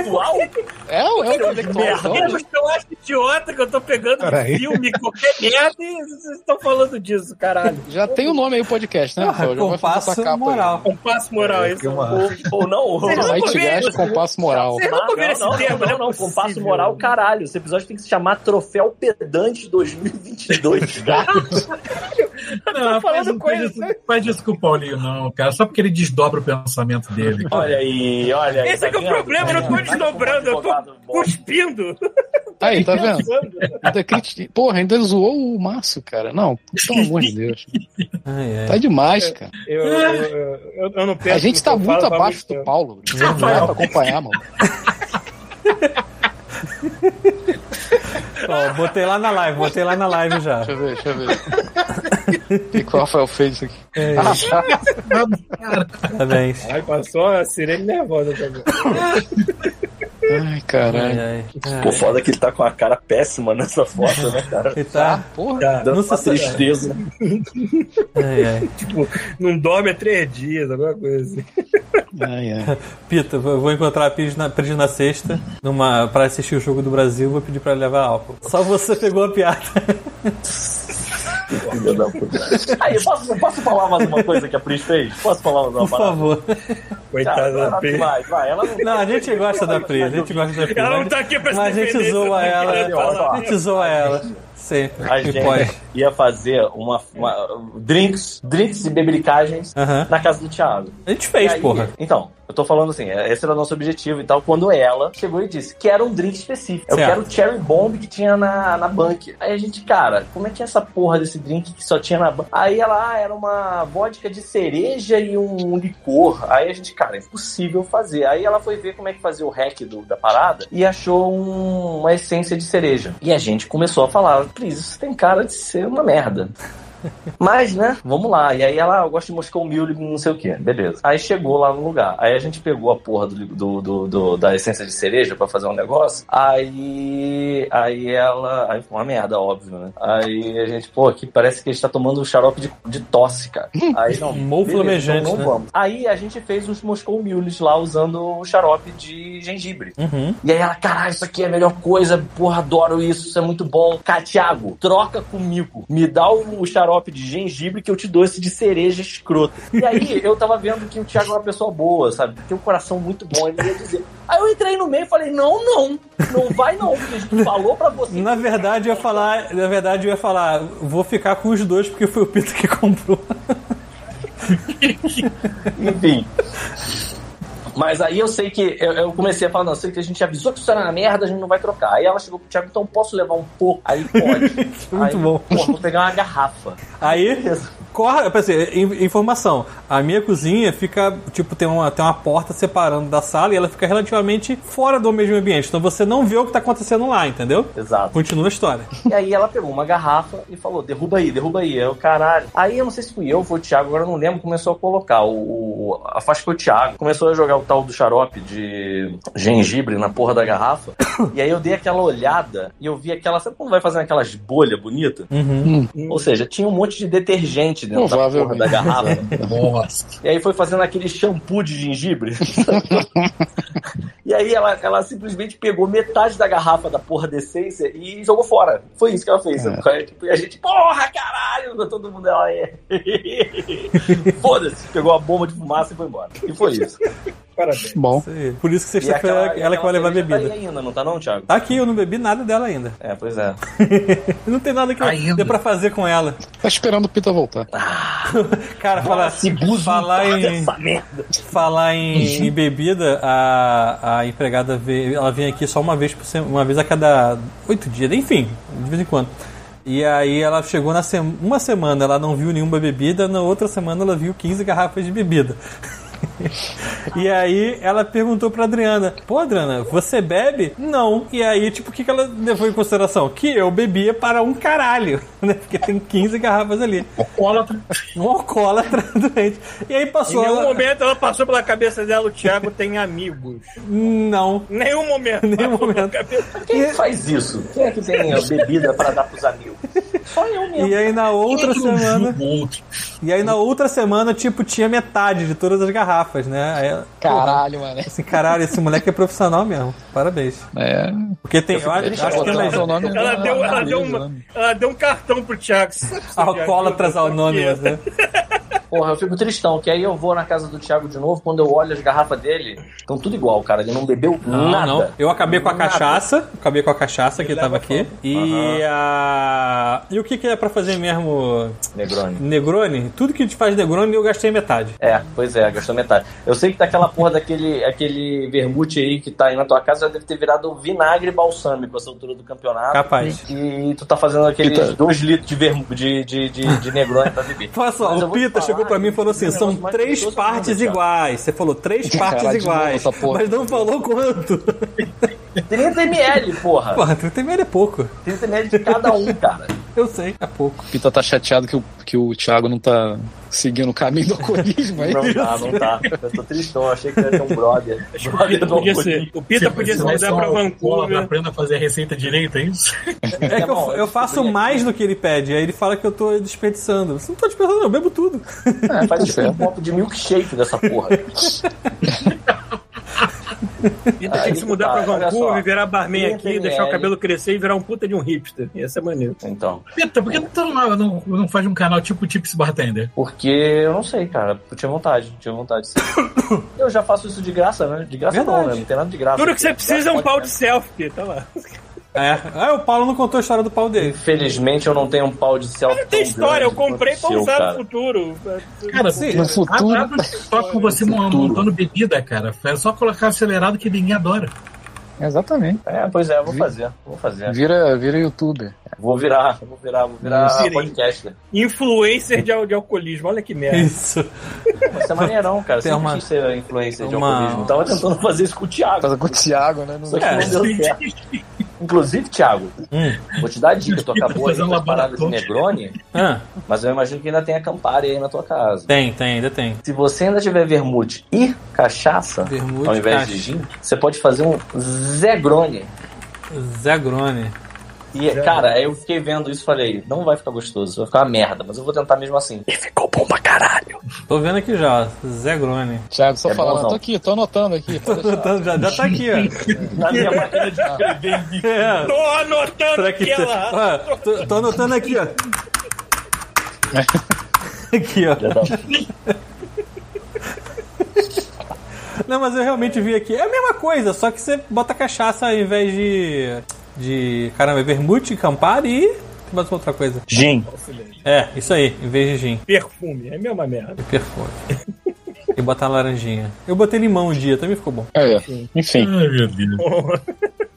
Speaker 4: É, o- é o intelectual. não.
Speaker 2: Termos que eu acho idiota que eu tô pegando de
Speaker 6: Peraí.
Speaker 2: filme, qualquer merda, e vocês estão falando disso, caralho.
Speaker 4: Já tem o nome aí o podcast, né? Rafael? Já vai fazer essa
Speaker 3: Compasso
Speaker 4: capa aí.
Speaker 3: moral.
Speaker 2: Compasso moral,
Speaker 6: É,
Speaker 2: isso.
Speaker 6: que uma-
Speaker 5: ou, ou não, ou
Speaker 2: Vocês
Speaker 5: não.
Speaker 2: não
Speaker 4: Zeitgeist, compasso moral.
Speaker 2: Vocês não ouviram esse
Speaker 5: Ah, não,
Speaker 2: termo,
Speaker 5: não,
Speaker 2: né?
Speaker 5: não, não,
Speaker 2: Possível.
Speaker 5: compasso moral, caralho. Esse episódio tem que se chamar Troféu Pedante [laughs] 2022.
Speaker 7: Não, faz,
Speaker 2: falando
Speaker 7: não
Speaker 2: coisa
Speaker 7: faz isso, faz isso com o Paulinho, não, cara. Só porque ele desdobra o pensamento dele. cara.
Speaker 5: olha aí, olha aí. tá
Speaker 2: Esse é que é o
Speaker 5: vendo?
Speaker 2: problema, eu não tô
Speaker 5: Vai
Speaker 2: desdobrando,
Speaker 5: com um
Speaker 2: eu tô
Speaker 5: advogado bom.
Speaker 2: Cuspindo.
Speaker 4: Aí, tá vendo?
Speaker 2: Pensando.
Speaker 4: Ainda criti- Porra, ainda zoou o Márcio, cara. Não, pelo amor de Deus.
Speaker 3: Ai, ai.
Speaker 4: Tá demais, cara.
Speaker 2: Eu, eu, eu- eu não penso
Speaker 4: A gente
Speaker 2: no
Speaker 4: tá
Speaker 2: que eu
Speaker 4: muito
Speaker 2: falo há
Speaker 4: abaixo
Speaker 2: tempo.
Speaker 4: do Paulo. Bruno. Não dá pra acompanhar, mano.
Speaker 3: Ó, botei lá na live, botei lá na live já.
Speaker 4: Deixa eu ver, deixa eu ver. O que que o Rafael fez aqui?
Speaker 3: É, parabéns.
Speaker 2: Ai, passou a sirene nervosa também.
Speaker 4: Ai,
Speaker 3: Ai,
Speaker 4: caralho.
Speaker 3: ai.
Speaker 5: Pô, foda que ele tá com a cara péssima nessa foto, né, cara?
Speaker 3: E tá.
Speaker 4: Porra,
Speaker 2: Tá,
Speaker 5: Dando
Speaker 3: Não se
Speaker 5: uma
Speaker 3: sabe.
Speaker 5: tristeza.
Speaker 3: Ai, ai.
Speaker 2: tipo, não dorme há três dias, alguma coisa assim.
Speaker 4: ai, ai.
Speaker 3: Pita, eu vou encontrar a Pris na, Pris na sexta numa, pra assistir o jogo do Brasil. Vou pedir pra ela levar álcool. Só você pegou a piada. [laughs]
Speaker 5: filha da puta. Aí, eu posso, eu posso falar mais uma coisa que a Pris fez? Posso falar mais uma
Speaker 3: Por
Speaker 5: parada?
Speaker 3: favor.
Speaker 5: Cara,
Speaker 2: Coitada
Speaker 5: ela
Speaker 2: da
Speaker 5: não
Speaker 2: Pri.
Speaker 5: vai, vai. Ela não,
Speaker 3: Não, a gente gosta da Pri. A gente gosta da né? Pri.
Speaker 2: Ela não
Speaker 3: Mas,
Speaker 2: tá aqui pra se
Speaker 3: mas a gente
Speaker 2: defender,
Speaker 3: zoa
Speaker 2: isso eu não queria
Speaker 3: ela.
Speaker 2: falar.
Speaker 3: A gente zoa ela. Sempre.
Speaker 5: A
Speaker 3: que
Speaker 5: gente
Speaker 3: pode.
Speaker 5: ia fazer uma, uma- drinks, drinks e bebelicagens
Speaker 3: Aham.
Speaker 5: na casa do Thiago.
Speaker 3: A gente
Speaker 5: E
Speaker 3: fez,
Speaker 5: aí-
Speaker 3: porra.
Speaker 5: Então, eu tô falando assim, é- esse era o nosso objetivo e tal. Quando ela chegou e disse, quero um drink específico. Eu
Speaker 3: Certo.
Speaker 5: quero o cherry bomb que tinha na, na bunker. Aí a gente, cara, como é que é essa porra desse drink que só tinha na bunker? Aí ela, ah, era uma vodka de cereja e um licor. Aí a gente, cara, é impossível fazer. Aí ela foi ver como é que fazia o hack do- da parada e achou um- uma essência de cereja. E a gente começou a falar, Cris, isso tem cara de ser uma merda. Mas, né, vamos lá. E aí ela, "Ah, eu gosto de Moscou Mule, não sei o que. Beleza. Aí chegou lá no lugar. Aí a gente pegou a porra do, do, do- do- da essência de cereja pra fazer um negócio. Aí. Aí ela. Aí foi uma merda, óbvio, né? Aí a gente, pô, aqui parece que a gente tá tomando um xarope de, de tosse,
Speaker 3: [laughs]
Speaker 5: cara. Aí não.
Speaker 3: Mou
Speaker 5: beleza,
Speaker 3: flamejante,
Speaker 5: então não
Speaker 3: né?
Speaker 5: vamos. Aí a gente fez os Moscou Mules lá usando o xarope de gengibre.
Speaker 3: Uhum.
Speaker 5: E aí ela, caralho, isso aqui é a melhor coisa, porra, adoro isso, isso é muito bom. Cara, Thiago, troca comigo. Me dá o, o xarope de gengibre que eu te dou esse de cereja escroto. E aí eu tava vendo que o Thiago é uma pessoa boa, sabe? Tem um coração muito bom, ele ia dizer. Aí eu entrei no meio e falei, não, não, não vai não, porque a gente falou pra você.
Speaker 3: Na verdade, eu ia falar, na verdade, eu ia falar, vou ficar com os dois porque foi o Pito que [laughs] comprou.
Speaker 5: Enfim. Mas aí eu sei que eu, eu comecei a falar, não, eu sei que a gente avisou que isso era uma merda, a gente não vai trocar. Aí ela chegou pro Thiago, então posso levar um pouco? Aí pode.
Speaker 3: [laughs]
Speaker 5: Aí,
Speaker 3: Muito bom.
Speaker 5: Pô, vou pegar uma garrafa.
Speaker 3: Aí, corre, eu pensei, in- informação. A minha cozinha fica, tipo, tem uma, tem uma porta separando da sala e ela fica relativamente fora do mesmo ambiente. Então você não vê o que tá acontecendo lá, entendeu?
Speaker 5: Exato.
Speaker 3: Continua a história.
Speaker 5: E aí ela pegou uma garrafa e falou: derruba aí, derruba aí. Eu, caralho. Aí eu não sei se fui eu, foi o Thiago, agora eu não lembro. Começou a colocar o. o- A faixa foi o Thiago. Começou a jogar o tal do xarope de gengibre na porra da garrafa. [coughs] E aí eu dei aquela olhada e eu vi aquela. Sabe quando vai fazendo aquelas bolhas bonitas? Ou seja, tinha um monte de detergente dentro da porra
Speaker 4: Provavelmente.
Speaker 5: da garrafa. [laughs]
Speaker 7: Nossa.
Speaker 5: E aí foi fazendo aquele shampoo de
Speaker 3: [laughs]
Speaker 5: gengibre. e aí ela, ela simplesmente pegou metade da garrafa da porra de essência e jogou fora. Foi isso que ela
Speaker 3: É.
Speaker 5: fez. Aí, tipo, E a gente, porra, caralho! Todo mundo ela é. [laughs] Foda-se! Pegou a bomba de fumaça e foi embora. E foi isso.
Speaker 2: Parabéns.
Speaker 4: Bom,
Speaker 3: Isso aí. Por isso que
Speaker 5: E
Speaker 3: sexta-feira ela, ela que vai levar a
Speaker 5: cerveja tá
Speaker 3: bebida.
Speaker 5: aí ainda, não tá não, Thiago?
Speaker 3: Tá aqui, eu não bebi nada dela ainda. [laughs]
Speaker 5: É, pois é.
Speaker 3: Não tem nada que eu
Speaker 7: Ainda.
Speaker 3: dê pra fazer com ela.
Speaker 4: tá esperando o Pita voltar.
Speaker 3: Cara, falar, falar em. Falar em, em bebida, a, a empregada veio, ela vem aqui só uma vez por semana, uma vez a cada oito dias, enfim, de vez em quando. E aí ela chegou na sem- uma semana, ela não viu nenhuma bebida, na outra semana ela viu 15 garrafas de bebida. [laughs] E aí ela perguntou pra Adriana: Pô, Adriana, você bebe? Não. E aí, tipo, o que, que ela levou em consideração? Que eu bebia para um caralho, [laughs] né? Porque tem 15 garrafas ali.
Speaker 7: Alcoólatra.
Speaker 3: Um alcoólatra [laughs] doente. E aí
Speaker 2: Em
Speaker 3: passou.
Speaker 2: nenhum
Speaker 3: ela-
Speaker 2: momento ela passou pela cabeça dela, o Thiago tem amigos.
Speaker 3: Não.
Speaker 2: Em nenhum momento.
Speaker 3: Em nenhum
Speaker 2: passou pela
Speaker 3: momento.
Speaker 2: cabeça.
Speaker 5: Quem faz isso? Quem é que tem a bebida pra dar pros amigos? Só eu mesmo.
Speaker 3: E
Speaker 2: é
Speaker 3: aí na outra semana,
Speaker 7: Um outro.
Speaker 3: e aí na outra semana, tipo, tinha metade de todas as garrafas, né? Aí ela,
Speaker 4: Caralho, mano.
Speaker 3: assim, caralho, esse moleque é profissional mesmo. Parabéns.
Speaker 4: É.
Speaker 3: Porque tem, eu acho,
Speaker 5: triste
Speaker 3: acho que tem
Speaker 5: agora.
Speaker 3: mais
Speaker 2: Ela deu, ela, deu uma, ela deu um cartão pro Thiago.
Speaker 3: alcoólatras anônimas, né?
Speaker 5: Porra, eu fico tristão, que aí eu vou na casa do Thiago de novo, quando eu olho as garrafas dele, estão tudo igual, cara. Ele não bebeu nada.
Speaker 3: Eu acabei com a
Speaker 5: Nada.
Speaker 3: cachaça, acabei com a cachaça que tava aqui. E a E o que que é pra fazer mesmo
Speaker 5: Negroni.
Speaker 3: Negroni? Tudo que te faz Negroni eu gastei metade.
Speaker 5: É, pois é, gastou metade. Eu sei que tá aquela porra daquele aquele vermute aí que tá aí na tua casa, já deve ter virado um vinagre balsâmico essa altura do campeonato.
Speaker 3: Capaz.
Speaker 5: E tu tá fazendo aqueles
Speaker 4: Pita.
Speaker 5: dois litros de, vermu de, de, de, de negroni pra [laughs] beber.
Speaker 3: Olha só,
Speaker 5: Mas eu
Speaker 3: o
Speaker 5: vou te
Speaker 3: Pita
Speaker 5: falar,
Speaker 3: chegou pra mim e falou assim:
Speaker 5: é um
Speaker 3: são
Speaker 5: negócio mais
Speaker 3: três
Speaker 5: gostoso que eu não
Speaker 3: partes
Speaker 5: deixava.
Speaker 3: iguais. Você falou três partes
Speaker 4: Caralho, de novo
Speaker 3: iguais.
Speaker 4: essa porra.
Speaker 3: Mas não falou
Speaker 5: [laughs]
Speaker 3: quanto.
Speaker 5: 30 ml, porra.
Speaker 3: Porra, 30 ml é pouco.
Speaker 5: 30 ml de cada um, cara.
Speaker 3: Eu sei, é pouco.
Speaker 4: O Pita tá chateado que o, que o Thiago não tá seguindo o caminho do alcoolismo aí.
Speaker 5: Não tá, não tá. Eu tô tristão, eu achei que um ia ter um brother.
Speaker 2: O Pita
Speaker 5: Brother do
Speaker 2: podia
Speaker 5: alcoolismo.
Speaker 2: ser. O Pita podia se
Speaker 7: Você vai ser
Speaker 2: mudar pra
Speaker 7: um alcoólatra,
Speaker 2: Vancouver.
Speaker 7: Aprenda a fazer a receita direito, é isso?
Speaker 3: É que
Speaker 5: bom,
Speaker 3: eu, eu faço mais do que ele pede. Aí ele fala que eu tô desperdiçando. Você não tá desperdiçando, eu bebo tudo.
Speaker 5: É, faz tipo um copo de milkshake dessa porra.
Speaker 2: Pita tinha que se mudar pra
Speaker 5: Aí, tá, olha
Speaker 2: Vancouver,
Speaker 5: só. é?
Speaker 2: virar barman aqui,
Speaker 5: 30
Speaker 2: deixar o
Speaker 5: ml.
Speaker 2: cabelo crescer e virar um puta de um hipster. Ia ser maneiro.
Speaker 5: Então,
Speaker 7: [laughs] Pita, por que tu não, não, não faz um canal tipo Tips Bartender?
Speaker 5: porque eu não sei, cara. Eu tinha vontade, tinha
Speaker 2: [coughs]
Speaker 5: vontade. sim. Eu já faço isso de graça, né? De graça
Speaker 3: Verdade.
Speaker 5: não, né? Não tem nada de graça.
Speaker 2: Tudo que você precisa é um
Speaker 5: Pode-
Speaker 2: pau de selfie, tá lá.
Speaker 3: É. Ah, o Paulo não contou a história do pau dele.
Speaker 5: Infelizmente eu não tenho um pau de selfie.
Speaker 2: Não tem
Speaker 5: tão
Speaker 2: história, eu
Speaker 5: grande quanto
Speaker 2: comprei
Speaker 5: o
Speaker 2: pra
Speaker 5: seu,
Speaker 2: usar
Speaker 5: cara.
Speaker 2: no futuro.
Speaker 7: Cara,
Speaker 3: Sim.
Speaker 4: No futuro.
Speaker 7: Abre o TikTok com você montando bebida, cara. É só colocar acelerado que ninguém adora.
Speaker 4: Exatamente.
Speaker 5: É, pois é, vou fazer, vou fazer.
Speaker 4: Vira, vira youtuber.
Speaker 5: Vou virar, vou virar, vou virar
Speaker 2: Virei.
Speaker 5: podcaster.
Speaker 2: Influencer de, al- de alcoolismo, olha que
Speaker 5: [laughs]
Speaker 2: merda.
Speaker 3: Isso.
Speaker 5: Mas é maneirão, cara.
Speaker 3: Tem
Speaker 5: Sempre
Speaker 3: uma-
Speaker 5: quis ser influencer é de
Speaker 3: uma-
Speaker 5: alcoolismo. Tava tentando fazer isso com o Thiago.
Speaker 4: Faz com o Thiago, né? Não-
Speaker 5: Só que
Speaker 3: É.
Speaker 5: não deu certo. Inclusive, Thiago, vou te dar a
Speaker 2: [laughs]
Speaker 5: dica. Tu acabou aí
Speaker 7: Fazer um
Speaker 5: com as paradas de Negroni,
Speaker 3: Ah,
Speaker 5: mas eu imagino que ainda tem a Campari aí na tua casa.
Speaker 3: tem, tem, ainda tem.
Speaker 5: Se você ainda tiver vermute e cachaça,
Speaker 3: Vermute,
Speaker 5: ao invés de
Speaker 3: cachaça.
Speaker 5: gin, você pode fazer um Zegrone.
Speaker 3: Zé Grone.
Speaker 5: E, cara, eu fiquei vendo isso e falei, não vai ficar gostoso, vai ficar uma merda, mas eu vou tentar mesmo assim. E ficou bom pra caralho.
Speaker 3: Tô vendo aqui já, ó. Zé Grone.
Speaker 4: Thiago só
Speaker 5: É
Speaker 4: falando,
Speaker 5: bonzão.
Speaker 4: tô aqui, tô anotando aqui. pode deixar.
Speaker 3: [laughs] Já, já tá
Speaker 5: [laughs]
Speaker 3: aqui,
Speaker 5: [laughs]
Speaker 3: ó.
Speaker 5: Na minha máquina de
Speaker 3: É.
Speaker 2: Tô anotando
Speaker 3: Será que tá-
Speaker 2: aquela.
Speaker 3: Ó, tô, tô anotando aqui, ó. Aqui, ó.
Speaker 5: tá.
Speaker 3: Não, mas eu realmente vi aqui. É a mesma coisa, só que você bota cachaça ao invés de. de. Caramba, é vermute, campari e. Bota outra coisa.
Speaker 5: gin.
Speaker 3: É, isso aí, em vez de gin.
Speaker 2: Perfume, é a mesma merda.
Speaker 3: E perfume. e botar laranjinha. Eu botei limão um dia, também ficou bom.
Speaker 4: É, enfim.
Speaker 7: Ai, meu Deus.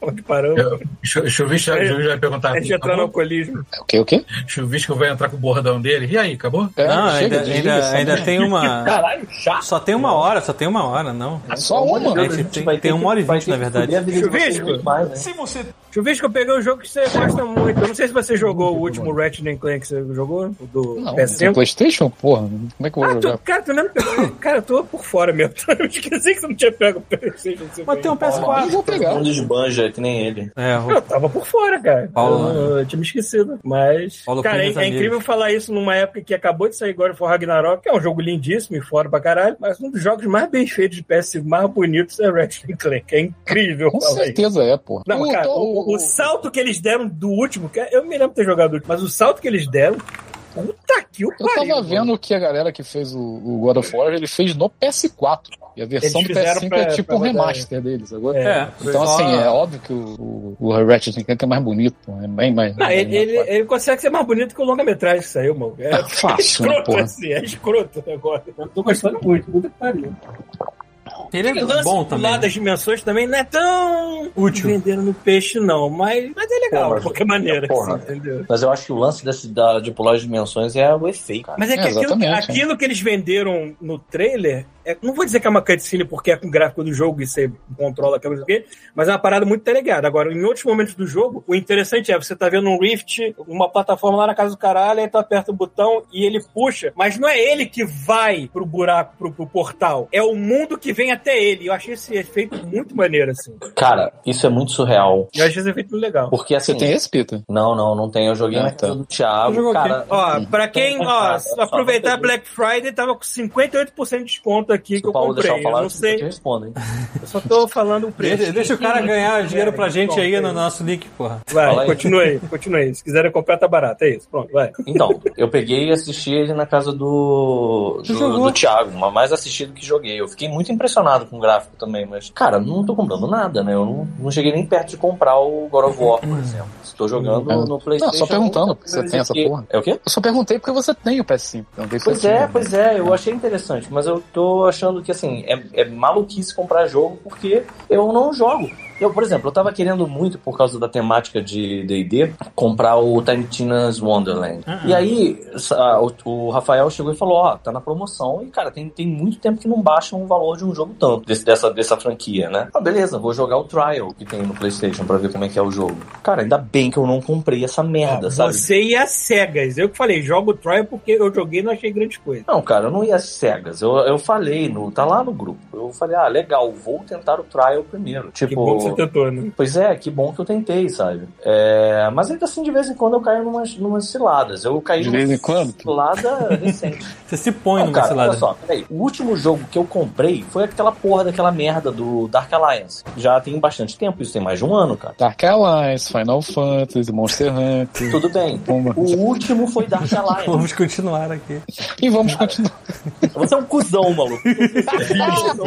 Speaker 2: Onde paramos?
Speaker 7: Chu- Chuvisco Chuvisco vai perguntar.
Speaker 2: É.
Speaker 7: tá
Speaker 2: A gente entrou no
Speaker 7: acabou?
Speaker 2: alcoolismo.
Speaker 4: É O que, o que?
Speaker 7: Chuvisco vai entrar com o bordão dele. E aí, acabou?
Speaker 4: É,
Speaker 3: não,
Speaker 4: chega,
Speaker 3: ainda,
Speaker 4: desliga
Speaker 3: ainda,
Speaker 4: essa
Speaker 3: ainda
Speaker 4: merda.
Speaker 3: tem uma.
Speaker 5: Caralho, chato.
Speaker 3: Só tem uma hora, só tem uma hora, não.
Speaker 4: Só
Speaker 2: um
Speaker 4: uma?
Speaker 3: A gente tem, tem uma hora e vinte, na verdade.
Speaker 2: Chuvisco?
Speaker 5: né?
Speaker 2: Chuvisco, eu peguei um jogo que você gosta muito. Eu não sei se você jogou o último Ratchet and Clank que você jogou, o do
Speaker 4: Não, tem
Speaker 2: PS5.
Speaker 4: Playstation? Porra, como é que eu vou
Speaker 2: Ah,
Speaker 4: jogar?
Speaker 2: tu, cara, tu não pegou. Cara, eu tô por fora mesmo. [laughs] Eu esqueci que você não tinha pego o PlayStation. cinco
Speaker 3: Mas tem um
Speaker 2: ainda.
Speaker 4: Eu
Speaker 3: PS4.
Speaker 4: vou pegar.
Speaker 5: Mundo de banja, um que nem ele.
Speaker 3: É, o
Speaker 2: Eu tava por fora, cara.
Speaker 3: Paulo,
Speaker 2: eu, eu tinha me esquecido. Mas.
Speaker 3: Paulo
Speaker 2: cara, é,
Speaker 3: Pires,
Speaker 2: é incrível
Speaker 3: amigos.
Speaker 2: falar isso numa época que acabou de sair God of War Ragnarok, que é um jogo lindíssimo e fora pra caralho, mas um dos jogos mais bem feitos de PS5, mais bonitos é Ratchet Clank. É incrível
Speaker 4: Com
Speaker 2: falar isso.
Speaker 4: certeza é, porra.
Speaker 2: Não,
Speaker 4: O-
Speaker 2: cara,
Speaker 4: o-
Speaker 2: o, o
Speaker 4: o-
Speaker 2: salto que eles deram do último, que eu me lembro de ter jogado o último, mas o salto que eles deram, puta que o
Speaker 4: Eu
Speaker 2: pariu.
Speaker 4: tava
Speaker 2: mano.
Speaker 4: vendo que a galera que fez o, o God of War, ele fez no PS4. E a versão
Speaker 2: Eles
Speaker 4: do
Speaker 2: fizeram
Speaker 4: PS5
Speaker 2: pra-
Speaker 4: é tipo
Speaker 2: pra
Speaker 4: um
Speaker 2: rodar,
Speaker 4: remaster deles agora.
Speaker 2: É.
Speaker 3: É.
Speaker 4: Então,
Speaker 3: só-
Speaker 4: assim, é óbvio que o, o, o Ratchet and Clank é mais bonito, é bem mais.
Speaker 2: Não, ele, ele, ele consegue ser mais bonito que o longa-metragem que saiu, mano. É, [laughs]
Speaker 4: É [laughs] fácil, né,
Speaker 2: escroto
Speaker 4: porra?
Speaker 2: assim, é escroto agora. Eu tô gostando muito, puta que pariu.
Speaker 3: Ele
Speaker 2: Aquele
Speaker 3: é
Speaker 2: um lance
Speaker 3: bom
Speaker 2: do
Speaker 3: também.
Speaker 2: lado das dimensões também não é tão
Speaker 3: Útil.
Speaker 2: vendendo no peixe, não. Mas, mas é legal,
Speaker 5: Porra,
Speaker 2: de qualquer maneira.
Speaker 5: porra.
Speaker 2: assim, entendeu?
Speaker 5: Mas eu acho que o lance desse, da, de pular as dimensões é o efeito, cara.
Speaker 2: Mas é que
Speaker 4: É,
Speaker 2: aquilo,
Speaker 4: exatamente,
Speaker 2: aquilo que eles venderam no trailer, é- não vou dizer que é uma cutscene porque é com o gráfico do jogo e você controla a câmera, não sei o quê, mas é uma parada muito delegada. Agora, em outros momentos do jogo, o interessante é você tá vendo um Rift, uma plataforma lá na casa do caralho, aí tu aperta o botão e ele puxa, mas não é ele que vai pro buraco, pro, pro portal. É o mundo que vem até ele. Eu achei esse efeito muito maneiro, assim.
Speaker 5: Cara, isso é muito surreal.
Speaker 2: Eu achei esse efeito muito legal.
Speaker 5: Porque assim.
Speaker 4: Você tem esse, Peter?
Speaker 5: Não, não, não então. tem. Eu joguei
Speaker 4: Ah,
Speaker 5: na
Speaker 4: tá.
Speaker 5: casa do Thiago.
Speaker 3: Eu joguei
Speaker 5: cara,
Speaker 2: Ó, pra quem, ó,
Speaker 5: Só
Speaker 2: aproveitar
Speaker 5: não pegou.
Speaker 2: Black Friday, tava com 58% de desconto aqui
Speaker 5: se
Speaker 2: que eu
Speaker 5: o Paulo deixar
Speaker 2: comprei.
Speaker 5: eu
Speaker 2: Eu
Speaker 5: falar,
Speaker 2: não
Speaker 5: eu te
Speaker 2: sei,
Speaker 5: respondo, hein?
Speaker 2: eu só tô falando o preço.
Speaker 3: Deixa, deixa o cara ganhar dinheiro pra gente aí no nosso link, porra.
Speaker 5: Fala
Speaker 2: Vai,
Speaker 5: aí.
Speaker 2: continua aí, continua aí. Se quiserem comprar, tá barato, é isso. Pronto, vai.
Speaker 5: Então, eu peguei e assisti ele na casa do,
Speaker 3: Tu
Speaker 5: do,
Speaker 3: jogou?
Speaker 5: do Thiago, mas mais assistido que joguei. Eu fiquei muito impressionado com o gráfico também, mas, cara, não tô comprando nada, né? Eu não, não cheguei nem perto de comprar o God of War, por exemplo. Estou jogando
Speaker 4: É.
Speaker 5: no PlayStation.
Speaker 4: Hum.
Speaker 5: um,
Speaker 4: Não, só perguntando, você tem essa
Speaker 5: E-
Speaker 4: porra?
Speaker 5: É o quê?
Speaker 4: Eu só perguntei porque você tem o PS5. Não então tem né?
Speaker 5: Pois é, pois é, eu achei interessante, mas eu tô achando que assim, é, é maluquice comprar jogo porque eu não jogo. Eu, por exemplo, eu tava querendo muito, por causa da temática de D&D, comprar o Tiny Tina's Wonderland. E aí, sa- o, o Rafael chegou e falou, ó, tá na promoção. E, cara, tem, tem muito tempo que não baixa um valor de um jogo tanto, desse, dessa, dessa franquia, né? Ah, beleza, vou jogar o Trial que tem no Playstation pra ver como é que é o jogo. Cara, ainda bem que eu não comprei essa merda, sabe?
Speaker 2: Você e as cegas. Eu que falei, jogo o Troia porque eu joguei e não achei grande coisa.
Speaker 5: Não, cara, eu não ia às cegas. Eu, eu falei, no, tá lá no grupo. Eu falei, ah, legal, vou tentar o trial primeiro. Tipo,
Speaker 2: Que bom que você tentou, né?
Speaker 5: pois é, que bom que eu tentei, sabe? É, mas ainda assim, de vez em quando eu caio numas, numas ciladas. Eu caí
Speaker 4: De vez
Speaker 5: numa
Speaker 4: em quando?
Speaker 5: cilada recente.
Speaker 2: [laughs]
Speaker 3: Você se põe
Speaker 5: Não,
Speaker 3: numa
Speaker 5: cara, olha
Speaker 3: cilada.
Speaker 5: só, peraí. O último jogo que eu comprei foi aquela porra daquela merda do Dark Alliance. Já tem bastante tempo, isso tem mais de um ano, cara.
Speaker 4: Dark Alliance, Final Fantasy, Monster Hunter.
Speaker 5: [laughs] Tudo bem.
Speaker 4: Puma.
Speaker 5: O último
Speaker 2: [laughs]
Speaker 5: foi Dark Alliance.
Speaker 3: Vamos continuar aqui.
Speaker 4: E vamos continuar.
Speaker 5: Você é um cuzão, maluco.
Speaker 2: [laughs]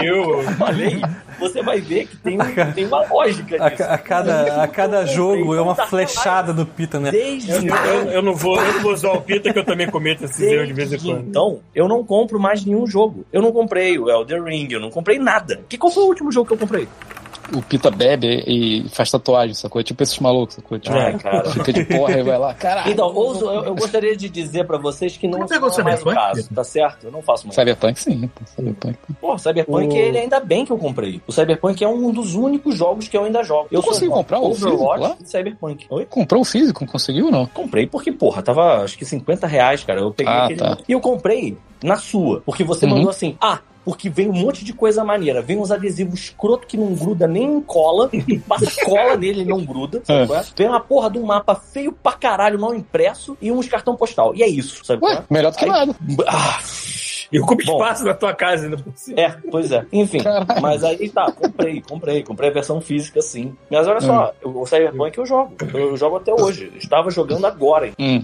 Speaker 2: Eu,
Speaker 5: falei, você vai ver que tem, um, tem uma lógica
Speaker 3: A, ca- a cada, a cada jogo é uma
Speaker 5: Tá
Speaker 3: flechada do Pita, né?
Speaker 5: Desde
Speaker 2: eu, eu- eu não vou, eu não vou zoar o Pita que eu também cometo esses erros de vez em
Speaker 5: desde
Speaker 2: quando.
Speaker 5: então, eu não compro mais nenhum jogo. Eu não comprei o Elder Ring, eu não comprei nada. Que qual foi o último jogo que eu comprei?
Speaker 4: o Pita bebe e faz tatuagem, sacou? É tipo esses malucos, sacou? Tipo,
Speaker 2: Ah,
Speaker 5: É, cara.
Speaker 4: fica de porra e vai lá, caralho.
Speaker 5: Então, ouso, eu, eu gostaria de dizer pra vocês que não,
Speaker 7: Você pegou
Speaker 5: não é mais o
Speaker 7: Cyberpunk?
Speaker 5: caso, tá certo? Eu não faço mais.
Speaker 4: Cyberpunk sim, pô, Cyberpunk.
Speaker 5: Pô, o Cyberpunk,
Speaker 2: O-
Speaker 5: ele ainda bem que eu comprei. O Cyberpunk é um dos únicos jogos que eu ainda jogo. Eu
Speaker 4: Tu conseguiu
Speaker 5: fã de
Speaker 4: comprar o físico lá?
Speaker 5: Overwatch e Cyberpunk. Oi?
Speaker 4: Comprou o físico, conseguiu ou não?
Speaker 5: Comprei porque, porra, tava acho que 50 reais, cara. Eu peguei
Speaker 4: Ah,
Speaker 5: aquele.
Speaker 4: tá.
Speaker 5: E eu comprei na sua, porque você
Speaker 4: Uhum.
Speaker 5: mandou assim, ah. Porque vem um monte de coisa maneira. Vem uns adesivos escroto que não gruda nem em cola. [laughs] E passa cola nele e não gruda. Sabe
Speaker 4: É.
Speaker 5: qual é? Vem uma porra de um mapa feio pra caralho, mal impresso. E uns cartão postal. E é isso. Sabe qual
Speaker 4: Ué, melhor do que
Speaker 5: Aí-
Speaker 4: nada.
Speaker 5: é? Ah, [laughs]
Speaker 2: E ocupa
Speaker 5: Bom.
Speaker 2: espaço na tua casa ainda por cima.
Speaker 5: É, pois é. Enfim,
Speaker 4: Caralho.
Speaker 5: mas aí tá, comprei, comprei, comprei a versão física sim. Mas olha
Speaker 4: Hum.
Speaker 5: só, o Cyberpunk eu jogo. Eu jogo até hoje. Estava jogando agora.
Speaker 4: Hum.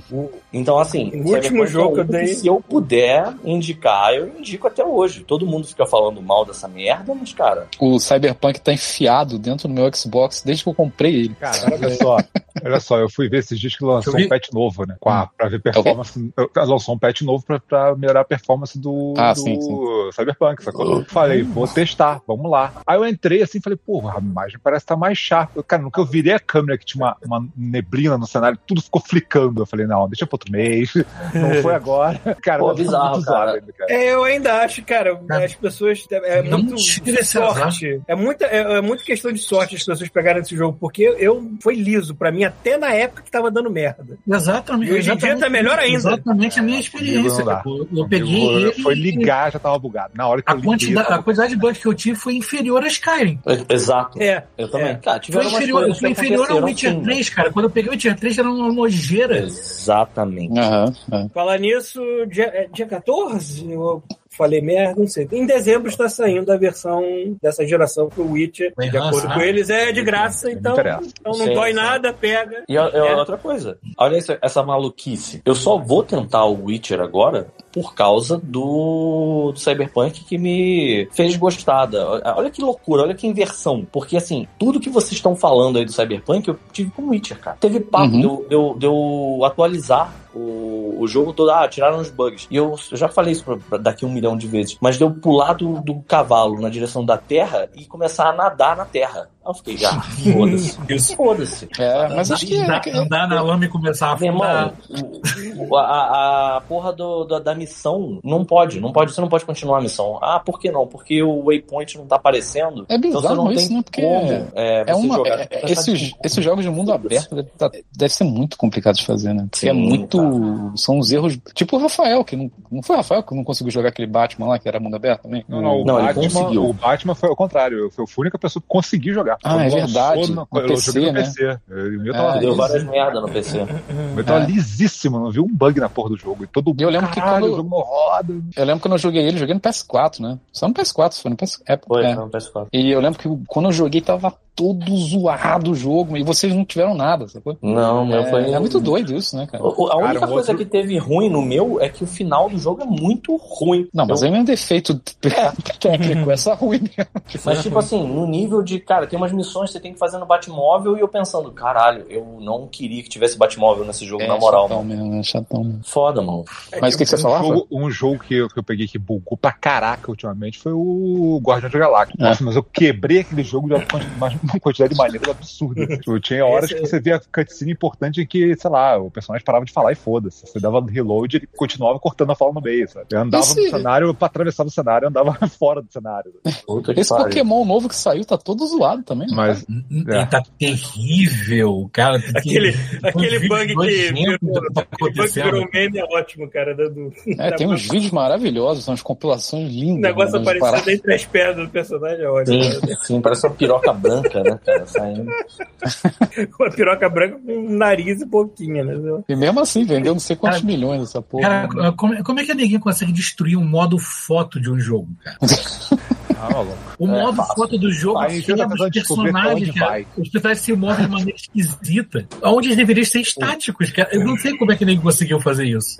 Speaker 5: Então, assim,
Speaker 2: O último
Speaker 5: Cyberpunk
Speaker 2: jogo
Speaker 5: é
Speaker 2: que eu
Speaker 5: um
Speaker 2: dei-
Speaker 5: Se eu puder indicar, eu indico até hoje. Todo mundo fica falando mal dessa merda, mas, cara,
Speaker 4: O Cyberpunk tá enfiado dentro do meu Xbox desde que eu comprei ele.
Speaker 6: Cara, olha só. Olha só, eu fui ver esses dias que lançou
Speaker 7: Eu vi-
Speaker 6: um patch novo, né? Com a, pra ver performance. Lançou um patch novo pra, pra melhorar a performance do,
Speaker 4: Ah,
Speaker 6: do
Speaker 4: sim, sim.
Speaker 6: Cyberpunk, sacou? Falei, vou testar, vamos lá. Aí eu entrei assim e falei, porra, a imagem parece estar mais chata. Eu, Cara, no que eu virei a câmera que tinha uma, uma neblina no cenário, tudo ficou flicando. Eu falei, não, deixa pro outro mês. Não foi agora. Cara,
Speaker 5: Pô,
Speaker 6: mas tá
Speaker 5: bizarro,
Speaker 6: muito
Speaker 5: cara.
Speaker 6: zoado ainda, cara.
Speaker 2: É, eu ainda acho, cara,
Speaker 7: Cara,
Speaker 2: as pessoas. É
Speaker 7: não
Speaker 2: muito
Speaker 7: tira esse
Speaker 2: sorte. É muita, é, é muita questão de sorte as pessoas pegarem esse jogo, porque eu foi liso pra mim até na época que tava dando merda.
Speaker 7: Exatamente.
Speaker 2: E hoje em dia
Speaker 7: exatamente-
Speaker 2: tá melhor ainda.
Speaker 7: Exatamente a minha experiência.
Speaker 6: não dá.
Speaker 7: tipo, Eu peguei
Speaker 6: eu,
Speaker 7: ele.
Speaker 6: Foi ligar, já tava bugado. Na hora que
Speaker 7: A
Speaker 6: eu liguei,
Speaker 7: quantidade,
Speaker 6: tava
Speaker 7: a quantidade de bugs que eu tive foi inferior a Skyrim.
Speaker 5: exato.
Speaker 2: É.
Speaker 5: Eu também.
Speaker 2: É.
Speaker 5: Cara,
Speaker 7: Foi
Speaker 5: tiveram umas
Speaker 7: inferior, eu
Speaker 5: coisas que
Speaker 7: fui inferior ao
Speaker 5: aconteceram, assim.
Speaker 7: Witcher
Speaker 5: sim,
Speaker 7: 3, cara. Quando eu peguei o Witcher 3, era uma nojeira.
Speaker 5: Exatamente.
Speaker 4: Aham. aham.
Speaker 2: Falar nisso, dia, é, dia 14, eu falei merda, não sei. Em dezembro está saindo a versão dessa geração pro Witcher.
Speaker 7: Bem,
Speaker 2: De acordo
Speaker 7: ah,
Speaker 2: com eles, é de graça,
Speaker 6: não
Speaker 2: então,
Speaker 6: interessa.
Speaker 2: então não
Speaker 5: Sim,
Speaker 2: dói
Speaker 5: sim.
Speaker 2: nada, pega.
Speaker 5: E é,
Speaker 2: É.
Speaker 5: outra coisa. Olha essa, essa maluquice. Eu só vou tentar o Witcher agora por causa do, do Cyberpunk que me fez gostada. Olha que loucura, olha que inversão. Porque assim, tudo que vocês estão falando aí do Cyberpunk, eu tive com o Witcher, cara. Teve papo
Speaker 4: Uhum.
Speaker 5: deu de, eu, de eu atualizar o, o jogo todo. Ah, tiraram os bugs. E eu, eu já falei isso pra, pra daqui um milhão de vezes. Mas deu pular do, do cavalo na direção da terra e começar a nadar na terra. Aí eu fiquei, já, foda-se. Foda-se.
Speaker 4: É, mas acho que.
Speaker 7: Andar, andar na lama e começar a
Speaker 5: Meu
Speaker 7: afundar.
Speaker 5: irmão, o- o- a, a porra do- do- da missão não pode, não pode, você não pode continuar a missão. Ah, por que não? Porque o waypoint não tá aparecendo.
Speaker 4: É
Speaker 5: Então você
Speaker 4: bizarro
Speaker 5: não
Speaker 4: isso,
Speaker 5: tem
Speaker 4: né? Porque
Speaker 5: como é,
Speaker 4: É
Speaker 5: você
Speaker 4: uma,
Speaker 5: jogar.
Speaker 4: é- é-
Speaker 5: Você tá
Speaker 4: esses,
Speaker 5: de-
Speaker 4: esses jogos de mundo aberto deve, tá- deve ser muito complicado de fazer, né? Porque é
Speaker 5: Sim,
Speaker 4: muito.
Speaker 6: tá.
Speaker 4: São os erros. Tipo o Rafael, que não. Não foi o Rafael que não conseguiu jogar aquele Batman lá, que era mundo aberto também?
Speaker 6: Não, não, o,
Speaker 5: Não, ele
Speaker 6: Batman,
Speaker 5: conseguiu.
Speaker 6: o Batman foi ao contrário. Eu fui a única pessoa que consegui jogar.
Speaker 4: Ah, é
Speaker 6: eu lançou
Speaker 4: verdade.
Speaker 6: na-
Speaker 4: No
Speaker 6: eu
Speaker 4: PC,
Speaker 6: joguei no
Speaker 4: né?
Speaker 6: PC. Eu- O meu
Speaker 4: É,
Speaker 6: tava,
Speaker 5: Deu
Speaker 4: isso.
Speaker 5: várias merda no PC.
Speaker 6: o meu tava
Speaker 4: é.
Speaker 6: lisíssimo, não vi um bug na porra do jogo. E todo
Speaker 4: E eu lembro que
Speaker 6: caralho,
Speaker 4: quando-
Speaker 6: o jogo não roda.
Speaker 4: Eu lembro que eu não joguei ele, eu joguei no PS4, né? Só no PS4, foi no PS4. É,
Speaker 5: Foi,
Speaker 4: é.
Speaker 5: não, PS4.
Speaker 4: E eu lembro que quando eu joguei tava todo zoado o jogo, e vocês não tiveram nada, sacou?
Speaker 5: Não, meu
Speaker 4: é,
Speaker 5: foi. um-
Speaker 4: é muito doido isso, né, cara?
Speaker 5: O- o- A
Speaker 6: Cara,
Speaker 5: única
Speaker 6: um
Speaker 5: coisa
Speaker 6: outro-
Speaker 5: que teve ruim no meu é que o final do jogo é muito ruim.
Speaker 4: Não, mas
Speaker 5: Eu-
Speaker 4: aí não é um defeito [laughs] técnico, é só ruim mesmo.
Speaker 3: é
Speaker 5: Mas, tipo assim, no nível de, cara, tem umas missões que você tem que fazer no Batmóvel e eu pensando, caralho, eu não queria que tivesse Batmóvel nesse jogo, na moral, né?
Speaker 4: chatão
Speaker 5: mano.
Speaker 4: mesmo, é chatão mesmo.
Speaker 5: Foda, mano.
Speaker 4: Mas o que, que você
Speaker 6: Um
Speaker 4: falava?
Speaker 6: jogo, um jogo que, eu, que eu peguei que bugou pra caraca ultimamente foi o Guardiões da Galáxia.
Speaker 4: É.
Speaker 6: Nossa, mas eu quebrei aquele jogo de uma quanti- uma uma quantidade de maneiras absurda. Tipo, tinha horas
Speaker 2: Esse-
Speaker 6: que você via cutscene importante em que, sei lá, o personagem parava de falar e foda-se. Você dava reload e ele continuava cortando a fala no meio, sabe? Eu andava
Speaker 4: Esse-
Speaker 2: é-
Speaker 6: no cenário, pra atravessar o cenário, eu andava [laughs] fora do cenário.
Speaker 5: Puta que
Speaker 4: Esse
Speaker 5: pariu.
Speaker 4: Pokémon novo que saiu tá todo zoado também.
Speaker 6: [laughs]
Speaker 4: né?
Speaker 6: Mas
Speaker 7: Ele tá terrível, cara.
Speaker 5: É
Speaker 7: Tem
Speaker 2: Aquele,
Speaker 7: um
Speaker 2: aquele
Speaker 7: vídeo
Speaker 2: bug que
Speaker 7: nojento
Speaker 2: virou,
Speaker 7: do que tá
Speaker 2: o bug que
Speaker 7: acontecendo.
Speaker 2: virou meme é ótimo, cara. Do, do
Speaker 4: É, tem uns vídeos maravilhosos, umas compilações lindas.
Speaker 2: o Um negócio
Speaker 4: né, de parada.
Speaker 2: aparecendo entre as pernas do personagem é ótimo.
Speaker 5: Sim, sim, assim, parece uma piroca branca, né, cara? Saindo.
Speaker 2: [laughs] Uma piroca branca com um nariz e boquinha, né?
Speaker 4: E mesmo assim, vendeu não sei quantos
Speaker 7: Cara,
Speaker 4: milhões essa porra. né?
Speaker 7: Cara, como, como é que a neguinha consegue destruir um modo foto de um jogo,
Speaker 5: [laughs]
Speaker 7: cara?
Speaker 6: Ah, maluco.
Speaker 7: O
Speaker 5: É,
Speaker 7: modo
Speaker 5: fácil.
Speaker 7: foto do jogo
Speaker 6: Aí você tá
Speaker 7: afirma
Speaker 6: tentando
Speaker 7: os
Speaker 6: descobrir pra
Speaker 7: personagens,
Speaker 6: onde
Speaker 7: cara.
Speaker 6: vai.
Speaker 7: Os personagens se movem de maneira esquisita. Onde eles deveriam ser estáticos, cara. Eu não sei como é que nem conseguiu fazer isso.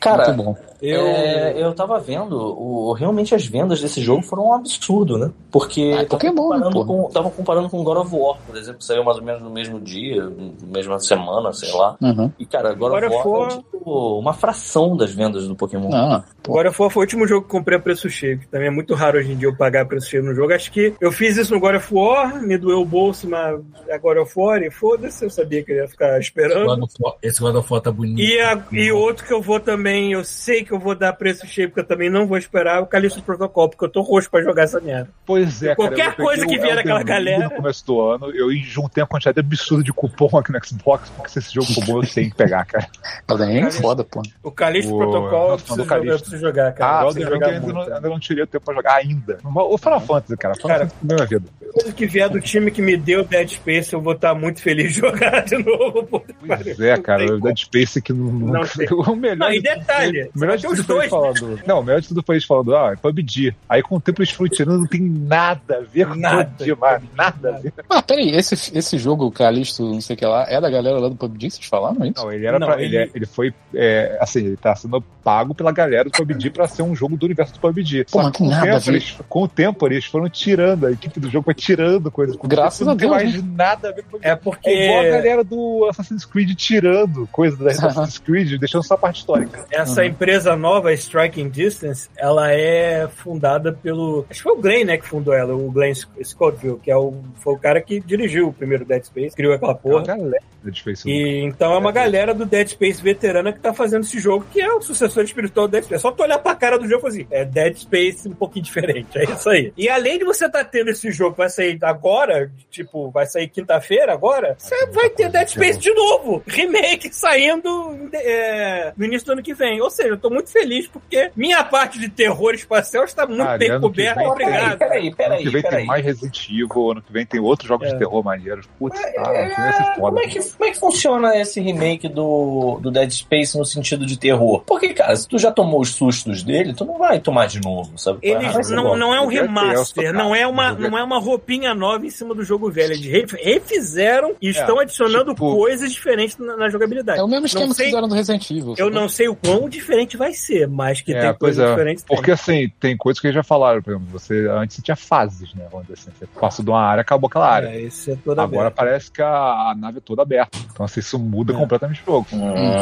Speaker 5: Cara,
Speaker 4: Muito bom.
Speaker 3: Eu.
Speaker 5: É, eu tava vendo, o, realmente as vendas desse jogo foram um absurdo, né? Porque
Speaker 4: Ah, é
Speaker 5: tava
Speaker 4: Pokémon,
Speaker 5: comparando
Speaker 4: pô.
Speaker 5: com, tava comparando com God of War, por exemplo, saiu mais ou menos no mesmo dia, mesma semana, sei lá.
Speaker 4: Uhum.
Speaker 5: E, cara, God
Speaker 2: God of
Speaker 5: of War
Speaker 2: War-
Speaker 5: é tipo uma fração das vendas do Pokémon.
Speaker 4: Não, pô.
Speaker 2: God of War foi o último jogo que comprei a preço cheio, que também é muito raro hoje em dia eu pagar preço cheio no jogo. Acho que eu fiz isso no God of War, me doeu o bolso na na God of War e foda-se, eu sabia que eu ia ficar
Speaker 7: Esse
Speaker 2: esperando.
Speaker 7: God of War- Esse God of War tá bonito.
Speaker 2: E, a- e outro que eu vou também, eu sei que eu vou dar preço cheio, porque eu também não vou esperar, é o Calixto Protocol, porque eu tô roxo pra jogar essa merda.
Speaker 6: Pois é, cara,
Speaker 2: Qualquer
Speaker 6: eu peguei
Speaker 2: coisa que
Speaker 6: o
Speaker 2: vier
Speaker 6: Elden
Speaker 2: daquela
Speaker 6: Ring
Speaker 2: galera.
Speaker 6: No começo do ano, eu juntei uma quantidade absurda de cupom aqui no Xbox, porque se esse jogo for bom, eu tenho que pegar, cara.
Speaker 4: Elden Ring é foda, pô.
Speaker 2: O Calixto
Speaker 6: Uou,
Speaker 2: Protocol, eu
Speaker 6: nossa,
Speaker 2: preciso,
Speaker 6: do
Speaker 2: jogar,
Speaker 6: Calixto.
Speaker 2: eu preciso jogar, cara.
Speaker 6: Ah,
Speaker 2: eu
Speaker 6: o
Speaker 2: preciso
Speaker 6: Elden Ring eu
Speaker 2: jogar
Speaker 6: ainda,
Speaker 2: muito.
Speaker 6: não, ainda não tirei o tempo pra jogar ainda. O Final Fantasy, cara. Final
Speaker 2: Cara,
Speaker 6: Fantasy é a minha [laughs] vida.
Speaker 2: Tudo que vier do time que me deu Dead Space, eu vou estar muito feliz de [laughs] jogar de novo. puta que
Speaker 6: Pois
Speaker 2: pariu.
Speaker 6: é,
Speaker 2: Não
Speaker 6: cara.
Speaker 2: tem
Speaker 6: O Dead Space que não. [laughs]
Speaker 2: Não
Speaker 6: não
Speaker 2: tem.
Speaker 6: o melhor.
Speaker 2: Não, e
Speaker 6: de tudo
Speaker 2: detalhe,
Speaker 6: O melhor
Speaker 2: vai
Speaker 6: de
Speaker 2: ter os
Speaker 6: tudo foi
Speaker 2: dois,
Speaker 6: eles falando. Não, o melhor de tudo foi eles falando, ah, é PUBG. Aí com o tempo eles foram tirando, não tem nada a ver com
Speaker 2: Nada.
Speaker 6: PUBG, mas nada a ver.
Speaker 4: Ah, peraí, esse, esse jogo, Calixto, não sei o que lá, é da galera lá do PUBG, vocês falaram é isso?
Speaker 6: Não, ele era
Speaker 2: Não,
Speaker 6: pra. Ele,
Speaker 2: ele-
Speaker 6: ele foi. é, assim, ele tá sendo pago pela galera do PUBG pra ser um jogo do universo do PUBG.
Speaker 4: Pô,
Speaker 6: Só
Speaker 4: Ah, mas
Speaker 6: que
Speaker 4: tem
Speaker 6: com o
Speaker 4: nada a
Speaker 6: tempo,
Speaker 4: ver.
Speaker 6: eles, com o tempo, eles foram tirando, a equipe do jogo foi tirando coisas. Com o
Speaker 4: Graças
Speaker 6: tempo,
Speaker 4: a
Speaker 6: não tem
Speaker 4: Deus, né?"
Speaker 6: mais nada a ver com PUBG.
Speaker 2: É porque.
Speaker 6: É igual a galera do Assassin's Creed tirando coisas da Assassin's Creed, deixando só a parte histórica.
Speaker 2: Essa empresa nova, Striking Distance, ela é fundada pelo. Acho que foi o Glenn, né, que fundou ela, o Glenn Scottville, que é o, foi o cara que dirigiu o primeiro Dead Space, criou aquela
Speaker 6: Porra.
Speaker 2: porra.
Speaker 6: A galera de Facebook.
Speaker 2: E então é uma galera do Dead Space veterana que tá fazendo esse jogo, que é o sucessor espiritual do Dead Space. É só tu olhar pra cara do jogo e falar assim, é Dead Space um pouquinho diferente, é isso aí. E além de você tá tendo esse jogo que vai sair agora, tipo, vai sair quinta-feira agora, você vai ter Dead Space de novo. Remake saindo é, no início do ano que vem. Ou seja, eu tô muito feliz porque minha parte de terror espacial está muito
Speaker 6: Cara,
Speaker 2: bem
Speaker 6: Ah, ano que
Speaker 2: coberta.
Speaker 6: vem-
Speaker 2: Obrigado.
Speaker 5: peraí,
Speaker 6: Ano que
Speaker 5: peraí,
Speaker 6: vem
Speaker 5: peraí.
Speaker 6: tem mais Resident Evil, ano que vem tem outros jogos de terror maneiros. Putz, cara,
Speaker 5: É,
Speaker 6: é, é, é
Speaker 5: como,
Speaker 6: foda.
Speaker 5: é que, como é que funciona esse remake do, do Dead Space no sentido de terror? Porque, cara, se tu já tomou os sustos dele, tu não vai tomar de novo, sabe? Ah,
Speaker 2: Eles
Speaker 5: mas
Speaker 2: não,
Speaker 5: eu
Speaker 2: não é um
Speaker 6: Eu quero
Speaker 2: remaster,
Speaker 6: criança,
Speaker 2: não é,
Speaker 6: cara.
Speaker 2: uma,
Speaker 6: Eu quero-
Speaker 2: não é uma roupinha nova em cima do jogo velho. Eles re- refizeram
Speaker 3: É.
Speaker 2: e estão adicionando
Speaker 6: tipo-
Speaker 2: coisas diferentes na, na jogabilidade.
Speaker 4: É o mesmo esquema
Speaker 2: não
Speaker 4: que
Speaker 2: sei,
Speaker 4: fizeram do Resident Evil.
Speaker 2: Eu
Speaker 4: sabe?
Speaker 2: não sei o quão diferente vai ser, mas que
Speaker 6: É,
Speaker 2: tem
Speaker 6: pois
Speaker 2: coisas
Speaker 6: é.
Speaker 2: diferentes. tem.
Speaker 6: Porque assim, tem coisas que eles já falaram, por exemplo, você antes você tinha fases, né? Vamos dizer assim, você passou de uma área, acabou aquela área.
Speaker 2: É, esse é toda
Speaker 6: Agora
Speaker 2: merda.
Speaker 6: parece que a, a nave é toda aberta. Então assim, isso muda
Speaker 2: É.
Speaker 6: completamente o jogo.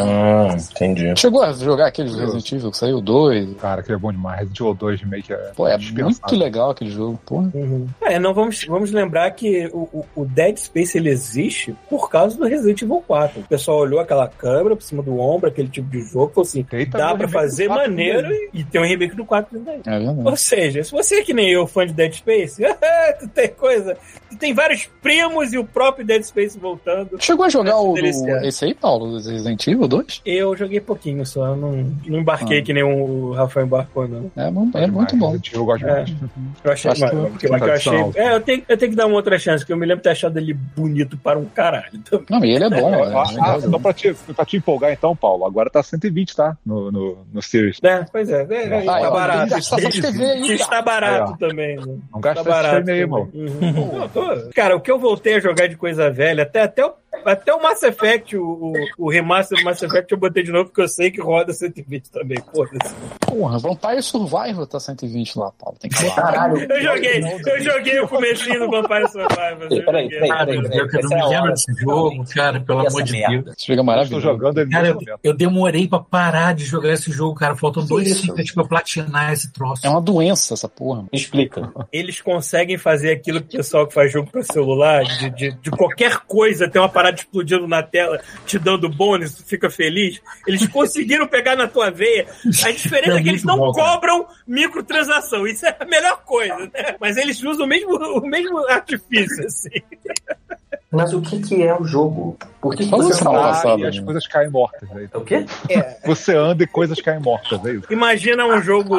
Speaker 5: Hum, entendi.
Speaker 4: Chegou a jogar aquele do Resident Evil que saiu dois.
Speaker 6: Cara, que é bom demais. Resident Evil 2 Remake é.
Speaker 4: Pô, é
Speaker 6: dispensável.
Speaker 4: muito legal aquele jogo, porra.
Speaker 2: Uhum. É, não vamos, vamos lembrar que o, o- o Dead Space ele existe por causa do Resident Evil 4. O pessoal olhou aquela câmera por cima do ombro, aquele tipo de jogo, falou assim:
Speaker 6: Tem também
Speaker 2: dá
Speaker 6: o
Speaker 2: pra
Speaker 6: remake do
Speaker 2: fazer
Speaker 6: 4
Speaker 2: maneiro e, e tem um remake do 4 ainda aí.
Speaker 4: É verdade.
Speaker 2: Ou seja, se você é que nem eu, fã de Dead Space, [laughs] tu tem coisa. Tu tem vários primos e o próprio Dead Space voltando.
Speaker 4: Chegou a jogar o,
Speaker 2: deliciar.
Speaker 4: do, esse aí, Paulo, do Resident Evil 2?
Speaker 2: Eu joguei pouquinho só, eu não, não embarquei
Speaker 4: Ah.
Speaker 2: que nem o Rafael embarcou, não.
Speaker 4: É, mu- é
Speaker 6: Tá demais.
Speaker 4: muito bom.
Speaker 6: Resident Evil Eu gosto né?
Speaker 2: É.
Speaker 6: muito.
Speaker 2: Eu achei.
Speaker 4: Acho que-
Speaker 2: Mas, mas eu achei
Speaker 6: tradicional.
Speaker 2: é, eu tenho, eu tenho que dar uma outra chance, porque eu me lembro de ter achado ele bonito para um caralho. também.
Speaker 4: Não, e ele é bom, é,
Speaker 6: Ah, ah,
Speaker 4: legal.
Speaker 6: só pra te, pra te empolgar então, Paulo, agora tá 120, tá? No, no, no Series.
Speaker 2: Né? Pois é, é, é,
Speaker 4: Ah,
Speaker 2: tá
Speaker 4: ó, tem que
Speaker 2: barato.
Speaker 4: gastar essas TV aí, cara.
Speaker 2: Está barato
Speaker 6: Aí, ó.
Speaker 2: também, né?
Speaker 6: Não
Speaker 2: Tá
Speaker 6: gasta esse
Speaker 2: barato.
Speaker 6: time aí, irmão.
Speaker 2: Uhum. Não, tô- Cara, o que eu voltei a jogar de coisa velha, até, até, o, até o Mass Effect, o, o, o remaster do Mass Effect, eu botei de novo, porque eu sei que roda 120 também, foda-se.
Speaker 4: Porra, Vampire Survivor tá 120 lá, Paulo. Tem que falar.
Speaker 5: Caralho.
Speaker 2: Eu joguei, eu joguei o comecinho do Vampire Survivor. eu
Speaker 5: Peraí,
Speaker 2: joguei.
Speaker 5: peraí,
Speaker 7: Cara,
Speaker 5: peraí.
Speaker 7: eu
Speaker 5: Essa é
Speaker 7: que não me
Speaker 5: a
Speaker 7: lembro
Speaker 5: hora,
Speaker 7: desse jogo,
Speaker 5: finalmente.
Speaker 7: cara, pelo
Speaker 5: E essa
Speaker 7: amor de
Speaker 5: merda?
Speaker 7: Deus.
Speaker 4: Esse jogo é
Speaker 6: Eu Estou
Speaker 4: maravilhoso.
Speaker 6: jogando ele
Speaker 7: Cara,
Speaker 6: nesse
Speaker 7: eu,
Speaker 6: momento.
Speaker 7: eu demorei pra parar de jogar esse jogo, cara. Faltam dois
Speaker 5: Isso.
Speaker 7: ciclos pra platinar esse troço.
Speaker 4: É uma doença essa porra.
Speaker 5: Me explica.
Speaker 2: Eles conseguem fazer aquilo que o pessoal que faz jogo pra celular, de, de, de qualquer coisa, tem uma parada explodindo na tela, te dando bônus, tu fica feliz. Eles conseguiram pegar na tua veia. A diferença é, que eles
Speaker 7: muito
Speaker 2: não
Speaker 7: bom, cara.
Speaker 2: cobram microtransação. Isso é a melhor coisa, né? Mas eles usam o mesmo, o mesmo artifício, assim.
Speaker 8: Mas o que, que é o jogo? Por que, que
Speaker 4: Fala
Speaker 8: você
Speaker 4: isso,
Speaker 8: não
Speaker 4: Paulo.
Speaker 8: fala?
Speaker 6: Ah,
Speaker 4: passado,
Speaker 6: e as
Speaker 4: né?
Speaker 6: coisas caem mortas. Né?
Speaker 8: É o quê?
Speaker 6: Você anda e coisas caem mortas, é isso.
Speaker 2: Imagina um jogo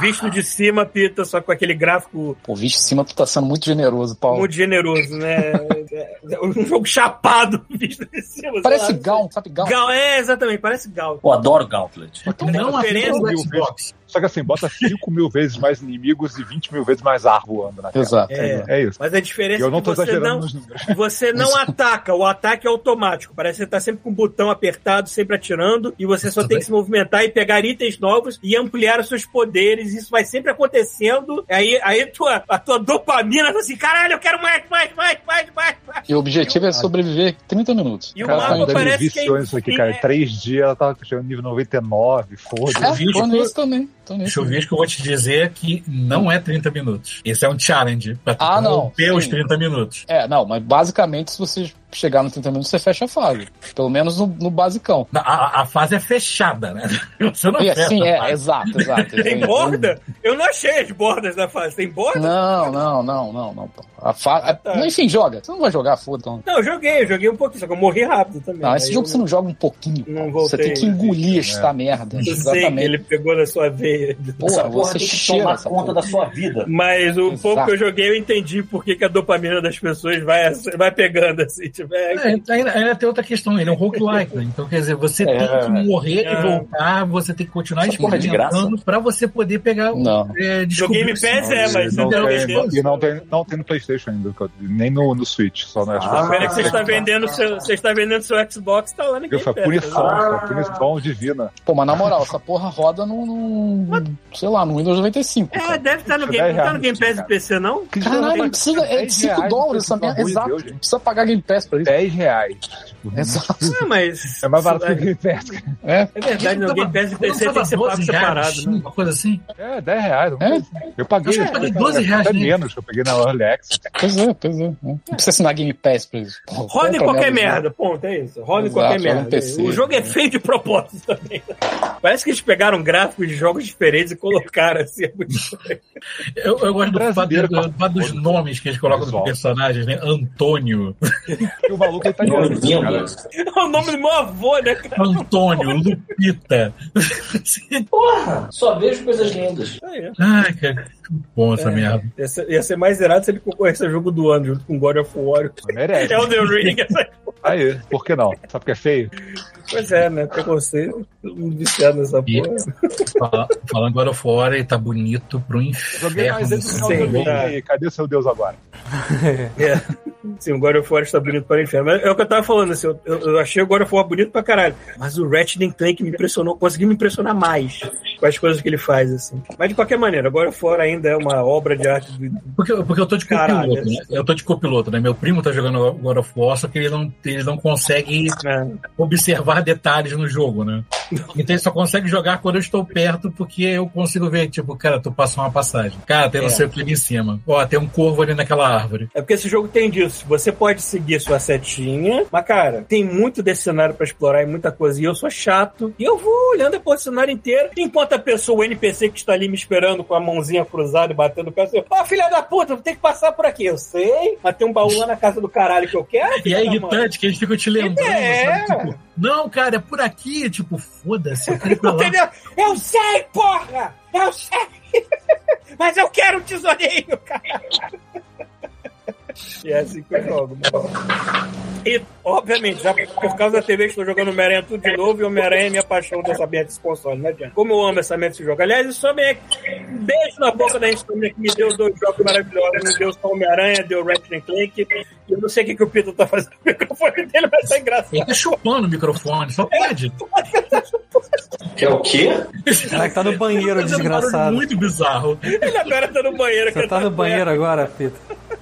Speaker 2: visto de cima, Pita, só com aquele gráfico
Speaker 4: Pô, visto de cima, tu tá sendo muito generoso, Paulo.
Speaker 2: muito generoso, né? É, é um jogo chapado [laughs] visto de cima.
Speaker 4: Parece
Speaker 2: sei lá.
Speaker 4: Gal, sabe Gal?
Speaker 2: Gal, é, exatamente, parece Gal.
Speaker 5: Eu adoro Gauntlet.
Speaker 7: Não
Speaker 2: a
Speaker 7: apenas
Speaker 2: diferença-
Speaker 7: o Xbox.
Speaker 6: Só que assim, bota 5 mil vezes mais inimigos e 20 mil vezes mais ar voando na tela.
Speaker 4: Exato.
Speaker 2: É.
Speaker 6: É isso.
Speaker 2: Mas a diferença
Speaker 6: Eu não
Speaker 2: é que
Speaker 6: tô
Speaker 2: você
Speaker 6: exagerando
Speaker 4: né?
Speaker 2: não,
Speaker 6: nos números.
Speaker 2: você não ataca, o ataque é automático. Parece que você tá sempre com o botão apertado, sempre atirando, e você só
Speaker 7: Tudo
Speaker 2: tem
Speaker 7: bem.
Speaker 2: que se movimentar e pegar itens novos e ampliar os seus poderes. Isso vai sempre acontecendo. Aí, aí tua, a tua dopamina tá assim, caralho, eu quero mais, mais, mais, mais, mais, mais.
Speaker 4: E o objetivo é sobreviver 30 minutos.
Speaker 2: E o
Speaker 6: Cara,
Speaker 2: mapa
Speaker 6: tá me dando
Speaker 2: parece que
Speaker 6: viciou
Speaker 2: é
Speaker 6: nisso aqui, cara.
Speaker 2: infinito.
Speaker 6: Três dias ela tava chegando nível 99, foda-se.
Speaker 4: É, tô nisso também. Tô nisso.
Speaker 7: Chuvisco, eu vou te dizer que não é 30 minutos. Esse é um challenge pra tu
Speaker 4: Ah, não.
Speaker 7: romper os
Speaker 4: Sim.
Speaker 7: 30 minutos.
Speaker 4: É, não, mas basicamente, se você chegar no 30 minutos, você fecha a fase. Pelo menos no, no basicão.
Speaker 7: Na- A, a fase é fechada, né? [laughs] Você não
Speaker 4: E
Speaker 7: fecha.
Speaker 4: assim,
Speaker 7: a
Speaker 4: é,
Speaker 7: fase.
Speaker 4: exato,
Speaker 5: [laughs]
Speaker 4: exato.
Speaker 2: Tem borda? Eu não achei as bordas da fase. Tem borda?
Speaker 4: um- Não, não, não, não, não. A fa... a-
Speaker 2: Tá.
Speaker 4: Enfim, joga. Você não vai jogar, foda então.
Speaker 2: Não, eu joguei, eu joguei um pouquinho, só que eu morri rápido também.
Speaker 4: Não, esse
Speaker 2: Aí
Speaker 4: jogo
Speaker 2: eu-
Speaker 4: você não joga um pouquinho.
Speaker 2: não
Speaker 4: cara. você
Speaker 2: voltei,
Speaker 4: tem que
Speaker 5: É.
Speaker 4: engolir esta merda.
Speaker 2: Eu sei que
Speaker 4: Exatamente.
Speaker 2: ele pegou na sua veia.
Speaker 4: Porra,
Speaker 5: essa porra
Speaker 4: você
Speaker 5: tem que
Speaker 4: cheira
Speaker 5: tomar
Speaker 4: essa
Speaker 5: conta
Speaker 4: porra.
Speaker 5: da sua vida.
Speaker 2: Mas o
Speaker 4: Exato.
Speaker 2: pouco que eu joguei, eu entendi por que, que a dopamina das pessoas vai, vai pegando assim. Tipo, é,
Speaker 7: É, ainda, ainda tem outra questão, ele é um roguelike, né? Então, quer dizer, você
Speaker 5: É.
Speaker 7: tem que morrer
Speaker 2: É.
Speaker 7: e voltar, você tem que continuar
Speaker 5: Essa porra é de graça?
Speaker 7: experimentando pra você poder pegar o.
Speaker 4: Não.
Speaker 7: É,
Speaker 2: no
Speaker 7: descobrir
Speaker 2: Game
Speaker 7: o
Speaker 2: Pass
Speaker 7: sinal.
Speaker 2: é, mas
Speaker 6: não
Speaker 2: você tá
Speaker 6: tem,
Speaker 2: vendendo.
Speaker 6: e não tem, não tem no Playstation ainda, que eu- nem no, no Switch, só né? nas
Speaker 5: Ah,
Speaker 2: Pera que você
Speaker 6: versões.
Speaker 2: está vendendo seu, você está vendendo seu Xbox, tá lá no
Speaker 6: Eu
Speaker 2: Game
Speaker 6: falei,
Speaker 2: Pass.
Speaker 6: punição,
Speaker 2: né?
Speaker 6: cara, punição divina.
Speaker 4: Pô, mas na moral, essa porra roda num. num- sei lá, no Windows 95.
Speaker 2: É,
Speaker 4: cara.
Speaker 2: deve estar no Game, não tá no Game Pass do PC, não?
Speaker 4: Caralho,
Speaker 6: Cara,
Speaker 4: não precisa. É
Speaker 6: 10
Speaker 4: 5
Speaker 6: reais,
Speaker 4: dólares essa
Speaker 6: pelo
Speaker 4: merda.
Speaker 6: amor de
Speaker 4: Exato.
Speaker 6: Deus, gente.
Speaker 4: Não precisa pagar Game Pass pra isso.
Speaker 6: 10 reais.
Speaker 4: Exato.
Speaker 2: Ah,
Speaker 6: [laughs]
Speaker 2: mas.
Speaker 6: É mais barato que o Game Pass, cara.
Speaker 4: É.
Speaker 2: É verdade, no Game Pass do PC
Speaker 7: Quando
Speaker 2: tem que
Speaker 7: tava
Speaker 2: ser papo
Speaker 7: 12 reais,
Speaker 2: separado, né?
Speaker 7: Uma coisa assim.
Speaker 6: É, 10 reais. alguma coisa assim. Eu paguei,
Speaker 7: Eu paguei 12 reais,
Speaker 6: até
Speaker 7: né?
Speaker 6: menos que eu paguei na Early Access.
Speaker 4: Pois é, pois é. Não precisa assinar Game Pass pra isso. Pô,
Speaker 2: Roda em
Speaker 4: compra
Speaker 2: qualquer
Speaker 4: mesmo, né?
Speaker 2: merda, ponto, é isso. Roda em
Speaker 4: Exato,
Speaker 2: qualquer
Speaker 4: roda
Speaker 6: um
Speaker 4: no
Speaker 2: merda.
Speaker 4: PC,
Speaker 2: o jogo é
Speaker 6: né?
Speaker 2: feio de propósito também. [laughs] Parece que eles pegaram gráficos de jogos diferentes e colocaram assim. é muito estranho.
Speaker 7: Eu, eu gosto do fato,
Speaker 6: Brasileiro,
Speaker 7: do- do fato dos nomes que eles colocam dos
Speaker 6: Resolve.
Speaker 7: personagens, né? Antônio,
Speaker 6: E o maluco é italiano, cara.
Speaker 5: Nojentas.
Speaker 2: É [laughs] o nome do meu avô, né, cara?
Speaker 7: Antônio, Lupita.
Speaker 5: Porra, só vejo coisas lindas.
Speaker 2: É,
Speaker 7: Ai, cara, que bom essa merda.
Speaker 2: Ia ser, ia ser mais zerado se ele concorresse ao jogo do ano, junto com God of War.
Speaker 6: Merece.
Speaker 2: Elden É Ring.
Speaker 6: Aí, por que não? Sabe o que é feio?
Speaker 2: [laughs] pois é, né? Preconceito. Todo mundo viciado nessa porra.
Speaker 7: Fala- Falando agora fora, ele tá bonito pro
Speaker 6: Joguei
Speaker 7: inferno.
Speaker 6: mais dentro do final do
Speaker 2: Sim,
Speaker 6: jogo. E
Speaker 2: tá.
Speaker 6: aí, cadê seu Deus agora?
Speaker 2: É. Sim, o God of War está bonito para o inferno. Mas é o que eu tava falando, assim, eu, eu- eu achei o God of War bonito pra caralho. Mas o Ratchet and Clank me impressionou, conseguiu me impressionar mais com as coisas que ele faz, assim. Mas de qualquer maneira, God of War ainda é uma obra de arte do-
Speaker 7: Porque, porque eu tô de copiloto,
Speaker 2: Caralho.
Speaker 7: né? Eu tô de copiloto, né? Meu primo tá jogando God of War, só que ele não, ele não consegue
Speaker 2: né?
Speaker 7: observar detalhes no jogo, né? Então ele só consegue jogar quando eu estou perto, porque eu consigo ver, tipo, cara, tu passou uma passagem. Cara,
Speaker 6: É.
Speaker 7: tem não sei o que ali em cima. Ó, tem um corvo ali naquela árvore.
Speaker 2: É porque esse jogo tem disso. Você pode seguir sua setinha, mas, cara, tem muito desse cenário pra explorar e muita coisa. E eu sou chato. E eu vou olhando a porra do cenário inteiro. Enquanto a pessoa, o NPC que está ali me esperando com a mãozinha cruzada e batendo o pé, assim, ó, filha da puta, tem que passar por aqui. Eu sei, mas tem um baú lá na casa do caralho que eu quero.
Speaker 7: E
Speaker 2: filha da
Speaker 7: é
Speaker 2: mãe.
Speaker 7: irritante que eles ficam te lembrando,
Speaker 2: Tá É.
Speaker 7: sabe? Tipo, não, cara, é por aqui. Tipo, foda-se, eu quero ir pra lá.
Speaker 2: Entendeu? Eu sei, porra! Eu sei! [laughs] Mas eu quero um tesourinho, cara! E é assim que eu jogo, mano. E, obviamente, já por causa da TV, estou jogando Homem-Aranha tudo de novo e Homem-Aranha é minha paixão dessa merda desse console, não adianta. Como eu amo essa merda desse jogo. Aliás, isso também é um beijo na boca da Insomnia que me deu dois jogos maravilhosos. Me deu só Homem-Aranha, deu Ratchet and Clank. E Eu não sei o que, que o Peter tá fazendo com o microfone dele, mas tá engraçado.
Speaker 7: Ele tá chupando o microfone, só pode.
Speaker 5: É o quê?
Speaker 3: Cara, que tá no banheiro,
Speaker 7: Tá fazendo um barulho
Speaker 3: desgraçado.
Speaker 7: Muito bizarro.
Speaker 2: Ele agora tá no banheiro.
Speaker 3: Você tá
Speaker 2: cantando
Speaker 3: no banheiro agora, Pita.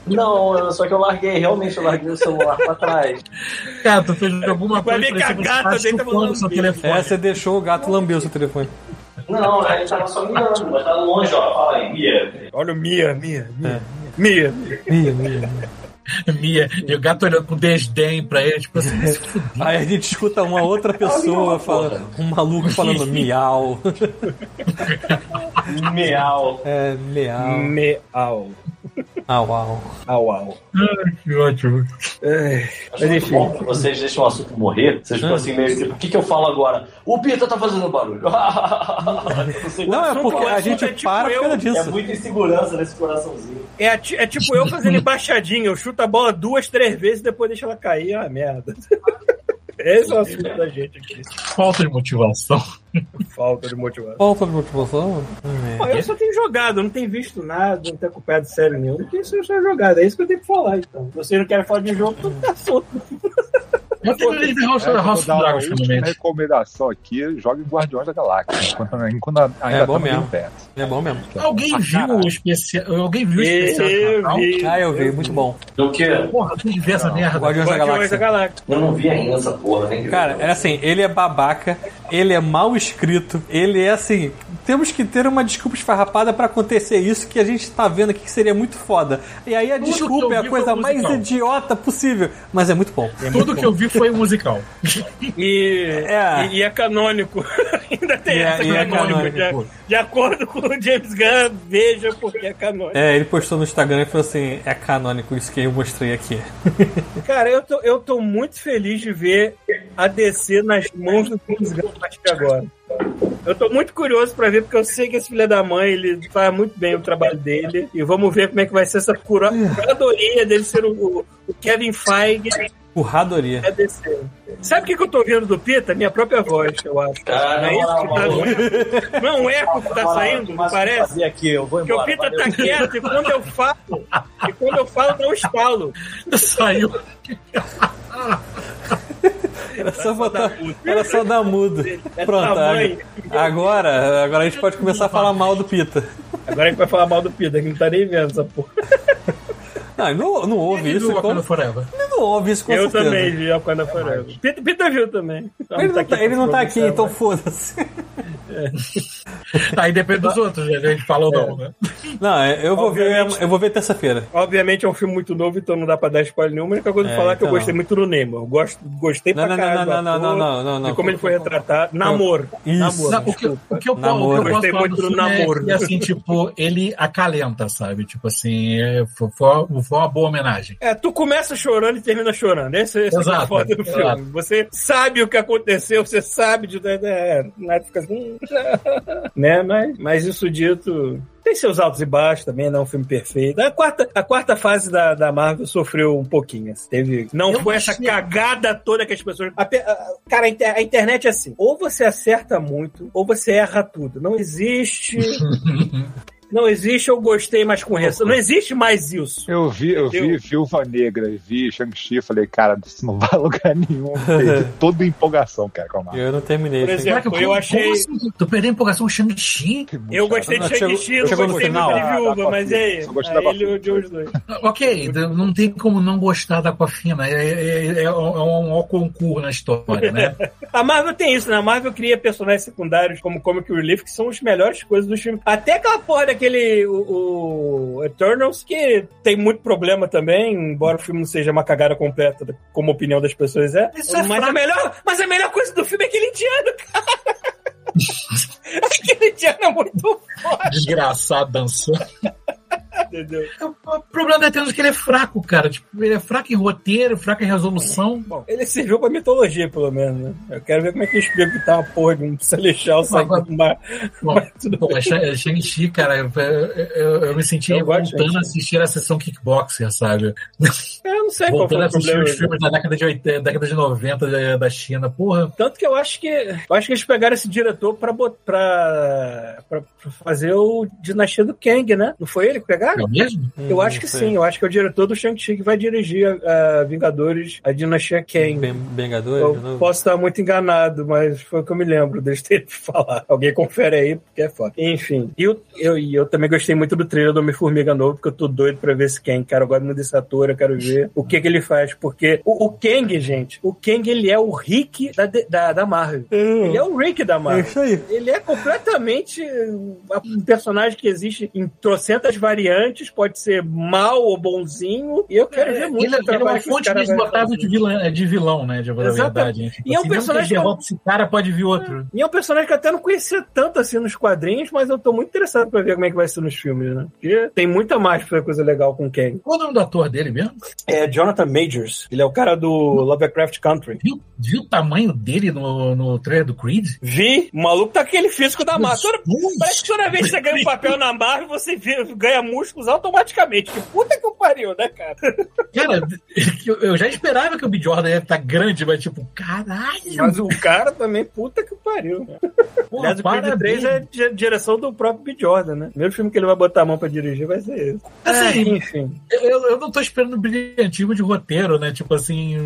Speaker 5: Não, eu- só que eu larguei, realmente eu larguei o celular pra trás.
Speaker 7: Cara, tu fez alguma
Speaker 2: Vai
Speaker 7: coisa.
Speaker 2: ver que a
Speaker 7: parecia
Speaker 2: gata
Speaker 7: você tá
Speaker 2: deita
Speaker 7: chupando
Speaker 2: no
Speaker 7: seu
Speaker 2: lambido.
Speaker 7: telefone.
Speaker 3: É, você deixou o gato lamber o seu telefone.
Speaker 5: Não, a gente tava só mirando, mas tá longe, ó. Fala aí, Mia.
Speaker 2: Olha o Mia, Mia, Mia. Mia.
Speaker 3: Ih, ih, ih.
Speaker 7: Mia, É e o gato olhando com desdém pra ele, tipo assim,
Speaker 3: [laughs]
Speaker 7: se fuder.
Speaker 3: Aí a gente escuta uma outra pessoa falando, um maluco falando miau.
Speaker 5: Miau.
Speaker 3: É, miau.
Speaker 2: Meau.
Speaker 3: Au, au.
Speaker 2: Au, au.
Speaker 7: Que ótimo.
Speaker 5: Acho muito bom que vocês deixam o assunto morrer.
Speaker 2: Ah.
Speaker 5: Vocês ficam assim meio que. O que, que eu falo agora? O Pita tá fazendo barulho. [laughs] Não sei
Speaker 3: Não, é porque a
Speaker 2: assunto
Speaker 3: gente
Speaker 2: é tipo
Speaker 3: para por causa
Speaker 2: eu.
Speaker 5: É
Speaker 3: disso.
Speaker 5: muita insegurança nesse coraçãozinho.
Speaker 2: É, a ti- é tipo eu fazendo embaixadinha. Eu chuto a bola duas, três vezes e depois deixo ela cair. Ah, merda. é [laughs] Esse é o assunto da gente aqui.
Speaker 7: Falta de motivação.
Speaker 2: Falta de motivação.
Speaker 3: Falta de motivação?
Speaker 2: Pô, eu só tenho jogado, eu não tenho visto nada, não tenho acompanhado sério nenhum. Porque isso eu só jogado, é isso que eu tenho que falar, então. Se Vocês não querem falar de jogo, tudo tá solto.
Speaker 7: Eu tenho medo de ver House,
Speaker 6: É,
Speaker 7: House
Speaker 6: vou
Speaker 7: of
Speaker 6: dar uma
Speaker 7: Dragons
Speaker 6: última
Speaker 7: finalmente.
Speaker 6: recomendação aqui: jogue Guardiões da Galáxia. né? Enquanto, enquanto ainda
Speaker 3: É bom
Speaker 6: tá no
Speaker 3: mesmo.
Speaker 6: Game Pass.
Speaker 3: É bom mesmo.
Speaker 7: Alguém viu o especial? Alguém viu o especial? de
Speaker 2: né? Eu
Speaker 7: Natal?
Speaker 2: vi.
Speaker 3: Ah, eu vi, muito bom.
Speaker 5: Do que? Eu
Speaker 7: Porra, tem que ver essa merda.
Speaker 3: Guardiões da
Speaker 2: Guardiões da
Speaker 3: Galáxia.
Speaker 2: Galáxia.
Speaker 5: não vi ainda essa porra, nem que-
Speaker 3: Cara, é assim, ele é babaca, ele é mal escrito, ele é assim. Temos que ter uma desculpa esfarrapada pra acontecer isso que a gente tá vendo aqui que seria muito foda. E aí a
Speaker 7: Tudo que
Speaker 3: desculpa
Speaker 7: eu
Speaker 3: é a
Speaker 7: vi
Speaker 3: coisa
Speaker 7: foi
Speaker 3: mais
Speaker 7: musical.
Speaker 3: idiota possível, mas é muito bom.
Speaker 7: Tudo que eu vi foi um musical.
Speaker 2: E
Speaker 3: É.
Speaker 2: é, e, e é canônico. [laughs] Ainda tem
Speaker 3: E é-
Speaker 2: essa
Speaker 3: e é canônico,
Speaker 7: né?
Speaker 2: De, de acordo com o James Gunn, veja porque é canônico.
Speaker 3: É, ele postou no Instagram e falou assim: é canônico isso que eu mostrei aqui.
Speaker 2: Cara, eu tô, eu tô muito feliz de ver a DC nas mãos do James Gunn a partir de agora. Eu tô muito curioso pra ver, porque eu sei que esse filho da mãe, ele faz muito bem o trabalho dele. E vamos ver como é que vai ser essa cura- curadoria dele ser o, o Kevin Feige
Speaker 3: Curradoria.
Speaker 2: da DC. Sabe o que, que eu tô ouvindo do Pita? Minha própria voz, eu acho.
Speaker 5: Ah,
Speaker 2: não é isso que tá
Speaker 5: não, não.
Speaker 2: saindo? Não é um eco que tá saindo, não
Speaker 5: Mas
Speaker 2: parece?
Speaker 5: fazer aqui, eu vou
Speaker 2: Porque o
Speaker 5: embora.
Speaker 2: Pita
Speaker 5: valeu.
Speaker 2: tá quieto e quando eu falo, e quando eu falo, dá um estalo.
Speaker 7: Saiu.
Speaker 3: Era só botar. Era só dar mudo.
Speaker 2: É
Speaker 3: Pronto.
Speaker 2: tamanho.
Speaker 3: Agora, agora a gente pode começar a falar mal do Pita.
Speaker 2: Agora a gente vai falar mal do Pita, que não tá nem vendo essa porra.
Speaker 3: Não, ele não, não ouve
Speaker 7: Ele
Speaker 3: isso.
Speaker 7: viu
Speaker 3: Com,
Speaker 7: Wakanda
Speaker 3: ele
Speaker 7: Forever.
Speaker 3: não ouve isso com
Speaker 2: eu
Speaker 3: certeza.
Speaker 2: também vi a Wakanda Forever. Pita, Pita viu também.
Speaker 3: Ele não tá, ele não tá aqui, então
Speaker 2: né?
Speaker 3: foda-se.
Speaker 7: Aí depende dos outros, né? A gente fala ou não, né?
Speaker 3: Não, eu vou
Speaker 2: Obviamente.
Speaker 3: ver, eu vou ver terça-feira.
Speaker 2: Obviamente é um filme muito novo, então não dá pra dar spoiler nenhuma. A única coisa
Speaker 3: É,
Speaker 2: é, falar que eu
Speaker 3: então
Speaker 2: gostei
Speaker 3: não.
Speaker 2: muito do Nemo. Eu gosto, gostei
Speaker 3: Não,
Speaker 2: pra
Speaker 3: não,
Speaker 2: caralho
Speaker 3: não,
Speaker 2: do
Speaker 3: não, não,
Speaker 2: ator,
Speaker 3: não, não, não,
Speaker 2: De como ele foi retratado. Namor.
Speaker 3: Isso.
Speaker 2: Namor.
Speaker 7: Não, o, que, o, que eu, o que eu
Speaker 3: Namoro.
Speaker 7: posso
Speaker 2: Gostei
Speaker 7: falar
Speaker 2: muito
Speaker 7: do
Speaker 2: do
Speaker 7: filme é
Speaker 2: namoro.
Speaker 7: que, assim, tipo, ele acalenta, sabe? Tipo assim, é, foi, foi- foi uma boa homenagem.
Speaker 2: É, tu começa chorando e termina chorando. Esse, esse é a
Speaker 7: Exato,
Speaker 2: foda do
Speaker 7: exato.
Speaker 2: filme. Você sabe o que aconteceu, você sabe de. É, nada fica assim. [laughs] né? Mas, mas isso dito. Tem seus altos e baixos também, não é um filme perfeito. A quarta, a quarta fase da, da Marvel sofreu um pouquinho. assim, Teve, não
Speaker 7: Eu
Speaker 2: foi essa
Speaker 7: achei-
Speaker 2: cagada toda que as pessoas. a pe- a- cara, a, inter- a internet é assim: ou você acerta muito, ou você erra tudo. Não
Speaker 7: [laughs]
Speaker 2: existe. não existe, eu gostei, mas com resto. Não existe mais isso.
Speaker 6: Eu vi, eu vi
Speaker 2: Entendeu?
Speaker 6: Viúva Negra e vi Shang-Chi. Falei, cara, isso não vai a lugar nenhum. Perdi toda a empolgação, cara, com a Marvel.
Speaker 3: Eu não terminei.
Speaker 2: Por
Speaker 3: esse
Speaker 2: exemplo, eu achei-
Speaker 7: assim? Tu perdeu a empolgação Shang-Chi?
Speaker 2: Eu gostei de
Speaker 3: Não, chegou-
Speaker 2: Shang-Chi, não
Speaker 3: chegou no
Speaker 2: gostei
Speaker 3: final.
Speaker 2: muito de
Speaker 6: Ah, da
Speaker 2: Viúva, mas e aí?
Speaker 6: Aquafina. Só gostei da
Speaker 2: Aí ele
Speaker 6: Aquafina.
Speaker 2: odiou os dois.
Speaker 7: Ok, não tem como não gostar da Aquafina. É, é, é, é um ao concurso na
Speaker 2: [laughs]
Speaker 7: história, né?
Speaker 2: A Marvel tem isso, né? A Marvel cria personagens secundários como Comic Relief, que são as melhores coisas do filme. Até aquela porra daquele o, o Eternals, que tem muito problema também, embora o filme não seja uma cagada completa, como a opinião das pessoas é.
Speaker 7: Isso é
Speaker 2: mas, a
Speaker 7: fraco.
Speaker 2: melhor, mas a melhor coisa do filme é aquele indiano, cara! [laughs] aquele indiano é muito foda,
Speaker 7: Desgraçado dançando.
Speaker 2: entendeu?
Speaker 7: O problema da Eternos é que ele é fraco, cara. Tipo, ele é fraco em roteiro, fraco em resolução.
Speaker 2: Bom, ele serviu pra mitologia, pelo menos, né? Eu quero ver como é que eu explico que tá uma porra de um celestial saindo
Speaker 7: mas-
Speaker 2: do mar.
Speaker 7: Bom, Pô, mas Shang- Shang-Chi, cara, eu, eu, eu me senti
Speaker 2: Eu gosto de
Speaker 7: voltando
Speaker 2: Shang-Chi.
Speaker 7: a assistir a sessão kickboxer, sabe?
Speaker 2: é, Eu não sei qual foi
Speaker 7: Voltando a
Speaker 2: o
Speaker 7: assistir
Speaker 2: problema.
Speaker 7: os filmes da década de 80, década de 90 da, da China. Porra,
Speaker 2: Tanto que eu acho que eu acho que eles pegaram esse diretor pra, bot- pra, pra, pra fazer o Dinastia do Kang, né? Não foi ele que pegaram?
Speaker 7: é o mesmo?
Speaker 3: ano.
Speaker 2: Eu
Speaker 3: Hum,
Speaker 2: acho que
Speaker 3: não sei.
Speaker 2: sim, eu acho que é o diretor do Shang-Chi que vai dirigir a, a Vingadores, a Dinastia Kang.
Speaker 3: Ben- Vingadores, de
Speaker 2: Eu
Speaker 3: novo.
Speaker 2: posso estar muito enganado, mas foi o que eu me lembro [laughs] deles terem falar. Alguém confere aí, porque é foda. Enfim, e eu, eu, e eu também gostei muito do trailer do Homem-Formiga novo, porque eu tô doido pra ver esse Kang, cara. Eu gosto muito desse ator, eu quero ver o que que ele faz, porque o, o Kang, gente, o Kang, ele é o Rick da, de- da, da Marvel. Ele é o Rick da
Speaker 3: É
Speaker 2: Marvel.
Speaker 3: isso aí.
Speaker 2: Ele é completamente eh, um personagem que existe em trocentas variantes, pode ser mal ou bonzinho, e eu quero ver muito
Speaker 7: Ele,
Speaker 2: o
Speaker 7: ele é
Speaker 2: trabalho
Speaker 7: uma
Speaker 2: que esse
Speaker 7: fonte
Speaker 2: cara vai
Speaker 7: inesgotável
Speaker 2: fazer.
Speaker 7: de vilão, de vilão, né? De na
Speaker 2: Exatamente.
Speaker 7: verdade. né? Tipo
Speaker 2: E é um
Speaker 7: mesmo que
Speaker 2: personagem que-
Speaker 7: ele derrota esse cara, pode vir outro.
Speaker 2: E é um personagem que eu até não conhecia tanto assim nos quadrinhos, mas eu tô muito interessado pra ver como é que vai ser nos filmes, né? Porque tem muita mais pra coisa legal com o Kang.
Speaker 7: Qual é o nome do ator dele mesmo?
Speaker 2: É Jonathan Majors. Ele é o cara do Lovecraft Country.
Speaker 7: Viu, viu o tamanho dele no, no trailer do Creed?
Speaker 2: Vi, o maluco tá aquele físico da Marvel. Toda-
Speaker 7: Jesus!
Speaker 2: Parece que toda vez que você ganha um papel na Marvel, você vê- ganha músculo Olímpicos automaticamente. Que puta que eu pariu, né, cara?
Speaker 7: Cara, [laughs] eu- eu já esperava que o B. Jordan ia estar grande, mas tipo, caralho,
Speaker 2: Mas o cara também, puta que pariu. né?
Speaker 7: porra,
Speaker 2: Aliás, o Creed 3 é di- direção do próprio B. Jordan, né? O primeiro filme que ele vai botar a mão pra dirigir vai ser esse.
Speaker 7: Assim,
Speaker 2: É, enfim.
Speaker 7: Eu, eu não tô esperando brilhantismo de roteiro, né? Tipo assim,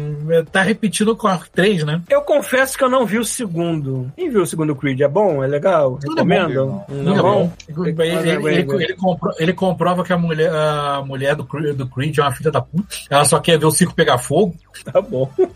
Speaker 7: tá repetindo o Cork 3, né?
Speaker 2: Eu confesso que eu não vi o segundo. Quem viu o segundo Creed? É bom? É legal?
Speaker 7: Tudo
Speaker 2: Recomendam?
Speaker 7: Não,
Speaker 2: bom?
Speaker 7: Ele, ele, ele- ele compro- ele comprova que a mulher, a mulher do, Cre- do Creed é uma filha da puta. Ela só quer ver o circo pegar fogo.
Speaker 2: Tá bom. [laughs]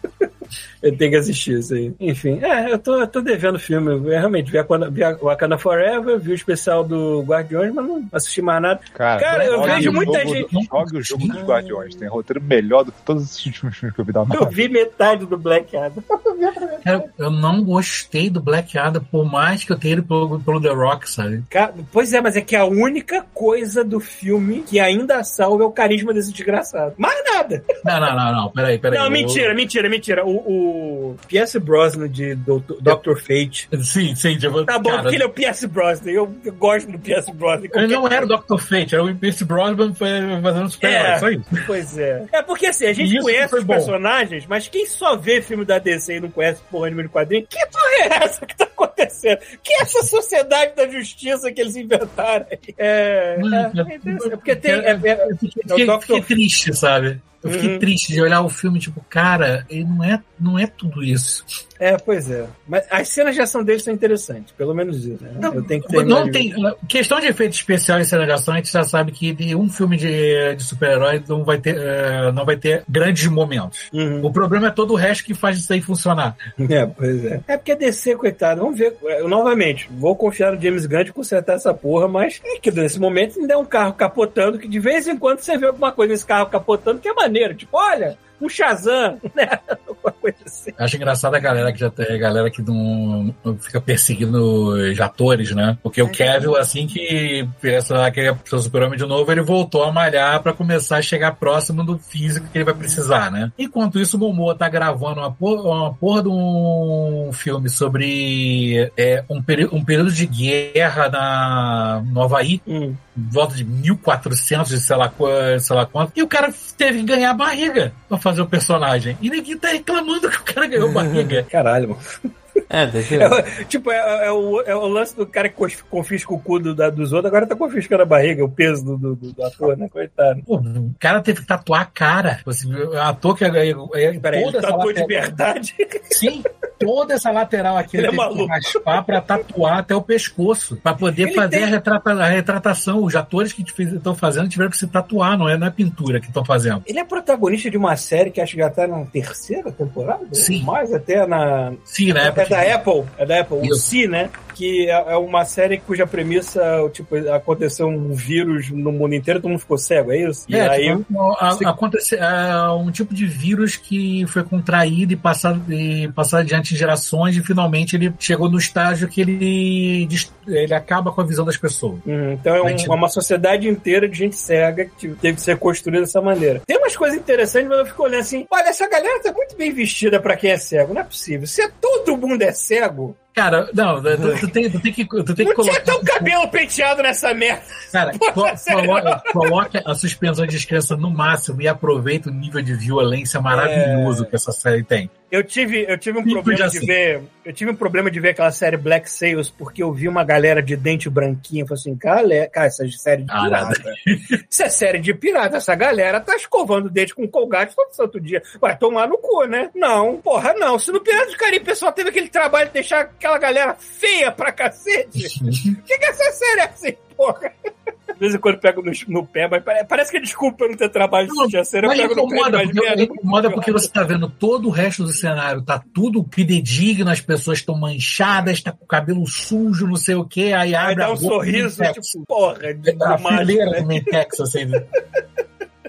Speaker 2: Eu tenho que assistir isso aí. Enfim, é, eu tô, eu tô devendo filme. Eu realmente vi a Wakanda- vi a Wakanda Forever, vi o especial do Guardiões, mas não assisti mais nada.
Speaker 7: Ah,
Speaker 6: Cara,
Speaker 2: Cara, eu
Speaker 6: jogue
Speaker 2: vejo
Speaker 6: o
Speaker 2: muita
Speaker 6: jogo-
Speaker 2: gente-
Speaker 6: Jogue o jogo dos Guardiões. Tem roteiro melhor do que todos esses últimos filmes que eu vi da
Speaker 2: Eu
Speaker 6: Marvel.
Speaker 2: vi metade do Black Adam.
Speaker 7: Cara, eu não gostei do Black Adam, por mais que eu tenha ele pelo, pelo The Rock, sabe?
Speaker 2: Ca- Pois é, mas é que a única coisa do filme que ainda salva é o carisma desse desgraçado. Mais nada!
Speaker 7: Não, não, não, não. Peraí, peraí.
Speaker 2: Não,
Speaker 7: Eu-
Speaker 2: mentira, mentira, mentira. O, o P.S. Brosnan de Doutor- Dr. Fate.
Speaker 7: Sim, sim, tipo,
Speaker 2: Tá bom,
Speaker 7: cara,
Speaker 2: porque ele é um o P.S. Brosnan. Eu, eu gosto do P.S. Brosnan.
Speaker 7: ele não é era o Dr. Fate, era o Pierce Brosnan foi- fazendo super-herói,
Speaker 2: É.
Speaker 7: só isso.
Speaker 2: Pois é. É porque assim, a gente
Speaker 7: Isso
Speaker 2: conhece
Speaker 7: foi
Speaker 2: os
Speaker 7: bom.
Speaker 2: personagens, mas quem só vê filme da DC e não conhece porra anime de quadrinho, que porra é essa que tá acontecendo? Que é essa sociedade da justiça que eles inventaram aí? É. é, é interessante, porque tem. é- é-
Speaker 7: eu fiquei,
Speaker 2: é o
Speaker 7: fiquei-
Speaker 2: Dr.
Speaker 7: fiquei triste, sabe? Eu fiquei
Speaker 2: Uhum.
Speaker 7: triste de olhar o filme, tipo, cara, ele não é, não é tudo isso.
Speaker 2: é, pois é. Mas as cenas de ação deles são interessantes, pelo menos isso. Né? Eu tenho que terminar
Speaker 7: Não
Speaker 2: de ver.
Speaker 7: tem. ah, Questão de efeito especial e celebração, a gente já sabe que de um filme de, de super-herói não, vai ter, eh, não vai ter grandes momentos.
Speaker 2: Uhum.
Speaker 7: O problema é todo o resto que faz isso aí funcionar.
Speaker 2: [laughs] É, pois é. É porque a DC, coitado, vamos ver. Eu, novamente, vou confiar no James Gunn de consertar essa porra, mas é que nesse momento ainda é um carro capotando, que de vez em quando você vê alguma coisa nesse carro capotando que é maneiro. Tipo, olha, um Shazam, [laughs] né? Alguma coisa assim.
Speaker 7: Acho engraçado a galera que já tem- a galera que não, não fica perseguindo os atores, né? Porque o Kevin, assim que essa lá que ele é seu super-homem de novo, ele voltou a malhar pra começar a chegar próximo do físico que ele vai precisar, né? Enquanto isso, o Momoa tá gravando uma porra, uma porra de um filme sobre é, um, peri- um período de guerra na no Havaí,
Speaker 2: Hum.
Speaker 7: em volta de 1400 e sei lá, qua- sei lá quanto. E o cara teve que ganhar barriga pra fazer o personagem. E ninguém tá reclamando que o cara
Speaker 2: [laughs]
Speaker 7: ganhou barriga.
Speaker 2: Caralho, mano.
Speaker 3: É, deixa eu...
Speaker 2: [laughs] Tipo, é, é o, é o lance do cara que cos- confisca o cu do, da- dos outros, agora tá confiscando a barriga, o peso do, do, do- do ator, né? Coitado.
Speaker 7: Pô, o cara teve que tatuar a cara. Você viu? O ator que é, é, é
Speaker 2: Peraí, ele
Speaker 7: toda essa
Speaker 2: tatuou de
Speaker 7: lateral,
Speaker 2: verdade.
Speaker 7: Sim, toda essa lateral aqui
Speaker 2: Ele é
Speaker 7: teve que
Speaker 2: maluco.
Speaker 7: raspar pra tatuar até o pescoço. Pra poder
Speaker 2: Ele
Speaker 7: fazer
Speaker 2: tem-
Speaker 7: a, retrata- a retratação. Os atores que estão fazendo tiveram que se tatuar, não é na pintura que estão fazendo.
Speaker 2: Ele é protagonista de uma série que acho que já tá na terceira temporada?
Speaker 7: Sim.
Speaker 2: Mais até na,
Speaker 7: Sim, né?
Speaker 2: É da Apple, é da Apple, o
Speaker 7: Isso.
Speaker 2: Si, né? Que é é uma série cuja premissa, tipo, aconteceu um vírus no mundo inteiro, todo mundo ficou cego, é isso? E
Speaker 7: É,
Speaker 2: aí,
Speaker 7: tipo, a- acontece é, um tipo de vírus que foi contraído e passado, e passado adiante em gerações e finalmente ele chegou no estágio que ele, dest- ele acaba com a visão das pessoas.
Speaker 2: Hum, então é um-
Speaker 7: Mentira.
Speaker 2: uma sociedade inteira de gente cega que tive- teve que ser construída dessa maneira. Tem umas coisas interessantes, mas eu fico olhando assim, olha, essa galera tá muito bem vestida pra quem é cego, não é possível. Se é- todo mundo é cego,
Speaker 7: Cara, não, tu, tu tem, tu tem que, tu tem que
Speaker 2: não tinha
Speaker 7: colocar.
Speaker 2: tão cabelo penteado nessa merda. [laughs]
Speaker 7: Cara,
Speaker 2: Porra,
Speaker 7: co-
Speaker 2: sério?
Speaker 7: coloca, coloca a suspensão de descrença no máximo e aproveita o nível de violência
Speaker 2: É.
Speaker 7: maravilhoso que essa
Speaker 2: [laughs]
Speaker 7: série tem.
Speaker 2: Eu tive, eu tive um
Speaker 7: Pico
Speaker 2: problema
Speaker 7: de
Speaker 2: de
Speaker 7: ação.
Speaker 2: ver. Eu tive um problema de ver aquela série Black Sails, porque eu vi uma galera de dente branquinho e falei assim, cara, é- cara, essa série de
Speaker 7: Ah,
Speaker 2: pirata. Isso é série de pirata. Essa galera tá escovando o dente com colgate todo santo dia. Vai tomar no cu, né? Não, porra, não. Se no Pirata do Caribe o pessoal teve aquele trabalho de deixar aquela galera feia pra cacete, por que, que essa série é assim, porra? De vez em quando eu pego no, no pé, mas pare- parece que é desculpa eu não ter trabalho
Speaker 7: Não,
Speaker 2: de série. Eu
Speaker 7: Mas
Speaker 2: pego no pé,
Speaker 7: incomoda,
Speaker 2: mas
Speaker 7: porque,
Speaker 2: merda,
Speaker 7: incomoda porque você tá vendo todo o resto do cenário, tá tudo fidedigno, as pessoas estão manchadas, tá com o cabelo sujo, não sei o quê,
Speaker 2: Aí
Speaker 7: aí abre
Speaker 2: dá
Speaker 7: a
Speaker 2: um
Speaker 7: boca,
Speaker 2: sorriso,
Speaker 7: tem
Speaker 2: tipo, porra, de
Speaker 7: Tex, a
Speaker 2: dramático,
Speaker 7: fileira
Speaker 2: né?
Speaker 7: do Mentex, assim,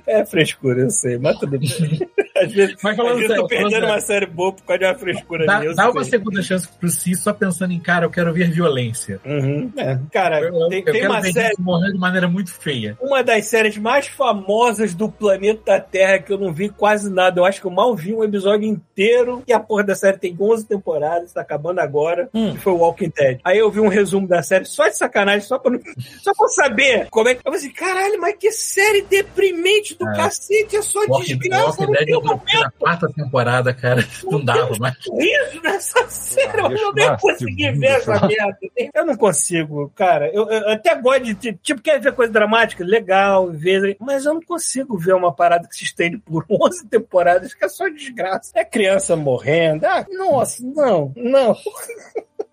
Speaker 2: É frescura, eu sei, mas tudo bem. [laughs] Às vezes,
Speaker 7: Mas
Speaker 2: às
Speaker 7: falando
Speaker 2: vezes eu
Speaker 7: sério,
Speaker 2: tô perdendo
Speaker 7: falando
Speaker 2: uma
Speaker 7: sério.
Speaker 2: série boa por causa de uma frescura
Speaker 7: Dá,
Speaker 2: minha. eu
Speaker 7: dá uma
Speaker 2: sei.
Speaker 7: segunda chance pro Si só pensando em, cara, eu quero ver violência.
Speaker 2: Uhum. É, Cara,
Speaker 7: Eu, eu-
Speaker 2: tem,
Speaker 7: eu
Speaker 2: tem
Speaker 7: quero
Speaker 2: uma
Speaker 7: ver gente
Speaker 2: série.
Speaker 7: morrendo de maneira muito feia.
Speaker 2: Uma das séries mais famosas do planeta Terra que eu não vi quase nada. Eu acho que eu mal vi um episódio inteiro. E a porra da série tem 11 temporadas, tá acabando agora.
Speaker 3: Hum.
Speaker 2: Que foi o Walking Dead. Aí eu vi um resumo da série só de sacanagem, só pra, não- [laughs] só pra eu saber como é que. Eu falei assim, caralho, mas que série deprimente do cacete. É só
Speaker 7: Walking
Speaker 2: desgraça.
Speaker 7: Walking
Speaker 2: Não
Speaker 7: Dead é
Speaker 2: tem
Speaker 7: eu
Speaker 2: um
Speaker 7: dropei na quarta temporada, cara. [laughs] Não dava mais.
Speaker 2: riso nessa série.
Speaker 6: Ah,
Speaker 2: mas né? eu nem
Speaker 6: deixa
Speaker 2: consegui
Speaker 6: eu
Speaker 2: ver essa merda. Eu não consigo, cara. Eu, eu até gosto de. de- Tipo, quer ver coisa dramática? Legal, ver. Mas eu não consigo ver uma parada que se estende por [laughs] 11 temporadas, que é só desgraça. É criança morrendo. Ah, nossa, não, não. [laughs]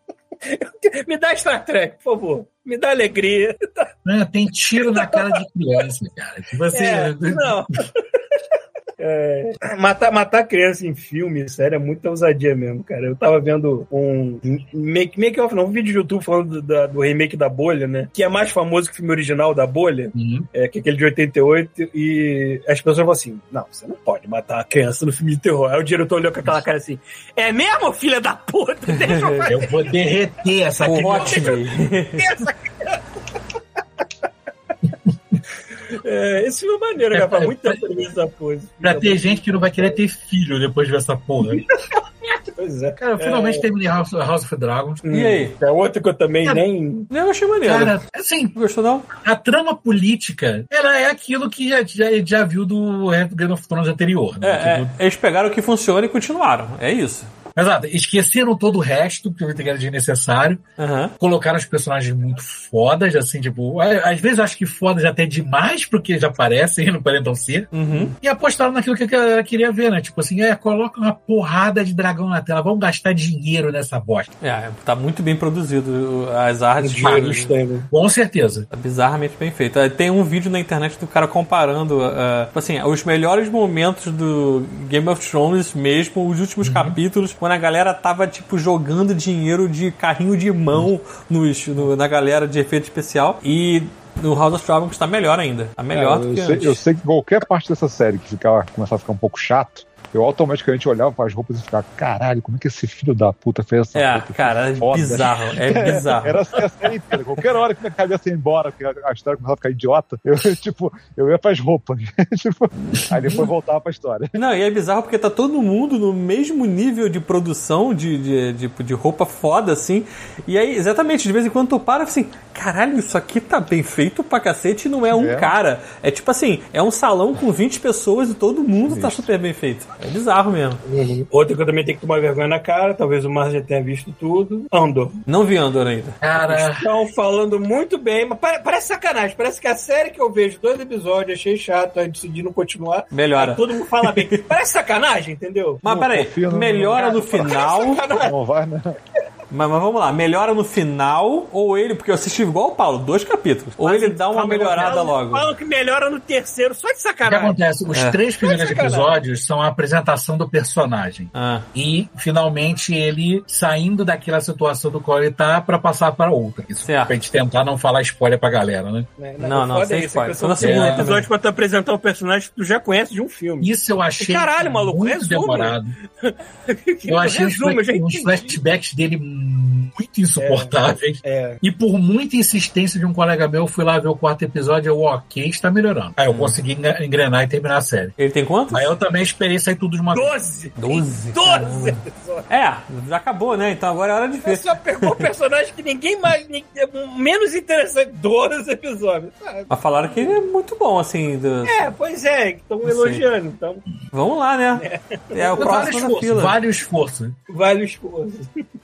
Speaker 2: Me dá Star Trek, por favor. Me dá alegria.
Speaker 7: Né, tem tiro na cara de criança, cara. Que Você, [laughs]
Speaker 2: É, não. [laughs] É, matar, matar criança em filme, sério, é muita ousadia mesmo, cara. Eu tava vendo um make, make off, não, um vídeo do YouTube falando do, da- do remake da Bolha, né? Que é mais famoso que o filme original da Bolha,
Speaker 7: Uhum.
Speaker 2: é, que é aquele de 88, e as pessoas falam assim: não, você não pode matar a criança no filme de terror. Aí o diretor olhou com aquela cara assim: é mesmo, filha da puta? [laughs] Deixa eu
Speaker 7: [laughs]
Speaker 2: fazer
Speaker 7: Eu vou derreter essa
Speaker 3: O
Speaker 7: criança.
Speaker 2: [laughs]
Speaker 3: Hotmail.
Speaker 2: essa criança. É, esse filme é maneiro, cara. Faz muito tempo que eu não vi essa pose.
Speaker 7: Pra ter gente que não vai querer ter filho depois de ver essa porra.
Speaker 2: Pois é.
Speaker 7: Cara, eu finalmente terminei House, House of the Dragon.
Speaker 3: E aí?
Speaker 2: É outro que eu também nem.
Speaker 3: Eu achei maneiro.
Speaker 7: Cara, assim,
Speaker 3: Não gostou não?
Speaker 7: a trama política ela é aquilo que já, já, já viu do Game of Thrones anterior, né?
Speaker 3: É,
Speaker 7: Que
Speaker 3: é, eles pegaram o que funciona e continuaram. É isso.
Speaker 7: do- Exato. Esqueceram todo o resto, que eu que era desnecessário.
Speaker 3: Aham.
Speaker 7: Colocaram os personagens muito fodas, assim, tipo, a- às vezes eu acho que fodas até demais pro que já parecem, [laughs] não parecem ser.
Speaker 3: Uhum.
Speaker 7: E apostaram naquilo que a galera queria ver, né? Tipo assim, é, coloca uma porrada de dragão na tela, vamos gastar dinheiro nessa bosta.
Speaker 3: É, tá muito bem produzido o- as artes.
Speaker 2: Paris, né?
Speaker 7: Com certeza.
Speaker 3: Tá bizarramente bem feito. Aí Tem um vídeo na internet do cara comparando, ah, tipo assim, os melhores momentos do Game of Thrones mesmo, os últimos capítulos, quando a galera tava, tipo, jogando dinheiro de carrinho de mão nos, no- na galera de efeito especial. E no House of Dragons tá melhor ainda. Tá melhor do
Speaker 6: É, eu,
Speaker 3: que
Speaker 6: sei,
Speaker 3: antes.
Speaker 6: eu sei que qualquer parte dessa série que ficava, começar a ficar um pouco chato, eu automaticamente olhava para as roupas e ficava, caralho, como é que esse filho da puta fez essa
Speaker 3: É,
Speaker 6: roupa?
Speaker 3: cara, é
Speaker 6: um Foda.
Speaker 3: bizarro. É
Speaker 6: [laughs]
Speaker 3: bizarro.
Speaker 6: Era assim a série inteira. Qualquer hora que minha cabeça ia embora, porque a a história começava a ficar idiota, eu, tipo, eu ia pras roupas. tipo, aí depois voltava pra história.
Speaker 3: Não, e é bizarro porque tá todo mundo no mesmo nível de produção de, de, de, de roupa foda, assim. E aí, exatamente, de vez em quando tu para assim, caralho, isso aqui tá bem feito pra cacete e não é um
Speaker 6: É.
Speaker 3: cara. É tipo assim, é um salão com 20 pessoas e todo mundo tá super bem feito. É bizarro mesmo.
Speaker 2: Outro que eu também tenho que tomar vergonha na cara, talvez o Márcio já tenha visto tudo. Andor.
Speaker 3: Não vi Andor ainda.
Speaker 7: Cara,
Speaker 2: Estão Então, falando muito bem, mas pare- parece sacanagem. Parece que a série que eu vejo dois episódios, achei chato, aí decidi não continuar.
Speaker 3: Melhora.
Speaker 2: Aí todo mundo fala bem. Parece sacanagem, entendeu?
Speaker 3: Mas
Speaker 6: Não,
Speaker 3: peraí,
Speaker 6: confia no-
Speaker 3: melhora
Speaker 6: [laughs]
Speaker 3: no final.
Speaker 6: Não vai, né?
Speaker 3: Mas, mas vamos lá, melhora no final ou ele, porque eu assisti igual o Paulo, dois capítulos. Ou ele dá uma
Speaker 2: Falam-
Speaker 3: melhorada
Speaker 2: falam-
Speaker 3: logo.
Speaker 2: Falam que melhora no terceiro, só de
Speaker 7: o que
Speaker 2: sacanagem.
Speaker 7: acontece? Os
Speaker 3: É.
Speaker 7: três primeiros
Speaker 2: Mas é sacanagem.
Speaker 7: episódios são a apresentação do personagem.
Speaker 3: Ah,
Speaker 7: E, finalmente, ele saindo daquela situação do qual ele tá pra passar pra outra. Isso
Speaker 3: Certo.
Speaker 7: pra gente tentar não falar spoiler pra galera, né?
Speaker 2: Né?
Speaker 3: Não,
Speaker 2: O
Speaker 3: não,
Speaker 2: foda
Speaker 3: sem
Speaker 2: é isso,
Speaker 3: spoiler.
Speaker 2: é que eu
Speaker 3: assim, né? Só na
Speaker 2: sou-
Speaker 7: segunda
Speaker 2: é um
Speaker 7: também.
Speaker 2: episódio pra tu apresentar um personagem que tu já conhece de um filme.
Speaker 7: Isso eu achei
Speaker 2: Caralho, maluco,
Speaker 7: muito
Speaker 2: resume.
Speaker 7: demorado. Eu achei os
Speaker 2: Resumo,
Speaker 7: flash-
Speaker 2: gente.
Speaker 7: os flashbacks dele muito insuportáveis.
Speaker 2: É.
Speaker 7: E por muita insistência de um colega meu, eu fui lá ver o quarto episódio, eu, ok, está melhorando. Aí É, eu consegui engra- engrenar e terminar a série.
Speaker 3: ele tem quantos?
Speaker 7: Aí eu também esperei sair tudo de uma vez.
Speaker 2: Doze!
Speaker 3: Doze,
Speaker 2: Doze!
Speaker 3: É, já acabou, né? Então agora é hora de
Speaker 2: Você
Speaker 3: ver.
Speaker 2: só pegou um personagem que ninguém mais. nin- é um menos interessante. 12 episódios. Ah,
Speaker 3: Mas falaram que ele é muito bom, assim. do-
Speaker 2: É, pois é, estão
Speaker 3: Não sei.
Speaker 2: elogiando. Então,
Speaker 3: Vamos lá, né? É o
Speaker 7: Vários
Speaker 3: próximo da
Speaker 7: esforços,
Speaker 3: fila.
Speaker 7: vários esforços.
Speaker 2: vale o esforço.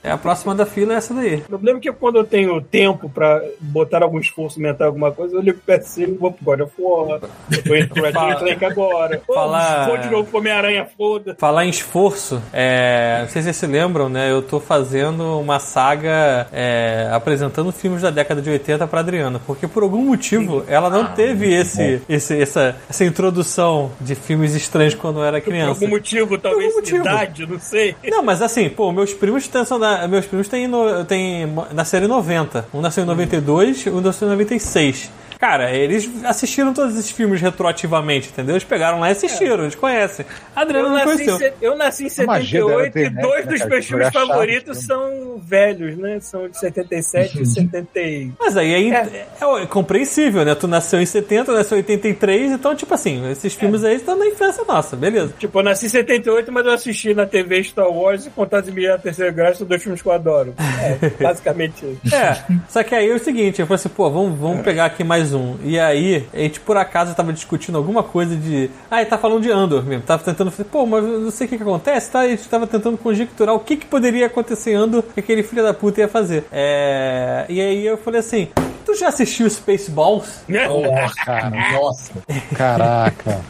Speaker 3: É a próxima da fila, é essa daí.
Speaker 2: O problema é que quando eu tenho tempo pra botar algum esforço mental, alguma coisa, eu ligo pro PC e vou pro God of War. Eu entro pro Ratchet Clank agora. Ou
Speaker 3: Falar-
Speaker 2: Vou de novo pro Homem-Aranha, foda.
Speaker 3: Falar em esforço, é, não sei se vocês se lembram, né? Eu tô fazendo uma saga é, apresentando filmes da década de 80 pra Adriana, porque por algum motivo ela
Speaker 2: Ah,
Speaker 3: não teve esse, esse- essa, essa introdução de filmes estranhos quando eu era
Speaker 2: Por
Speaker 3: criança.
Speaker 2: algum motivo, talvez
Speaker 3: algum motivo.
Speaker 2: idade, não sei.
Speaker 3: Não, mas assim, pô, meus primos têm, são da- meus primos têm, no, têm mo- nasceram em 90. Um nasceu em 92, um nasceu em 96. Cara, eles assistiram todos esses filmes retroativamente, entendeu? Eles pegaram lá e assistiram, eles conhecem. Adriano
Speaker 2: Eu
Speaker 3: não é assim,
Speaker 2: nasci, em
Speaker 3: conheceu.
Speaker 2: se- eu nasci em
Speaker 6: A magia da
Speaker 2: 78 e
Speaker 6: internet,
Speaker 2: dois
Speaker 6: né,
Speaker 2: dos
Speaker 6: cara?
Speaker 2: meus filmes
Speaker 6: Jogar chave,
Speaker 2: favoritos
Speaker 6: né?
Speaker 2: são velhos, né? São de 77 e 70. e-
Speaker 3: Mas aí aí é. é compreensível, né? Tu nasceu em 70, nasceu em 83, então, tipo assim, esses filmes aí estão na infância nossa, beleza.
Speaker 2: Tipo, eu nasci em 78, mas eu assisti na TV Star Wars e Contatos de Miriam Terceira Graça, são dois filmes que eu adoro. É, basicamente isso.
Speaker 3: É, só que aí é o seguinte, eu falei assim, pô, vamos, vamos pegar aqui mais um. E aí, a gente por acaso tava discutindo alguma coisa de. Ah, ele tá falando de Andor mesmo. Tava tentando. falei, Pô, mas eu não sei o que, que acontece, tá? E a gente tava tentando conjecturar o que, que poderia acontecer em Andor que aquele filho da puta ia fazer. É. E aí eu falei assim. Tu já assistiu Spaceballs?
Speaker 7: Ah,
Speaker 2: né?
Speaker 6: Cara,
Speaker 4: Nossa.
Speaker 6: caraca.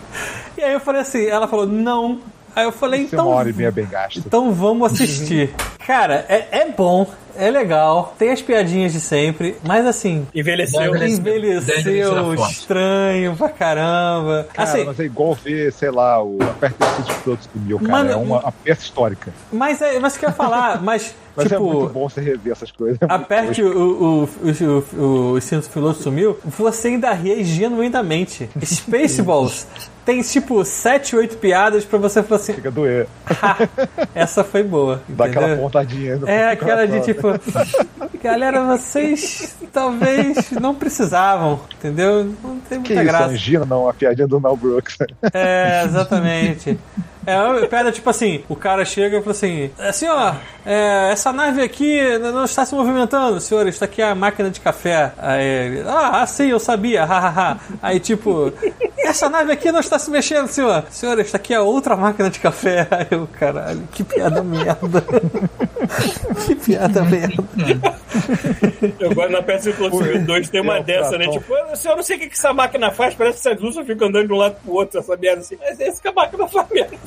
Speaker 3: E aí eu falei assim, ela falou, não. Aí eu falei,
Speaker 6: Isso é uma
Speaker 3: então.
Speaker 6: hora e meia bem gasta.
Speaker 3: Então
Speaker 6: [laughs]
Speaker 3: vamos assistir. Cara, é, é bom, é legal, tem as piadinhas de sempre, mas assim,
Speaker 2: Envelheceu.
Speaker 7: Não, Envelheceu.
Speaker 3: envelheceu
Speaker 7: Envelheceu
Speaker 3: estranho pra caramba.
Speaker 6: Cara,
Speaker 3: assim,
Speaker 6: mas é igual ver, sei lá, o Aperta esses produtos do Mil, cara.
Speaker 3: Mano,
Speaker 6: é uma, uma peça histórica.
Speaker 3: mas é, mas que eu ia falar, mas,
Speaker 6: [laughs] Mas é muito
Speaker 3: tipo,
Speaker 6: bom você rever essas coisas. [laughs]
Speaker 3: aperte o, o, o, o, o cinto piloto sumiu, você ainda ri genuinamente. Spaceballs tem tipo 7, 8 piadas pra você falar assim,
Speaker 6: Fica doer.
Speaker 3: essa foi boa.
Speaker 6: Dá aquela né?
Speaker 3: entendeu?
Speaker 6: pontadinha. no-
Speaker 3: É, aquela de tipo, galera, vocês talvez não precisavam, entendeu? Não tem
Speaker 6: Que
Speaker 3: muita
Speaker 6: isso,
Speaker 3: graça.
Speaker 6: Angina, não, a piadinha do Mel Brooks. [laughs]
Speaker 3: É, exatamente. É, uma pedra tipo assim, o cara chega e fala assim, assim ó, é, essa nave aqui n- não está se movimentando, senhor, está aqui é a máquina de café. Aí, ele, ah, ah, sim, eu sabia, hahaha. Aí tipo, essa nave aqui não está se mexendo, senhor. Senhor, está aqui a outra máquina de café. [laughs] Aí eu, caralho, que piada merda. [laughs] que piada merda.
Speaker 2: [laughs] Eu gosto na peça do Consumido 2, tem uma
Speaker 6: É um
Speaker 2: dessa, né?
Speaker 6: pratão.
Speaker 2: Tipo, eu, se eu não sei o que que essa máquina faz, parece que essas luzes ficam andando de um lado pro outro, essa merda assim. Mas é isso que a máquina faz mesmo.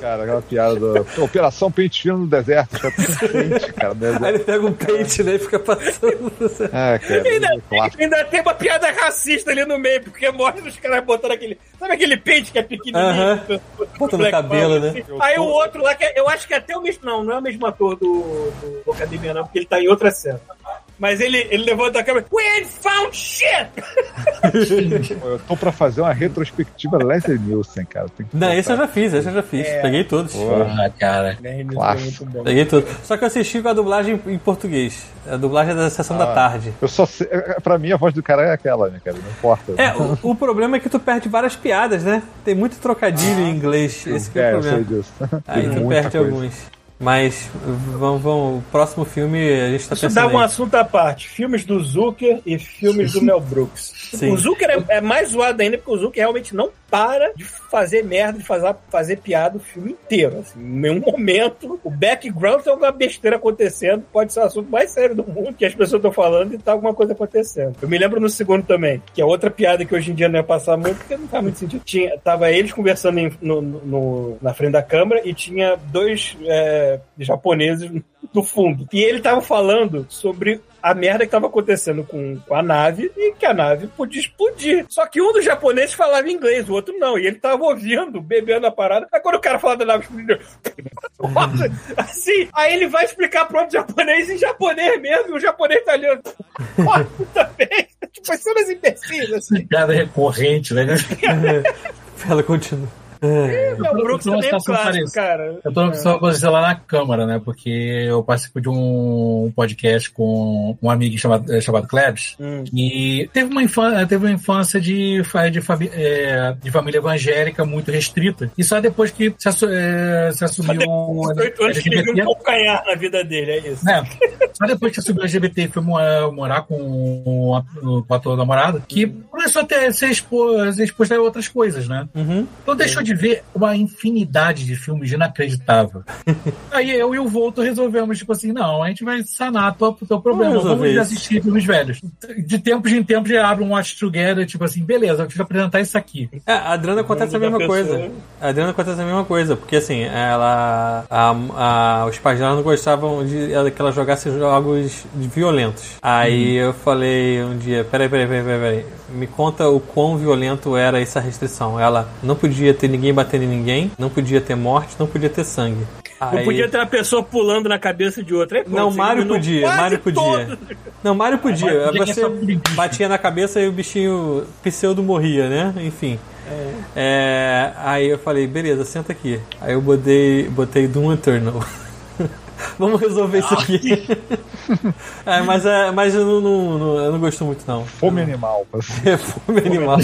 Speaker 6: Cara, aquela piada da Operação Pente Fino no deserto. Fica
Speaker 3: [laughs]
Speaker 6: tudo quente, cara. no
Speaker 3: Aí
Speaker 6: deserto.
Speaker 3: ele pega um pente, né, e fica passando.
Speaker 9: [laughs]
Speaker 6: Ah, cara,
Speaker 2: Ainda,
Speaker 6: é um clássico.
Speaker 2: ainda tem uma piada racista ali no meio, porque mostra os caras botando aquele. Sabe aquele pente que é pequenininho?
Speaker 3: Aham.
Speaker 2: que o pessoal do
Speaker 3: Botando
Speaker 2: Black
Speaker 3: cabelo,
Speaker 2: Power,
Speaker 3: né?
Speaker 2: assim? Aí o outro lá, que é- eu acho que é até o mesmo. Não, não é o mesmo ator do, do Academia, não, porque ele tá em outra cena. Mas ele, ele levanta a câmera. We ain't found shit!
Speaker 6: Eu tô pra fazer uma retrospectiva Leslie Nielsen, cara. Tem que
Speaker 3: Não, esse eu já fiz, esse eu já fiz. Peguei todos.
Speaker 7: Porra, Ah, cara.
Speaker 3: é
Speaker 6: Clássico.
Speaker 3: Peguei tudo. Só que eu assisti com a dublagem em português. A dublagem da sessão
Speaker 6: Ah.
Speaker 3: da tarde.
Speaker 6: Eu só sei, é, pra mim a voz do cara é aquela, né, cara? Não importa.
Speaker 3: É, o, o problema é que tu perde várias piadas, né? Tem muito trocadilho em inglês. Esse que é,
Speaker 6: É,
Speaker 3: o
Speaker 6: eu sei
Speaker 3: problema.
Speaker 6: disso. [laughs]
Speaker 3: Aí
Speaker 6: Tem
Speaker 3: tu
Speaker 6: muita
Speaker 3: perde
Speaker 6: coisa.
Speaker 3: alguns. Mas vamos, vamos, o próximo filme a gente tá
Speaker 2: Isso
Speaker 3: pensando.
Speaker 2: dava um
Speaker 3: aí.
Speaker 2: assunto à parte. Filmes do Zucker e filmes do Mel Brooks.
Speaker 3: Sim.
Speaker 2: O Zucker é, é mais zoado ainda, porque o Zucker realmente não para de fazer merda, de fazer, fazer piada o filme inteiro. Assim, em nenhum momento, o background tem alguma besteira acontecendo, pode ser o assunto mais sério do mundo, que as pessoas estão falando e tá alguma coisa acontecendo. Eu me lembro no segundo também, que é outra piada que hoje em dia não ia passar muito, porque não faz muito sentido. Tinha, tava eles conversando em- no- no- na frente da câmera e tinha dois é, japoneses do fundo. E ele tava falando sobre a merda que tava acontecendo com, com a nave e que a nave podia explodir. Só que um dos japoneses falava inglês, o outro não. E ele tava ouvindo, bebendo a parada. Aí quando o cara fala da nave explodindo, nossa, [laughs] assim, aí ele vai explicar pro outro japonês em japonês mesmo, e o japonês tá olhando. "Porra, [laughs] Puta merda, tipo, são umas imbecis, assim.
Speaker 7: Piada recorrente, né?
Speaker 3: [laughs] Ela continua.
Speaker 2: Mel Brooks
Speaker 7: Eu
Speaker 2: também é
Speaker 7: tô numa
Speaker 2: um
Speaker 7: situação
Speaker 2: clássico,
Speaker 7: parecida.
Speaker 2: cara.
Speaker 7: Eu tô na opção posição lá na Câmara, né? Porque eu participo de um podcast com um amigo chamado, eh, chamado Klebs.
Speaker 2: Hum.
Speaker 7: E teve uma, infância, teve uma infância de, fa- de, fami- eh, de família evangélica muito restrita. E só depois que se, assu- eh, se assumiu. o
Speaker 2: 18 anos que ele viu um
Speaker 7: LGBT,
Speaker 2: calcanhar na vida dele, é isso.
Speaker 7: né? Só depois que subiu LGBT e foi morar, morar com, a, com a tua namorada, que começou a ter, ser, expo, ser exposto a outras coisas, né?
Speaker 3: Uhum.
Speaker 7: Então deixou de ver uma infinidade de filmes
Speaker 3: [laughs]
Speaker 7: inacreditável. Aí eu e o Volto resolvemos, tipo assim, não, a gente vai sanar o teu problema,
Speaker 3: Vamos
Speaker 7: vamos,
Speaker 3: resolver isso.
Speaker 7: assistir filmes velhos. De tempos em tempos já abre um Watch Together, tipo assim, beleza, eu te apresentar isso aqui.
Speaker 3: É, a Adriana acontece a
Speaker 2: mundo da
Speaker 3: mesma
Speaker 2: pessoa.
Speaker 3: coisa. A Adriana acontece a mesma coisa, porque assim, ela. a- a- os pais dela não gostavam de ela, que ela jogasse jogos de- violentos. Aí eu falei um dia: peraí, peraí, peraí, peraí, peraí, me conta o quão violento era essa restrição. Ela não podia ter ninguém batendo em ninguém, não podia ter morte, não podia ter sangue.
Speaker 2: Não
Speaker 3: Aí-
Speaker 2: podia ter uma pessoa pulando na cabeça de outra. Aí, pô,
Speaker 3: Não,
Speaker 2: você
Speaker 3: Mário
Speaker 2: eliminou
Speaker 3: podia,
Speaker 2: quase
Speaker 3: Mário podia.
Speaker 2: todos.
Speaker 3: Não, Mario podia.
Speaker 7: Mario podia que é
Speaker 3: você
Speaker 7: só bicho.
Speaker 3: batia na cabeça e o bichinho pseudo morria, né? Enfim. É, aí eu falei, beleza, senta aqui. Aí eu botei, botei Doom Eternal. [laughs] Vamos resolver isso aqui. [laughs] É, mas é, mas eu, não, não- não- eu não gosto muito, não. [laughs]
Speaker 9: Fome animal. assim.
Speaker 3: É fome animal.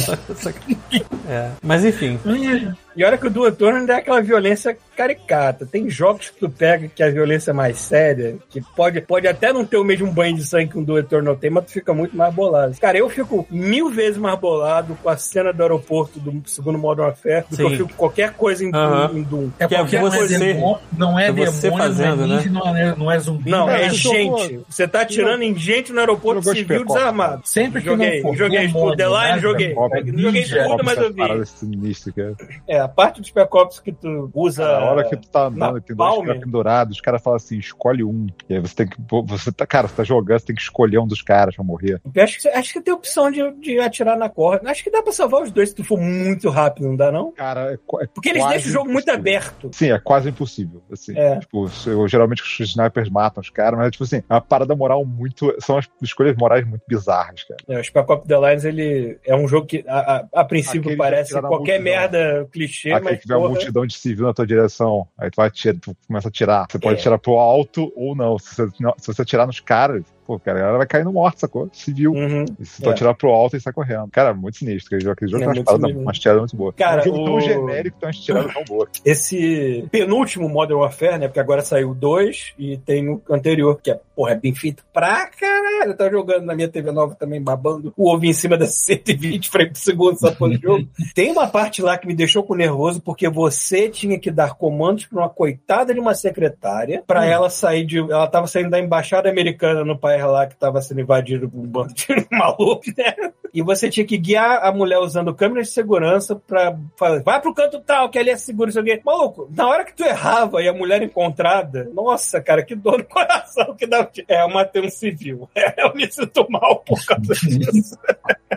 Speaker 3: É, mas enfim.
Speaker 2: Hum, E olha que o Duo Turner é aquela violência caricata. Tem jogos que tu pega que a violência é mais séria, que pode, pode até não ter o mesmo banho de sangue que um Duo Turner tem, mas tu fica muito mais bolado. Cara, eu fico mil vezes mais bolado com a cena do aeroporto do segundo Modern Warfare do que
Speaker 3: Sim.
Speaker 2: eu fico com qualquer coisa em,
Speaker 3: Aham.
Speaker 2: Doom, em Doom.
Speaker 7: É
Speaker 3: Que é
Speaker 7: qualquer coisa,
Speaker 3: você.
Speaker 7: é demônio, não é,
Speaker 3: É você
Speaker 7: demônio,
Speaker 3: fazendo,
Speaker 7: não é ninja, não é, não é zumbi.
Speaker 2: Não,
Speaker 7: não
Speaker 2: é,
Speaker 9: eu
Speaker 2: gente.
Speaker 9: jogou-
Speaker 2: Você tá atirando em gente no aeroporto
Speaker 9: jogou
Speaker 2: civil
Speaker 9: Spec Ops,
Speaker 2: desarmado.
Speaker 7: Sempre que
Speaker 2: Joguei,
Speaker 7: não for
Speaker 2: joguei
Speaker 7: demônio,
Speaker 2: The
Speaker 7: né,
Speaker 2: Line, joguei.
Speaker 9: Robin
Speaker 2: Joguei
Speaker 7: Ninja.
Speaker 2: tudo, mas eu
Speaker 9: Essas
Speaker 2: vi.
Speaker 9: paradas sinistras, cara.
Speaker 2: É, a parte dos Spec Ops que tu usa.
Speaker 9: Cara, a hora que tu tá andando
Speaker 2: É. na
Speaker 9: e tem dois
Speaker 2: palma.
Speaker 9: caras pendurados, os caras falam assim, escolhe um. E aí você tem que. Você tá, cara, você tá jogando, você tem que escolher um dos caras pra morrer.
Speaker 2: Eu Acho que, acho que tem opção de, de atirar na corda. Acho que dá pra salvar os dois se tu for muito rápido, não dá não?
Speaker 9: Cara, é, qua- é
Speaker 2: Porque eles
Speaker 9: quase
Speaker 2: deixam o jogo muito
Speaker 9: impossível.
Speaker 2: aberto.
Speaker 9: Sim, é quase impossível. Assim,
Speaker 2: É.
Speaker 9: tipo, se- eu- geralmente os snipers matam os caras, mas tipo assim, é uma parada moral muito. São as escolhas morais muito bizarras, cara.
Speaker 2: É, o Spec Ops The Lines, ele é um jogo que, a, a- a princípio,
Speaker 9: Aquele que
Speaker 2: parece
Speaker 9: atira na
Speaker 2: qualquer
Speaker 9: multidão.
Speaker 2: merda clichê,
Speaker 9: Aqui
Speaker 2: mas
Speaker 9: que vem uma
Speaker 2: porra,
Speaker 9: multidão de civil na tua direção. Aí tu vai atirar, tu começa a atirar. Você pode
Speaker 2: É.
Speaker 9: atirar pro alto ou não. Se você, não- se você atirar nos caras, pô, cara, a galera vai caindo morta, sacou? Civil.
Speaker 2: uhum.
Speaker 9: E se tu
Speaker 2: É.
Speaker 9: atirar pro alto, ele sai correndo. Cara, é muito sinistro. Aquele jogo, aquele jogo
Speaker 2: É
Speaker 9: tem umas
Speaker 2: muito
Speaker 9: paradas,
Speaker 2: sinistro.
Speaker 9: umas tiradas muito boas.
Speaker 2: Cara,
Speaker 9: é um jogo
Speaker 2: o-
Speaker 9: tão genérico, tão estirado, tão boa.
Speaker 2: Esse penúltimo Modern Warfare, né? Porque agora saiu dois e tem o anterior, que é, porra, é bem feito pra caralho. Eu tava jogando na minha TV nova também, babando o ovo em cima da [laughs] 120 frames por segundo, só por
Speaker 9: [laughs]
Speaker 2: jogo. Tem uma parte lá que me deixou com nervoso, porque você tinha que dar comandos pra uma coitada de uma secretária,
Speaker 9: Hum.
Speaker 2: pra ela sair de... Ela tava saindo da embaixada americana no país lá, que tava sendo invadido por um bando de [laughs] maluco, né? E você tinha que guiar a mulher usando câmeras de segurança pra falar, vai pro canto tal, que ali é seguro, isso aqui. Maluco, na hora que tu errava e a mulher encontrada, nossa, cara, que dor no [laughs] coração que dá. É, eu matei um civil. [laughs] É, eu me sinto mal por causa disso. [laughs]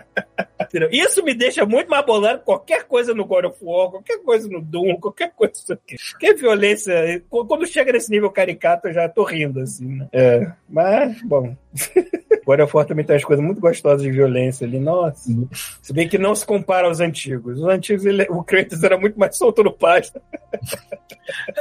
Speaker 2: Entendeu? Isso me deixa muito mais bolado que qualquer coisa no God of War, qualquer coisa no Doom, qualquer coisa isso aqui. Que violência. Quando chega nesse nível caricato, eu já tô rindo, assim, né? É, mas, bom. God of War também tem umas coisas muito gostosas de violência ali, nossa. Se bem que não se compara aos antigos. Os antigos, ele- o Kratos era muito mais solto no pasto.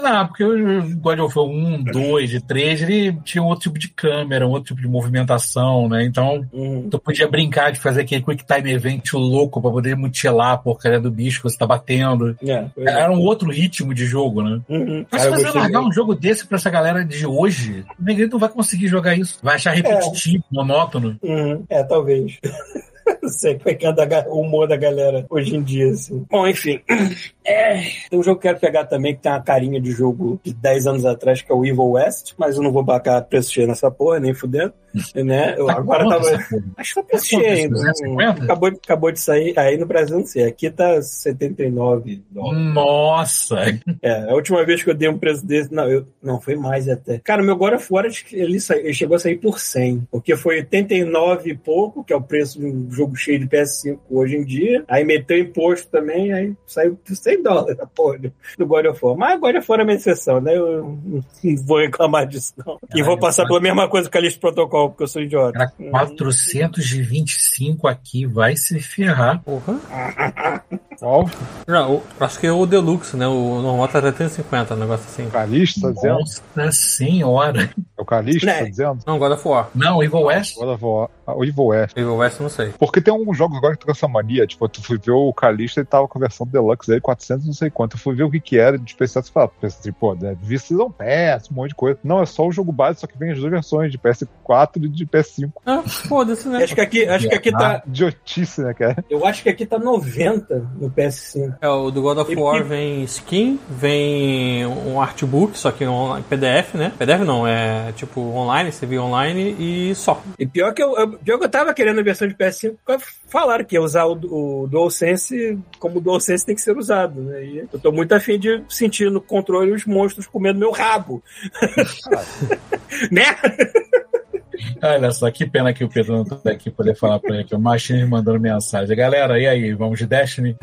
Speaker 7: Não, porque o God of War 1, 2 e 3, ele tinha um outro tipo de câmera, um outro tipo de movimentação, né? Então,
Speaker 2: Uhum.
Speaker 7: tu podia brincar de fazer aquele quick time event louco pra poder mutilar a porcaria do bicho que você tá batendo.
Speaker 2: É, pois é.
Speaker 7: Era um outro ritmo de jogo, né?
Speaker 2: Uhum.
Speaker 7: Mas
Speaker 2: Cara, eu
Speaker 7: se você
Speaker 2: gostei
Speaker 7: largar
Speaker 2: muito.
Speaker 7: um jogo desse pra essa galera de hoje, o negrito não vai conseguir jogar isso. Vai achar repetitivo, monótono.
Speaker 2: Uhum. É, talvez. [laughs] Não sei como é que anda a ga- o humor da galera hoje em dia, assim. Bom, enfim. É, Tem um jogo que eu quero pegar também, que tem uma carinha de jogo de 10 anos atrás, que é o Evil West, mas eu não vou bacar preço cheio nessa porra, nem fudendo. né? Eu,
Speaker 7: Tá
Speaker 2: agora
Speaker 7: quanto
Speaker 2: tava.
Speaker 7: essa porra?
Speaker 2: Acho que tá
Speaker 7: Tá
Speaker 2: preço cheio
Speaker 7: quanto,
Speaker 2: ainda.
Speaker 7: 250?
Speaker 2: Acabou, de- acabou de sair. Aí no Brasil, não sei. Aqui tá 79 dólares.
Speaker 7: Nossa!
Speaker 2: É, a última vez que eu dei um preço desse. Não, eu, não foi mais até. Cara, o meu God of War acho que ele, sa- ele chegou a sair por 100. Porque foi 89 e pouco, que é o preço de um jogo cheio de PS5 hoje em dia. Aí meteu imposto também, aí saiu por 100 dólares a porra do- do God of War. Mas God of War é uma exceção, né? Eu não não vou reclamar disso, não. E vou
Speaker 7: Caralho,
Speaker 2: passar
Speaker 7: cara.
Speaker 2: pela mesma coisa que a lista de protocolo, porque eu sou idiota.
Speaker 7: Era 425 aqui, vai se ferrar.
Speaker 3: Porra.
Speaker 9: Qual?
Speaker 3: Não, o- acho que é o Deluxe, né? O normal tá 350, um negócio assim.
Speaker 9: O Calixto tá dizendo?
Speaker 7: Nossa senhora.
Speaker 9: É o Calixto tá
Speaker 2: Né.
Speaker 9: dizendo?
Speaker 3: Não, God of War.
Speaker 7: Não, Evil West.
Speaker 9: God of War. Ah, O Evil West.
Speaker 3: Evil West, não sei.
Speaker 9: Porque tem alguns jogos agora que tu com essa mania, tipo, tu fui ver o Calista e tava com a versão Deluxe aí, 400 não sei quanto, eu fui ver o que que era de especial, e falava, pensei assim, pô, né, vi Season Pass, um monte de coisa. Não, é só o jogo base, só que vem as duas versões, de PS4 e de PS5.
Speaker 3: Ah, foda-se, né?
Speaker 2: Acho que aqui, acho que aqui tá.
Speaker 9: Idiotice, né, cara?
Speaker 2: Eu acho que aqui tá 90 no PS5.
Speaker 3: É, o do God of
Speaker 2: Ele
Speaker 3: War
Speaker 2: que-
Speaker 3: vem skin, vem um artbook, só que on- PDF, né? PDF não, é tipo online, você vê online e só.
Speaker 2: E pior que eu, eu- pior que eu tava querendo a versão de PS5, porque falaram que ia usar o, o DualSense como o DualSense tem que ser usado, né? E eu tô muito afim de sentir no [laughs] controle os monstros comendo meu rabo. né?
Speaker 7: Olha só, que pena que o Pedro não tá aqui poder falar pra ele que o Machine mandando mensagem. Galera, e aí? Vamos de Destiny?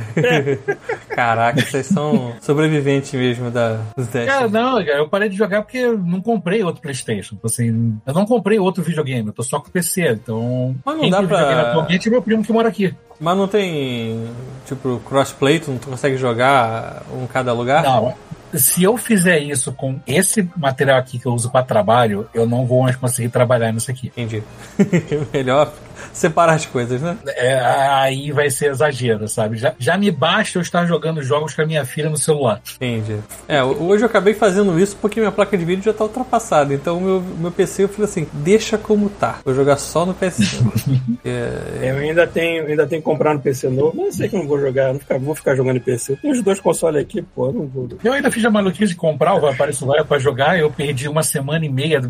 Speaker 3: Caraca,
Speaker 2: [laughs]
Speaker 3: vocês são sobreviventes mesmo da, dos
Speaker 7: Cara,
Speaker 3: testes.
Speaker 7: não, cara, eu parei de jogar porque eu não comprei outro Playstation. Tipo Assim, eu não comprei outro videogame, eu tô só com PC, então...
Speaker 3: Mas não
Speaker 7: quem
Speaker 3: dá
Speaker 7: tem
Speaker 3: pra-
Speaker 7: videogame atualmente é meu primo que mora aqui.
Speaker 3: Mas não tem, tipo, crossplay, tu não consegue jogar um em cada lugar?
Speaker 7: Não, se eu fizer isso com esse material aqui que eu uso pra trabalho, eu não vou mais conseguir trabalhar nisso aqui.
Speaker 3: Entendi. [laughs] Melhor separar as coisas, né?
Speaker 7: É, aí vai ser exagero, sabe? Já, já me basta eu estar jogando jogos com a minha filha no celular.
Speaker 3: Entendi. É, hoje eu acabei fazendo isso porque minha placa de vídeo já tá ultrapassada. Então meu, meu PC eu falei assim, deixa como tá. Vou jogar só no PS5. é,
Speaker 2: Eu ainda tenho, ainda tenho que comprar no PC novo, mas eu sei que eu não vou jogar, eu não fica- vou ficar jogando em PC. Eu tenho os dois consoles aqui, pô, eu não vou. [laughs]
Speaker 7: Eu ainda fiz a maluquice de comprar o Vampire Survivor pra jogar, eu perdi uma semana e meia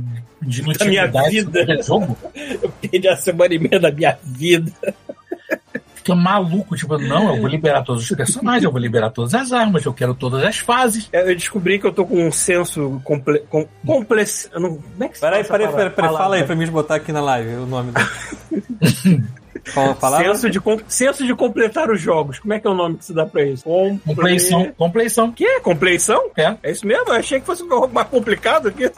Speaker 7: de inutilidade
Speaker 2: minha vida.
Speaker 7: sobre o jogo.
Speaker 2: Eu perdi a semana e meia da minha vida.
Speaker 7: Fiquei maluco, tipo, não, eu vou liberar todos os personagens, eu vou liberar todas as armas, eu quero todas as fases.
Speaker 2: É, Eu descobri que eu tô com um senso comple... Com... Complex... eu não- Como é que se fala né?
Speaker 3: peraí,
Speaker 2: essa
Speaker 3: peraí,
Speaker 2: palavra?
Speaker 3: peraí, peraí, fala aí
Speaker 2: Palavra.
Speaker 3: pra mim botar aqui na live o nome dele. Qual a palavra?
Speaker 2: Senso de, com... senso de completar os jogos. Como é que é o nome que se dá pra isso?
Speaker 7: Compleição,
Speaker 3: é-
Speaker 2: Comple...
Speaker 7: compleição.
Speaker 2: Que? Compleição?
Speaker 7: É.
Speaker 2: É isso mesmo? Eu achei que fosse um jogo mais complicado [laughs] aqui.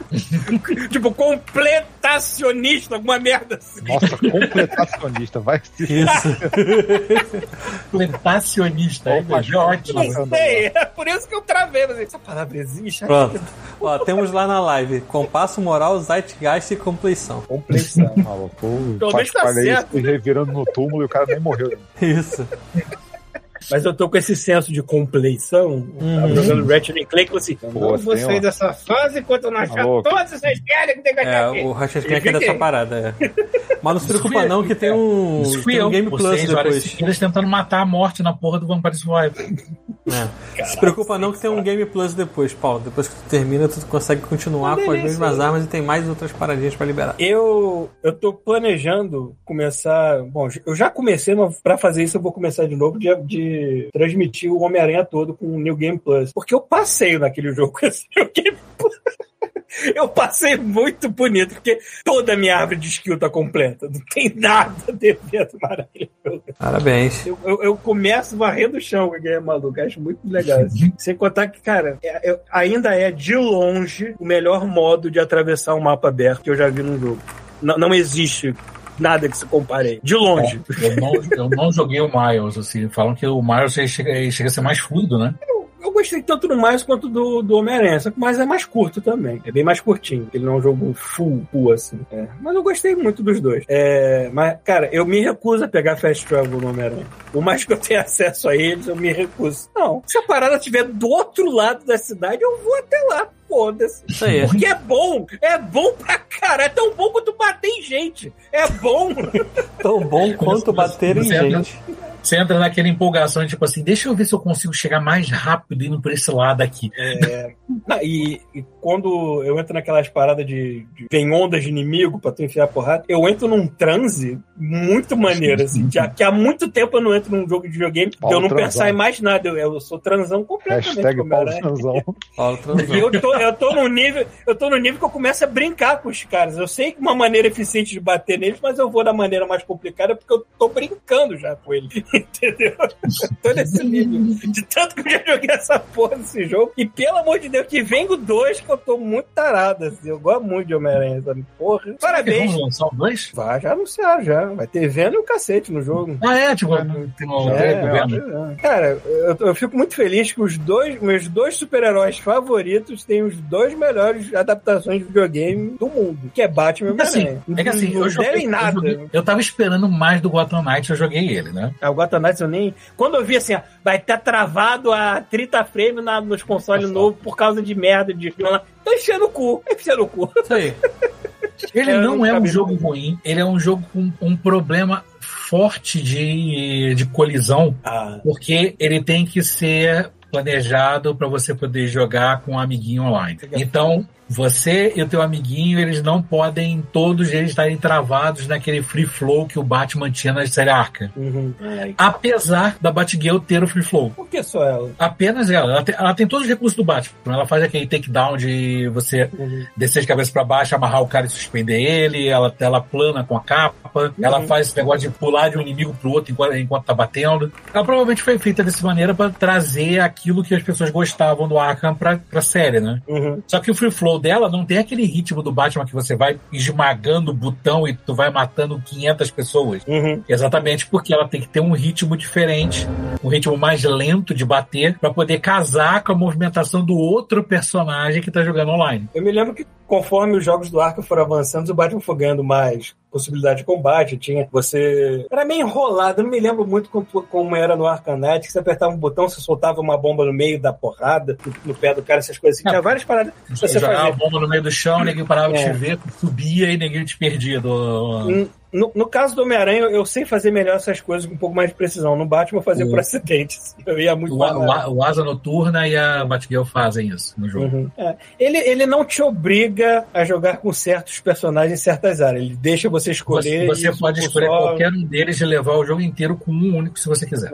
Speaker 2: tipo, completacionista, alguma merda assim. [laughs]
Speaker 6: Nossa, completacionista, vai se
Speaker 3: Isso.
Speaker 7: Completacionista. É,
Speaker 6: Opa,
Speaker 7: é ótimo.
Speaker 2: Não sei, é por isso que eu travei. Mas essa palavra existe?
Speaker 3: [laughs]
Speaker 2: é?
Speaker 3: Pronto. Ó, temos lá na live. Compasso moral, zeitgeist e compleição.
Speaker 6: complexar, maluco.
Speaker 2: Pelo menos
Speaker 6: Faz
Speaker 2: tá
Speaker 6: palha aí,
Speaker 2: certo,
Speaker 6: se revirando no túmulo e o cara nem morreu.
Speaker 3: Isso.
Speaker 2: Mas eu tô com esse senso de compleição. Eu Tava jogando Ratchet Clay que assim,
Speaker 6: Boa,
Speaker 2: vamos vocês
Speaker 6: tem, ó.
Speaker 2: dessa fase enquanto eu não achar
Speaker 6: Alô.
Speaker 2: todos vocês querem que tem que
Speaker 3: É,
Speaker 2: achar aqui.
Speaker 3: o Ratchet Clank é
Speaker 2: Fiquei.
Speaker 3: dessa parada, é. Mas não se preocupa não que tem um,
Speaker 7: Isso fui
Speaker 3: tem um
Speaker 7: eu,
Speaker 3: Game
Speaker 7: por
Speaker 3: Plus
Speaker 7: seis horas
Speaker 3: depois.
Speaker 7: seguidas tentando matar a morte na porra do Vampire Survivor.
Speaker 3: É. Se preocupa não que tem um Game Plus depois, Paulo. Depois que tu termina, tu consegue continuar com as mesmas armas e tem mais outras paradinhas pra liberar.
Speaker 2: Eu, eu tô planejando começar. Bom, eu já comecei, mas pra fazer isso eu vou começar de novo de, de transmitir o Homem-Aranha todo com o New Game Plus. Porque eu passei naquele jogo [laughs] com esse New Game Plus. Eu passei muito bonito, porque toda a minha árvore de skill tá completa. Não tem nada devendo maravilhoso.
Speaker 3: Parabéns.
Speaker 2: Eu, eu, eu começo varrendo o chão com aquele maluco. Acho muito legal. assim. Sem contar que, cara, é- é- ainda é de longe o melhor modo de atravessar um mapa aberto que eu já vi num jogo. Não, não existe nada que se compare. a ele. De longe.
Speaker 7: Eu não, eu não joguei o Miles, assim. Falam que o Miles ele chega, ele chega a ser mais fluido, né?
Speaker 2: Eu gostei tanto do Miles quanto do, do Homem-Aranha. Só que o Miles é mais curto também. É bem mais curtinho. Ele não é um jogo full, full assim. É. Mas eu gostei muito dos dois. É, mas, cara, eu me recuso a pegar Fast Travel no Homem-Aranha. Por mais que eu tenha acesso a eles, eu me recuso. Não. Se a parada estiver do outro lado da cidade, eu vou até lá. Foda-se.
Speaker 3: Isso aí.
Speaker 2: Porque é bom. É bom pra caralho. É tão bom quanto bater em gente. É bom.
Speaker 3: Tão bom quanto bater em
Speaker 7: Você entra-
Speaker 3: gente.
Speaker 7: Você entra naquela empolgação, tipo assim, deixa eu ver se eu consigo chegar mais rápido indo por esse lado aqui.
Speaker 2: [laughs] É. Não, e, e quando eu entro naquelas paradas de, de vem ondas de inimigo pra tu enfiar porrada, eu entro num transe muito maneiro, assim, já que há muito tempo eu não entro num jogo de videogame de
Speaker 6: Paulo
Speaker 2: eu não
Speaker 6: transão.
Speaker 2: pensar em mais nada, eu, eu sou transão completamente.
Speaker 6: Hashtag
Speaker 2: como
Speaker 6: Paulo
Speaker 2: era.
Speaker 6: Sanzão.
Speaker 3: Paulo
Speaker 2: E
Speaker 3: transou.
Speaker 2: eu tô, eu tô num nível, eu tô num nível que eu começo a brincar com os caras. Eu sei que uma maneira eficiente de bater neles, mas eu vou da maneira mais complicada porque eu tô brincando já com ele. [laughs] Entendeu? Eu tô nesse nível. De tanto que eu já joguei essa porra desse jogo. E pelo amor de Deus, que vem o 2 que eu tô muito tarado. Assim. Eu gosto muito de Homem-Aranha, sabe? Porra. Parabéns.
Speaker 7: Vamos lançar o dois?
Speaker 2: Vai, já anunciaram, já. Vai ter vendo e o cacete no jogo.
Speaker 7: Ah, é, tipo, tem um
Speaker 6: Já
Speaker 2: É,
Speaker 6: é,
Speaker 7: governo.
Speaker 2: é. Cara, eu, eu fico muito feliz que os dois, meus dois super-heróis favoritos têm os dois melhores adaptações de videogame do mundo, que é Batman e
Speaker 7: É que assim,
Speaker 2: Homem-Aranha.
Speaker 7: é que assim,
Speaker 2: não
Speaker 7: eu joguei,
Speaker 2: devem
Speaker 7: eu,
Speaker 2: nada.
Speaker 7: joguei- eu tava esperando mais do Gotham Knights, eu joguei ele, né?
Speaker 2: Ah, O Gotham Knights eu nem... Quando eu vi assim, ó, vai estar travado a 30 frame na, nos consoles novos por causa de merda, de... Tá enchendo o cu, tá enchendo o cu.
Speaker 3: Isso aí.
Speaker 7: Ele
Speaker 2: É,
Speaker 7: não
Speaker 2: não
Speaker 7: é um
Speaker 2: cabe
Speaker 7: jogo
Speaker 2: mais.
Speaker 7: ruim, ele é um jogo com um problema forte de, de colisão, porque ele tem que ser planejado para você poder jogar com um amiguinho online. Então, Você e o teu amiguinho, eles não podem todos eles estarem travados naquele free flow que o Batman tinha na série Arca.
Speaker 2: Uhum. Ai,
Speaker 7: Apesar da Batgirl ter o free flow.
Speaker 2: Por que só ela?
Speaker 7: Apenas ela. Ela tem, ela tem todos os recursos do Batman. Ela faz aquele takedown de você descer de cabeça pra baixo, amarrar o cara e suspender ele. Ela, ela plana com a capa. Ela faz esse negócio de pular de um inimigo pro outro enquanto, enquanto tá batendo. Ela provavelmente foi feita dessa maneira pra trazer aquilo que as pessoas gostavam do Arkham pra, pra série, né?
Speaker 2: Uhum.
Speaker 7: Só que o free flow dela não tem aquele ritmo do Batman que você vai esmagando o botão e tu vai matando 500 pessoas.
Speaker 2: Uhum.
Speaker 7: Exatamente porque ela tem que ter um ritmo diferente, um ritmo mais lento de bater pra poder casar com a movimentação do outro personagem que tá jogando online.
Speaker 2: Eu me lembro que conforme os jogos do Arca foram avançando, o Batman foi ganhando mais possibilidade de combate, tinha você... Era meio enrolado, eu não me lembro muito como, como era no Arcanite, que você apertava um botão, você soltava uma bomba no meio da porrada, no, no pé do cara, essas coisas assim. Tinha várias paradas que você
Speaker 7: jogava a
Speaker 2: fazia.
Speaker 7: bomba no meio do chão, ninguém parava de
Speaker 2: É.
Speaker 7: te ver, subia e ninguém te perdia do-
Speaker 2: Hum, No, no caso do Homem-Aranha, eu, eu sei fazer melhor essas coisas com um pouco mais de precisão. No Batman, eu fazia
Speaker 7: Uhum.
Speaker 2: por acidente. assim. Eu ia muito
Speaker 7: O,
Speaker 2: pra lá.
Speaker 7: o- o Asa Noturna e a Batgirl fazem isso no jogo.
Speaker 2: Uhum. É. Ele, ele não te obriga a jogar com certos personagens em certas áreas. Ele deixa você escolher.
Speaker 7: você
Speaker 2: isso
Speaker 7: você pode
Speaker 2: por
Speaker 7: escolher
Speaker 2: só.
Speaker 7: qualquer um deles e levar o jogo inteiro com um único se você quiser.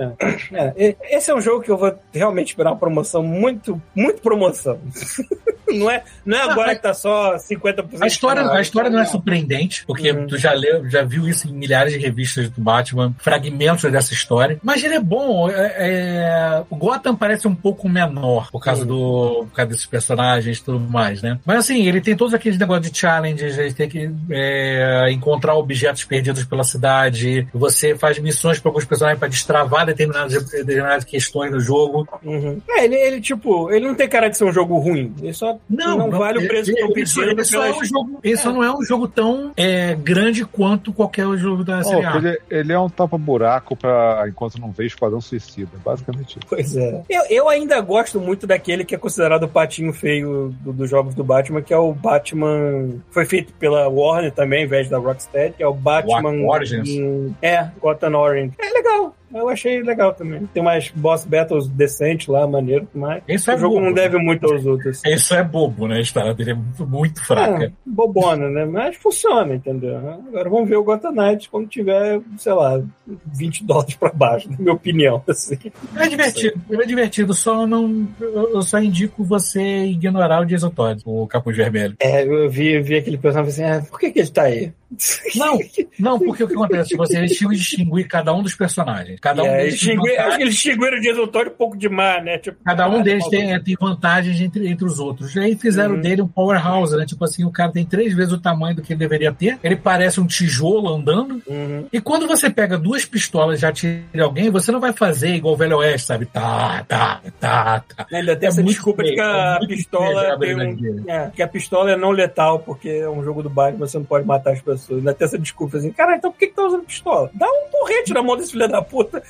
Speaker 2: É, e- Esse é um jogo que eu vou realmente esperar uma promoção muito, muito promoção. [laughs] não, é, não é agora que tá só 50%.
Speaker 7: Ah, A história,
Speaker 2: de
Speaker 7: a história não é surpreendente, porque
Speaker 2: Uhum.
Speaker 7: tu já leu, já viu isso em milhares de revistas do Batman, fragmentos dessa história. Mas ele é bom. é- é- o Gotham parece um pouco menor por causa do. por causa desses personagens e tudo mais, né? Mas assim, ele tem todos aqueles negócios de challenges, ele tem que é, encontrar objetos perdidos pela cidade. Você faz missões para alguns personagens para destravar determinadas, determinadas questões do jogo.
Speaker 2: Uhum. É, ele, ele, tipo, ele não tem cara de ser um jogo ruim. Ele só não, vale o preço que eu pedi.
Speaker 7: isso, isso é um jogo, isso não é um jogo tão é, grande quanto qualquer jogo da
Speaker 6: Pô,
Speaker 7: série A.
Speaker 6: ele, ele é um tapa-buraco pra enquanto não vê Esquadrão Suicida. Basicamente isso.
Speaker 2: Pois é. Eu, eu ainda gosto muito daquele que é considerado o patinho feio do- dos jogos do Batman, que é o Batman. Foi feito pela Warner também, ao invés da Rocksteady, que é o Batman.
Speaker 7: Wa- Origins?
Speaker 2: Hum, É, Gotham Origins. É legal. Eu achei legal também. Tem umas boss battles decentes lá, maneiro, mas.
Speaker 7: Isso é
Speaker 2: o jogo
Speaker 7: bobo.
Speaker 2: não deve muito aos outros.
Speaker 7: Isso é bobo, né? A história dele é muito, muito
Speaker 2: É,
Speaker 7: fraca.
Speaker 2: bobona, né? Mas funciona, entendeu? Agora vamos ver o Gotham Knights quando tiver, sei lá, 20 dólares pra baixo, na minha opinião. [laughs] Assim.
Speaker 7: É, divertido, é divertido, só não. Eu eu só indico você ignorar o Jason Todd, o capuz vermelho.
Speaker 2: É, eu vi, eu vi aquele personagem e falei assim, ah, por que, que ele tá aí?
Speaker 7: Não, não, porque o que acontece? Você [laughs] tinha que distinguir cada um dos personagens. Cada um
Speaker 2: É,
Speaker 7: deles.
Speaker 2: eles
Speaker 7: tem
Speaker 2: xinguei- acho
Speaker 7: vantagem-
Speaker 2: que eles xinguiram o Jesutório um pouco demais, né? Tipo,
Speaker 7: Cada um
Speaker 2: ah,
Speaker 7: deles
Speaker 2: tá
Speaker 7: tem, tem vantagens entre, entre os outros. E aí fizeram
Speaker 2: Uhum.
Speaker 7: dele um powerhouse, né? Tipo assim, o cara tem três vezes o tamanho do que ele deveria ter. Ele parece um tijolo andando.
Speaker 2: bom. Uhum.
Speaker 7: E quando você pega duas pistolas e já atira em alguém, você não vai fazer igual o Velho Oeste, sabe? Tá, tá, tá, tá.
Speaker 2: Ainda tem
Speaker 7: É
Speaker 2: essa
Speaker 7: muito
Speaker 2: desculpa de que
Speaker 7: feio, é
Speaker 2: a
Speaker 7: muito né, feio
Speaker 2: pistola
Speaker 7: a
Speaker 2: tem
Speaker 7: brincadeira.
Speaker 2: um, é, que a pistola é não letal, porque é um jogo do bairro, você não pode matar as pessoas. Ainda tem essa desculpa assim, cara, então por que, que tá usando pistola? Dá um porrete na mão desse filho da puta.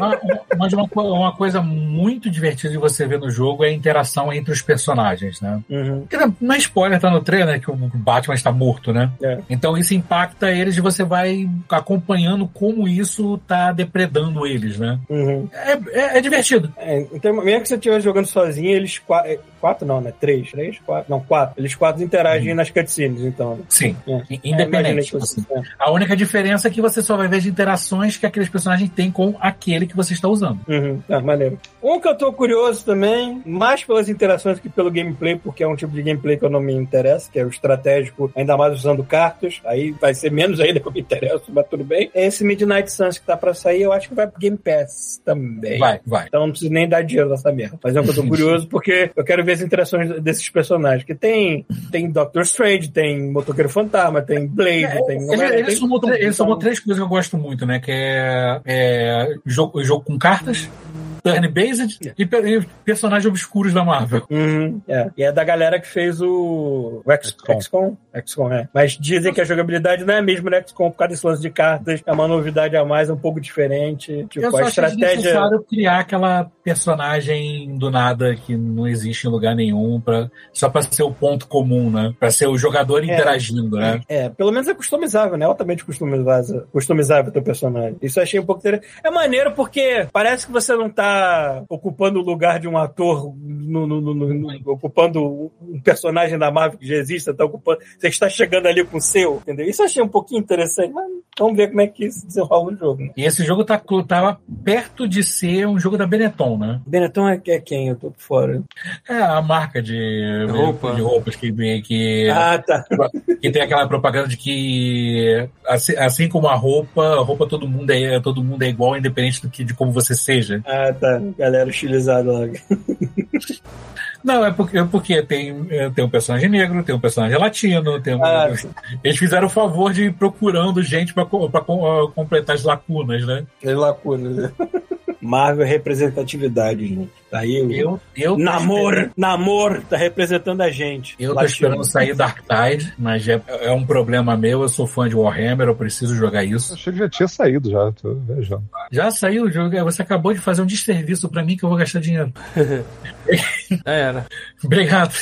Speaker 7: Mas- Mas uma, co- uma coisa muito divertida de você ver no jogo é a interação entre os personagens, né?
Speaker 2: Uhum.
Speaker 7: Porque na- Na spoiler, tá no trailer que o Batman está morto, né?
Speaker 2: É.
Speaker 7: Então isso impacta eles e você vai acompanhando como isso tá depredando eles, né?
Speaker 2: Uhum.
Speaker 7: É, é- é divertido.
Speaker 2: É, então, mesmo que você estiver jogando sozinho, eles qua- é, quatro, não, né? Três, três, quatro, não, quatro. Eles quatro interagem nas cutscenes, então. né?
Speaker 7: Sim.
Speaker 2: É. É, imagina
Speaker 7: Uhum. Independente.
Speaker 2: que você-
Speaker 7: assim. A única diferença é que você só vai ver as interações que aqueles personagens têm com aquele que você está usando.
Speaker 2: Uhum, tá, maneiro. Um que eu tô curioso também, mais pelas interações que pelo gameplay, porque é um tipo de gameplay que eu não me interessa, que é o estratégico, ainda mais usando cartas. Aí vai ser menos ainda que eu me interesso, mas tudo bem. É esse Midnight Suns que tá pra sair, eu acho que vai pro Game Pass também.
Speaker 7: Vai, vai.
Speaker 2: Então não preciso nem dar dinheiro nessa merda. Mas é o que eu tô curioso, porque eu quero ver as interações desses personagens. Que tem, tem Doctor Strange, tem Motoqueiro Fantasma, tem Blade, tem...
Speaker 7: Ele, ele
Speaker 2: tem
Speaker 7: somou, tre- ele
Speaker 2: tudo,
Speaker 7: somou
Speaker 2: então-
Speaker 7: três coisas que eu gosto muito, né? Que é, é jogo, jogo com cartas, turn-based
Speaker 2: É.
Speaker 7: e, pe- e personagens obscuros da Marvel.
Speaker 2: Uhum, é. E é da galera que fez o, o X-
Speaker 6: XCOM.
Speaker 2: XCOM. XCOM, é. Mas dizem que a jogabilidade não é a mesma do XCOM por causa desse lance de cartas. É uma novidade a mais, um pouco diferente.
Speaker 7: eu
Speaker 2: Tipo,
Speaker 7: só
Speaker 2: a
Speaker 7: achei
Speaker 2: estratégia.
Speaker 7: necessário criar aquela personagem do nada que não existe em lugar nenhum, pra, só pra ser o ponto comum, né? Pra ser o jogador interagindo, né?
Speaker 2: É, pelo menos é customizável, né? Altamente customizável, customizável o teu personagem. Isso eu achei um pouco interessante. É maneiro porque parece que você não tá tá ocupando o lugar de um ator, no- no- no- no- no- ocupando um personagem da Marvel que já existe, você tá ocupando. Você está chegando ali com o seu, entendeu? Isso eu achei um pouquinho interessante, mas vamos ver como é que se desenrola o jogo. Né?
Speaker 7: E esse jogo tá, tava perto de ser um jogo da Benetton, né?
Speaker 2: Benetton é, é quem? Eu tô por fora.
Speaker 7: É a marca de,
Speaker 3: Roupa.
Speaker 7: de roupas que, que,
Speaker 2: Ah, tá.
Speaker 7: que tem aquela propaganda de que assim, assim como a roupa, a roupa todo mundo é todo mundo é igual, independente do que de como você seja.
Speaker 2: Ah, tá. Galera estilizada logo.
Speaker 7: Não, é porque, é porque tem, é, tem um personagem negro, tem um personagem latino, tem um-
Speaker 2: Ah.
Speaker 7: eles fizeram o favor de ir procurando gente para ah, completar as lacunas, né?
Speaker 2: As lacunas, né? [laughs] Marvel é representatividade, gente. Tá aí o.
Speaker 7: Eu, eu tô
Speaker 2: Namor, Namor tá representando a gente.
Speaker 7: Eu tô
Speaker 2: Latino.
Speaker 7: esperando sair Darktide, mas é, é um problema meu. Eu sou fã de Warhammer, eu preciso jogar isso.
Speaker 6: Achei que já tinha saído, já. Tô viajando.
Speaker 7: Já saiu o jogo, você acabou de fazer um desserviço pra mim que eu vou gastar dinheiro. [laughs]
Speaker 3: Já era.
Speaker 7: Obrigado.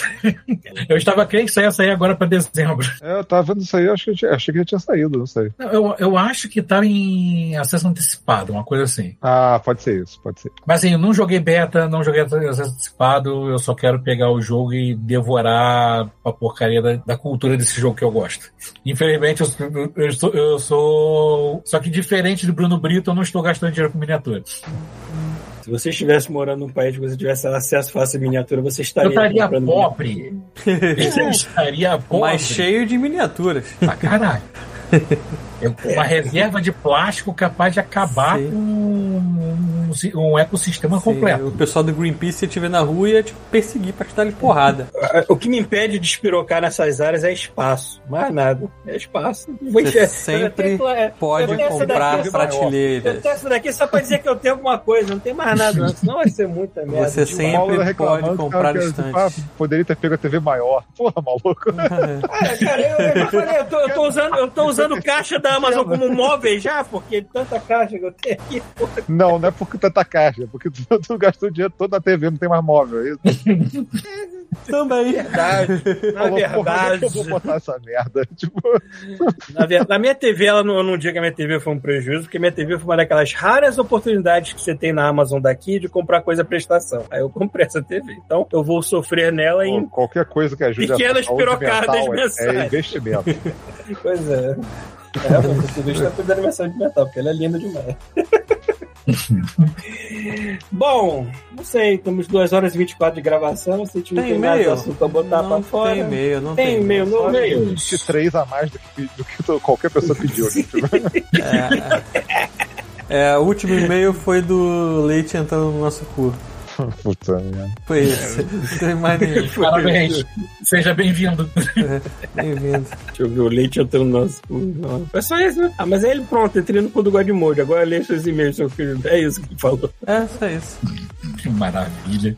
Speaker 7: Eu estava crente que isso ia sair agora pra dezembro.
Speaker 6: É, eu tava vendo isso aí, eu achei que, já tinha- achei que já tinha saído, não sei.
Speaker 7: Não, Eu, eu acho que tá em acesso antecipado, uma coisa assim.
Speaker 6: Ah, pode ser isso, pode ser.
Speaker 7: Mas assim, eu não joguei beta, não joguei acesso antecipado, eu só quero pegar o jogo e devorar a porcaria da, da cultura desse jogo que eu gosto. Infelizmente, eu, sou- eu sou, eu sou- Só que diferente do Bruno Brito, eu não estou gastando dinheiro com miniatura.
Speaker 2: Se você estivesse morando num país que você tivesse acesso fácil à miniatura, você
Speaker 7: Eu
Speaker 2: estaria.
Speaker 7: estaria
Speaker 2: comprando
Speaker 7: pobre. Eu estaria pobre.
Speaker 3: Mas cheio de miniaturas.
Speaker 7: pra caralho. Eu- uma reserva de plástico capaz de acabar
Speaker 3: Sim.
Speaker 7: com um, um ecossistema completo.
Speaker 3: Assim, o pessoal do Greenpeace, se tiver na rua, ia te perseguir pra te dar de porrada.
Speaker 2: miniatura. O que me impede de espirocar nessas áreas é espaço. Mais nada. É espaço. Vou
Speaker 3: Você
Speaker 2: encher-
Speaker 3: sempre
Speaker 2: Eu tenho- é,
Speaker 3: Pode
Speaker 2: eu tenho essa
Speaker 3: comprar
Speaker 2: daqui, só- Eu
Speaker 3: prateleiras.
Speaker 2: tenho essa daqui só pra dizer que eu tenho alguma coisa, não tem mais nada, não. senão vai ser muita merda.
Speaker 3: Você
Speaker 2: De-
Speaker 3: sempre
Speaker 6: Mauro reclamando,
Speaker 3: pode
Speaker 6: cara,
Speaker 3: comprar
Speaker 6: que eu-
Speaker 3: estantes.
Speaker 6: ah, poderia ter pego a TV maior. Porra, maluco.
Speaker 2: Cara, cara, eu, eu já falei, eu tô, eu tô usando, eu tô usando caixa da Amazon como móvel já, porque tanta caixa que eu tenho aqui.
Speaker 6: Não, não é porque tanta caixa, é porque tu, [laughs] tu gastou o dinheiro todo na TV, não tem mais móvel. Aí tu
Speaker 3: Também.
Speaker 2: Na
Speaker 6: porra,
Speaker 2: verdade.
Speaker 6: onde é que eu vou botar essa merda. Tipo,
Speaker 2: Na verdade, a minha TV, ela não, eu não digo que a minha TV foi um prejuízo, porque a minha TV foi uma daquelas raras oportunidades que você tem na Amazon daqui de comprar coisa à prestação. Aí eu comprei essa TV. Então, eu vou sofrer nela
Speaker 6: pô,
Speaker 2: em
Speaker 6: qualquer coisa que ajude
Speaker 2: Pequenas
Speaker 6: saúde
Speaker 2: pirocadas
Speaker 6: mental é,
Speaker 2: mensais.
Speaker 6: é investimento.
Speaker 2: coisa. É, mas você deixa a animação de metal, porque ela é linda
Speaker 3: [laughs]
Speaker 2: demais. Bom, não sei, estamos 2 horas e 24 de gravação. Se tiver
Speaker 3: Tem
Speaker 2: mais
Speaker 3: e-mail?
Speaker 2: assunto a botar pra
Speaker 3: Não
Speaker 2: fora.
Speaker 3: tem e-mail, não
Speaker 2: Tem
Speaker 3: tem.
Speaker 2: e-mail, não e-mail.
Speaker 6: que três a mais do que, do que to- qualquer pessoa pediu. né? Tipo,
Speaker 3: É, o último e-mail foi do Leite entrando no nosso cu.
Speaker 6: Puta, né?
Speaker 3: Foi esse. Não tem mais nenhum.
Speaker 7: Parabéns. Seja bem-vindo. [laughs]
Speaker 3: Bem-vindo.
Speaker 2: Deixa eu ver, o leite entrando no nosso cu. Não, É só isso, né? Ah, mas aí ele pronto, entrei no cu do Godmode. Agora leia seus e-mails, seu filho. É isso que ele falou.
Speaker 3: É, só isso.
Speaker 7: Que maravilha.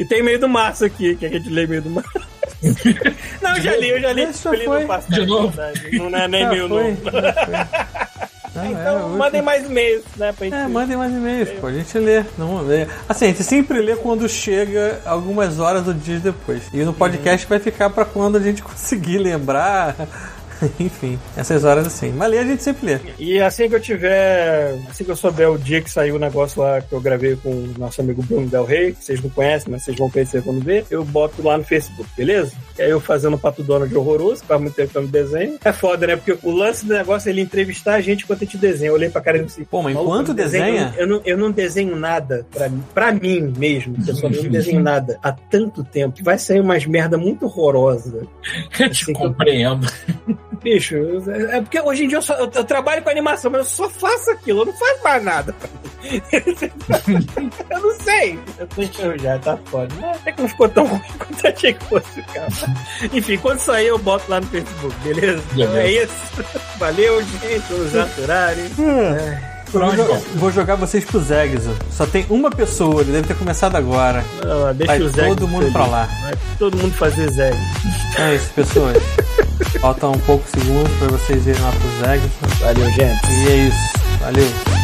Speaker 2: E tem e-mail do Márcio aqui, que a gente lê e-mail do Márcio. [laughs] Não, eu já li, eu já li.
Speaker 3: Esse já
Speaker 2: Eu li no
Speaker 3: foi.
Speaker 2: passado,
Speaker 7: De novo?
Speaker 2: na verdade. Não é nem
Speaker 3: Ah,
Speaker 2: e-mail,
Speaker 3: foi,
Speaker 2: não.
Speaker 3: Não, é,
Speaker 2: Então,
Speaker 3: o
Speaker 2: mandem mais e-mails, né? Pra gente.
Speaker 3: É, mandem mais e-mails, pô. A gente lê. Não, lê. Assim, a gente sempre lê quando chega algumas horas ou dias depois. E no podcast vai ficar pra quando a gente [laughs] conseguir lembrar. [laughs] Enfim, essas horas assim. Mas lê a gente sempre lê.
Speaker 2: E assim que eu tiver, assim que eu souber o dia que saiu o negócio lá que eu gravei com o nosso amigo Bruno Del Rey, que vocês não conhecem, mas vocês vão conhecer quando ver, eu boto lá no Facebook, beleza? E aí eu fazendo um pato dono de horroroso, que faz muito tempo que eu não desenho. É foda, né? Porque o lance do negócio é ele entrevistar a gente enquanto a gente desenha. Eu olhei pra cara e disse,
Speaker 3: Pô, mas
Speaker 2: maluco,
Speaker 3: enquanto
Speaker 2: eu não desenho- um
Speaker 3: desenha?
Speaker 2: Eu não, eu não desenho nada pra, mim- pra mim mesmo, pessoalmente, eu não
Speaker 3: [laughs]
Speaker 2: desenho nada há tanto tempo. que Vai sair umas merda muito horrorosa.
Speaker 7: Eu te compreendo.
Speaker 2: Bicho, eu- é porque hoje em dia eu, só- eu- eu trabalho com animação, mas eu só faço aquilo, eu não faço mais nada. [laughs] eu não sei. Eu tô enferrujado, tá foda. Mas Até que não ficou tão ruim [laughs] quanto eu achei que fosse, cara. Enfim, quando sair eu boto lá no Facebook, beleza? Então é isso. [laughs] Valeu, gente, os aturarem.
Speaker 3: Vou,
Speaker 7: Pronto.
Speaker 3: jo- vou jogar vocês pro Zegzo. Só tem uma pessoa, ele deve ter começado agora.
Speaker 2: Deixa
Speaker 3: Vai
Speaker 2: o Zé.
Speaker 3: todo mundo
Speaker 2: feliz.
Speaker 3: pra lá.
Speaker 2: Vai todo mundo fazer Zé.
Speaker 3: Então é isso, pessoas.
Speaker 2: [laughs]
Speaker 3: Faltam um pouco segundos pra vocês irem lá pro Zegzo.
Speaker 2: Valeu, gente.
Speaker 3: E é isso. Valeu.